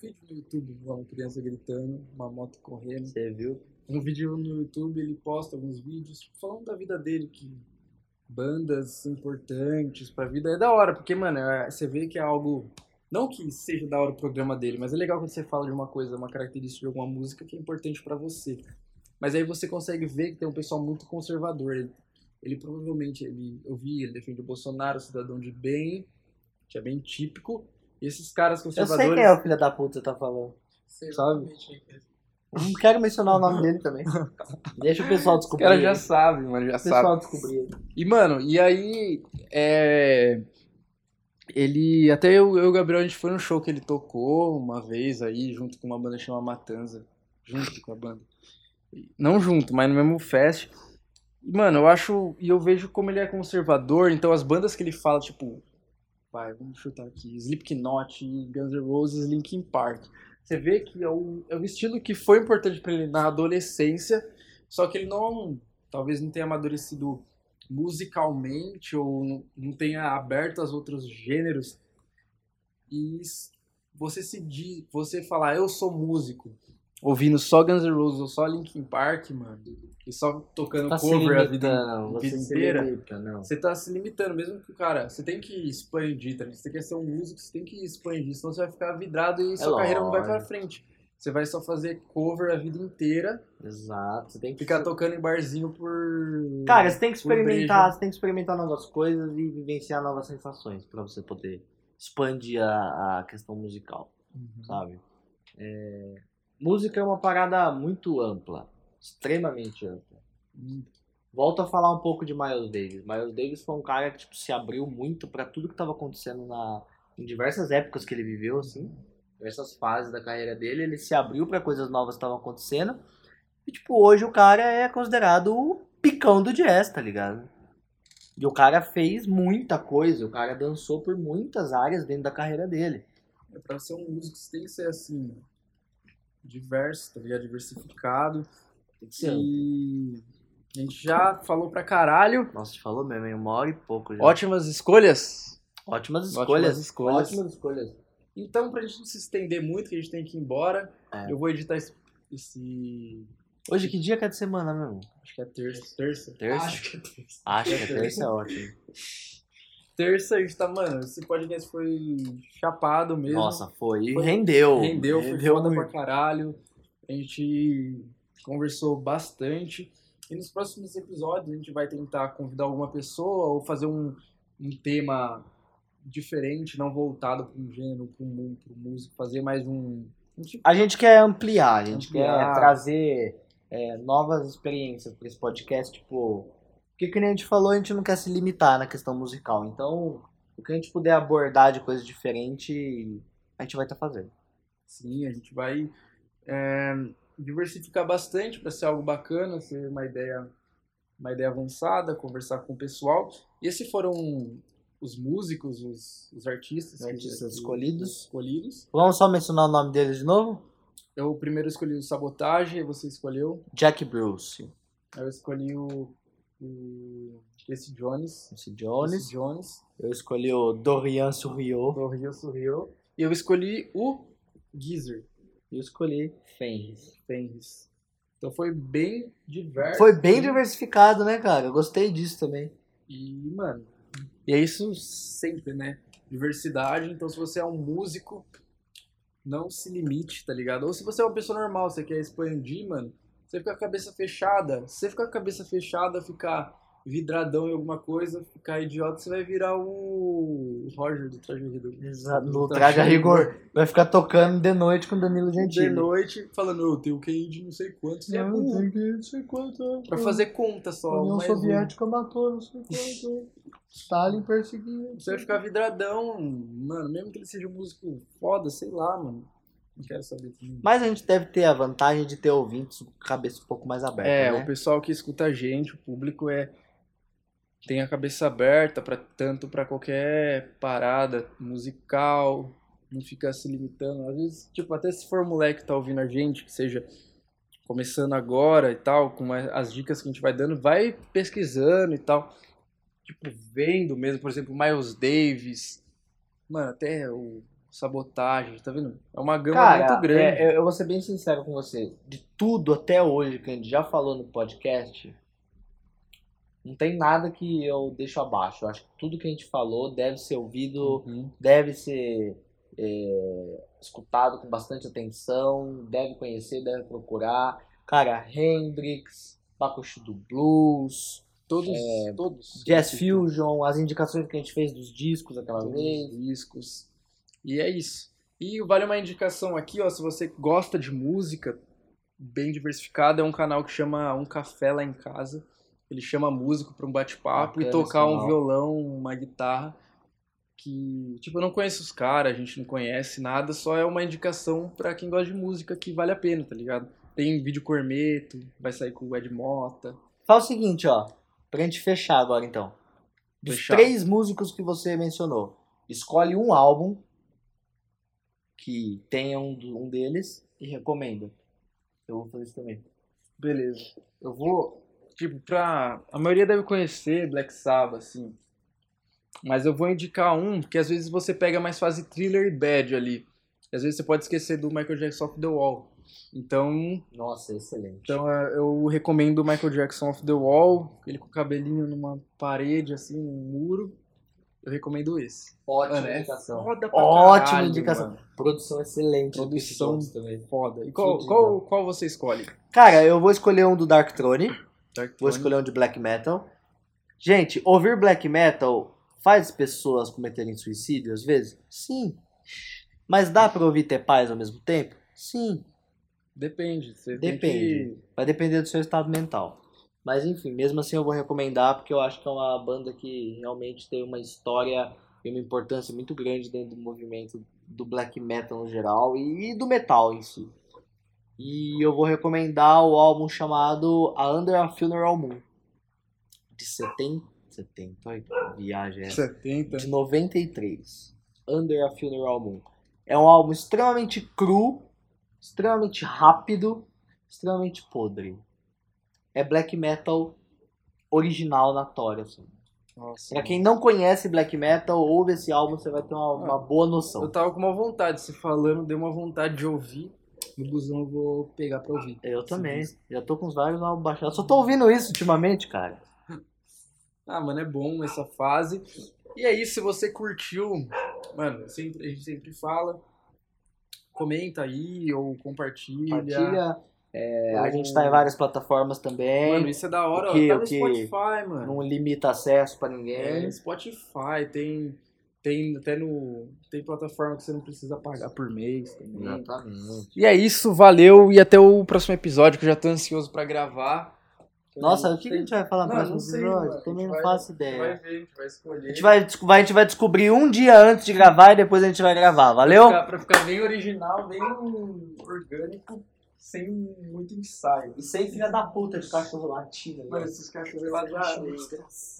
Speaker 1: Vídeo no YouTube, lá, uma criança gritando, uma moto correndo.
Speaker 2: Você viu
Speaker 1: um vídeo no YouTube, ele posta alguns vídeos falando da vida dele, que bandas importantes pra vida é da hora, porque, mano, é- você vê que é algo. Não que seja da hora o programa dele, mas é legal quando você fala de uma coisa, uma característica de alguma música que é importante pra você. Mas aí você consegue ver que tem um pessoal muito conservador. Ele, ele provavelmente, ele, eu vi, ele defende o Bolsonaro, cidadão de bem, que é bem típico. E esses caras
Speaker 2: Eu
Speaker 1: conservadores.
Speaker 2: sei quem é o filho da puta que tá falando.
Speaker 3: Sei
Speaker 1: Sabe?
Speaker 3: exatamente quem é.
Speaker 2: Não quero mencionar o nome dele também. Deixa o pessoal
Speaker 1: Os
Speaker 2: descobrir.
Speaker 1: caras já
Speaker 2: ele.
Speaker 1: sabem, mano, já
Speaker 2: o pessoal
Speaker 1: sabem.
Speaker 2: descobrir. ele.
Speaker 1: E, mano, e aí. É... Ele. Até eu, eu e o Gabriel, a gente foi num show que ele tocou uma vez aí, junto com uma banda chamada Matanza. Junto com a banda. Não junto, mas no mesmo fest. E, Mano, eu acho. E eu vejo como ele é conservador, então as bandas que ele fala, tipo. Vai, vamos chutar aqui. Slipknot, Guns N' Roses, Linkin Park. Você vê que é um, é um estilo que foi importante pra ele na adolescência, só que ele não. Talvez não tenha amadurecido musicalmente ou não- não tenha aberto aos outros gêneros e s- você se diz, você falar eu sou músico ouvindo só Guns N' Roses ou só Linkin Park, mano, e só tocando
Speaker 2: Tá se
Speaker 1: cover a vida
Speaker 2: limitando,
Speaker 1: vida
Speaker 2: você se
Speaker 1: inteira.
Speaker 2: limita, não.
Speaker 1: você tá se limitando, mesmo que, cara, você tem que expandir, tá? ligado? Você quer ser um músico, você tem que expandir, senão você vai ficar vidrado e sua carreira não vai pra
Speaker 2: É lógico.
Speaker 1: frente. Você vai só fazer cover a vida inteira,
Speaker 2: Exato, você tem que
Speaker 1: ficar tocando em barzinho por.
Speaker 2: Cara, você tem que
Speaker 1: por
Speaker 2: experimentar, você tem que experimentar novas coisas e vivenciar novas sensações pra você poder expandir a, a questão musical,
Speaker 1: breja.
Speaker 2: sabe? É, Música é uma parada muito ampla, extremamente ampla. Volto a falar um pouco de Miles Davis. Miles Davis foi um cara que tipo, se abriu muito pra tudo que tava acontecendo na em diversas épocas que ele viveu, assim, diversas fases da carreira dele, ele se abriu pra coisas novas que estavam acontecendo. E tipo, hoje o cara é considerado o picão do jazz, tá ligado? E o cara fez muita coisa, o cara dançou por muitas áreas dentro da carreira dele.
Speaker 1: É pra ser um músico, você tem que ser assim, diverso, tá ligado? Diversificado. E a gente já falou pra caralho.
Speaker 2: Nossa, te falou mesmo, hein? Uma hora e pouco já.
Speaker 1: Ótimas escolhas.
Speaker 2: Ótimas
Speaker 1: Ótimas
Speaker 2: escolhas.
Speaker 1: escolhas.
Speaker 2: Ótimas escolhas.
Speaker 1: Então, pra gente não se estender muito, que a gente tem que ir embora,
Speaker 2: É.
Speaker 1: eu vou editar esse. esse-
Speaker 2: Hoje, que dia que é de semana mesmo?
Speaker 1: acho que é terça. Terça?
Speaker 2: Terça?
Speaker 3: Acho que é terça.
Speaker 2: Acho que é terça, é ótimo.
Speaker 1: Terça a gente tá, mano. Esse podcast foi chapado mesmo.
Speaker 2: Nossa, foi.
Speaker 1: Foi-
Speaker 2: Rendeu.
Speaker 1: Rendeu, foi
Speaker 2: Rendeu
Speaker 1: foda pra
Speaker 2: muito.
Speaker 1: caralho. A gente conversou bastante. E nos próximos episódios a gente vai tentar convidar alguma pessoa ou fazer um, um tema diferente, não voltado para um gênero, para um músico, fazer mais um.
Speaker 2: A gente quer ampliar, a gente
Speaker 1: Ampliar.
Speaker 2: quer trazer é, novas experiências para esse podcast, tipo. Porque que nem a gente falou, a gente não quer se limitar na questão musical. Então, o que a gente puder abordar de coisa diferente, a gente vai estar fazendo.
Speaker 1: Sim, a gente vai é, diversificar bastante para ser algo bacana, ser uma ideia, uma ideia avançada, conversar com o pessoal. E esses foram os músicos, os, os artistas, que-
Speaker 2: Artistas
Speaker 1: que-
Speaker 2: escolhidos.
Speaker 1: escolhidos.
Speaker 2: Vamos só mencionar o nome deles de novo?
Speaker 1: Eu primeiro escolhi o Sabotagem, aí você escolheu.
Speaker 2: Jack Bruce,
Speaker 1: aí Eu escolhi o, o Jesse Jones.
Speaker 2: esse Jones.
Speaker 1: Jesse Jones.
Speaker 2: Eu escolhi o Dorian Surriot.
Speaker 1: Do Rio Surreal. E eu escolhi o Geezer
Speaker 2: E eu escolhi Fenris.
Speaker 1: Fenris. Então foi bem diverso.
Speaker 2: Foi bem diversificado, né, cara? Eu gostei disso também.
Speaker 1: E, mano, e é isso sempre, né? Diversidade. Então, se você é um músico, não se limite, tá ligado? Ou se você é uma pessoa normal, você quer expandir, mano, você fica com a cabeça fechada. Se você ficar com a cabeça fechada, ficar vidradão em alguma coisa, ficar idiota, você vai virar o Roger do Traje Rigor.
Speaker 2: Exato. No
Speaker 1: Tá
Speaker 2: traje a
Speaker 1: cheio.
Speaker 2: rigor. Vai ficar tocando de noite com Danilo
Speaker 1: De
Speaker 2: Gentili.
Speaker 1: noite, falando, eu tenho QI de não sei quantos, e é
Speaker 2: Não,
Speaker 1: burro.
Speaker 2: tem que não sei quanto.
Speaker 1: Pra fazer conta
Speaker 2: A
Speaker 1: só.
Speaker 2: né? União
Speaker 1: mais um.
Speaker 2: Soviética matou, não sei quanto. Stalin perseguiu.
Speaker 1: Você vai ficar vidradão, mano. Mesmo que ele seja um músico foda, sei lá, mano. Não quero saber também.
Speaker 2: Mas a gente deve ter a vantagem de ter ouvintes com a cabeça um pouco mais aberta,
Speaker 1: É, o
Speaker 2: né?
Speaker 1: pessoal que escuta a gente, o público é tem a cabeça aberta para tanto para qualquer parada musical, não fica se limitando. Às vezes, tipo, até se for moleque que tá ouvindo a gente, que seja começando agora e tal, com a- as dicas que a gente vai dando, vai pesquisando e tal. Tipo, vendo mesmo, por exemplo, Miles Davis. Mano, até o sabotagem, tá vendo? É uma gama
Speaker 2: Cara,
Speaker 1: muito grande.
Speaker 2: é, eu, eu vou ser bem sincero com você. De tudo até hoje que a gente já falou no podcast, não tem nada que eu deixo abaixo. Eu acho que tudo que a gente falou deve ser ouvido,
Speaker 1: Uhum.
Speaker 2: deve ser é, escutado com bastante atenção, deve conhecer, deve procurar. Cara, Hendrix, Bakushu do Blues,
Speaker 1: Todos,
Speaker 2: É,
Speaker 1: todos.
Speaker 2: Jazz
Speaker 1: esses
Speaker 2: Fusion, as indicações que a gente fez dos discos aquela
Speaker 1: todos
Speaker 2: vez.
Speaker 1: os discos. E é isso. E vale é uma indicação aqui, ó, se você gosta de música bem diversificada, é um canal que chama Um Café Lá em Casa. Ele chama músico para um bate-papo e
Speaker 2: Bacana
Speaker 1: tocar
Speaker 2: esse
Speaker 1: um
Speaker 2: canal.
Speaker 1: violão, uma guitarra. Que, tipo, eu não conheço os caras, a gente não conhece nada, só é uma indicação para quem gosta de música que vale a pena, tá ligado? Tem vídeo cormeto, vai sair com o Ed Mota.
Speaker 2: Fala o seguinte, ó. Pra gente fechar agora, então. Dos
Speaker 1: Fechar.
Speaker 2: três músicos que você mencionou, escolhe um álbum que tenha um, do- um deles e recomenda. Eu vou fazer isso também.
Speaker 1: Beleza.
Speaker 2: Eu vou.
Speaker 1: tipo, pra. A maioria deve conhecer Black Sabbath, assim. Mas eu vou indicar um que às vezes você pega mais fase thriller e bad ali. E às vezes você pode esquecer do Michael Jackson Off the Wall. Então,
Speaker 2: Nossa, excelente.
Speaker 1: então é, eu recomendo o Michael Jackson Off the Wall, ele com o cabelinho numa parede, assim, num muro. Eu recomendo esse.
Speaker 2: Ótima
Speaker 1: Mano, é
Speaker 2: indicação.
Speaker 1: Foda pra
Speaker 2: Ótima
Speaker 1: caralho,
Speaker 2: indicação.
Speaker 1: mano.
Speaker 2: Produção excelente.
Speaker 1: Produção.
Speaker 2: desses jogos também.
Speaker 1: Foda. E qual,
Speaker 2: Fudido.
Speaker 1: qual, qual você escolhe?
Speaker 2: Cara, eu vou escolher um do Dark Throne.
Speaker 1: Dark
Speaker 2: Vou
Speaker 1: Throne?
Speaker 2: escolher um de black metal. Gente, ouvir black metal faz pessoas cometerem suicídio às vezes? Sim. Mas dá pra ouvir e ter paz ao mesmo tempo? Sim.
Speaker 1: Depende. Você Tem
Speaker 2: Depende.
Speaker 1: que...
Speaker 2: Vai depender do seu estado mental. Mas enfim, mesmo assim eu vou recomendar porque eu acho que é uma banda que realmente tem uma história e uma importância muito grande dentro do movimento do black metal no geral e do metal em si. E eu vou recomendar o álbum chamado A Under a Funeral Moon. De 70. 70, olha que viagem é essa?
Speaker 1: 70.
Speaker 2: de 93, Under a Funeral Moon. É um álbum extremamente cru, extremamente rápido, extremamente podre. É black metal original na tora, assim.
Speaker 1: Nossa.
Speaker 2: Pra quem não conhece black metal, ouve esse álbum, você vai ter uma, uma boa
Speaker 1: Eu
Speaker 2: noção.
Speaker 1: tava com uma vontade, se falando, deu uma vontade de ouvir. No busão eu vou pegar pra ouvir.
Speaker 2: Eu
Speaker 1: Esse
Speaker 2: também.
Speaker 1: disco.
Speaker 2: Já tô com os vários álbuns baixados. Só tô ouvindo isso ultimamente, cara.
Speaker 1: Ah, mano, é bom essa fase. E aí, se você curtiu, mano, sempre, a gente sempre fala, comenta aí ou compartilha.
Speaker 2: Partilha. É,
Speaker 1: Eu-
Speaker 2: a gente tá em várias plataformas
Speaker 1: Mano,
Speaker 2: também.
Speaker 1: isso é da hora,
Speaker 2: O que-
Speaker 1: ó. Tá
Speaker 2: o
Speaker 1: no
Speaker 2: que-
Speaker 1: Spotify, mano.
Speaker 2: Não limita acesso pra
Speaker 1: É,
Speaker 2: ninguém.
Speaker 1: Spotify, tem, tem até no. Tem plataforma que você não precisa pagar por mês também.
Speaker 2: Exatamente.
Speaker 1: E é isso, valeu e até o próximo episódio que eu já tô ansioso pra gravar.
Speaker 2: Nossa, o que, que a gente vai falar no
Speaker 1: Não,
Speaker 2: próximo
Speaker 1: não sei,
Speaker 2: episódio?
Speaker 1: mano.
Speaker 2: Também
Speaker 1: A gente
Speaker 2: não
Speaker 1: vai-
Speaker 2: faço
Speaker 1: A gente
Speaker 2: ideia.
Speaker 1: vai ver, a gente vai escolher.
Speaker 2: É. A, gente vai, desco- vai- a gente vai descobrir um dia antes de gravar e depois a gente vai gravar, valeu?
Speaker 1: Pra, pra ficar bem original, bem orgânico, sem muito ensaio.
Speaker 2: E sem filha da puta de cachorro latindo.
Speaker 1: Mano, esses cachorros ladraram.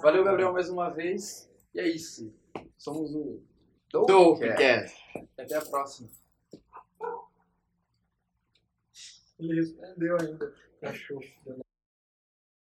Speaker 1: Valeu, Gabriel, mais uma vez. E é isso. Somos o Dopecast. Até a próxima. Ele respondeu ainda. Cachorro.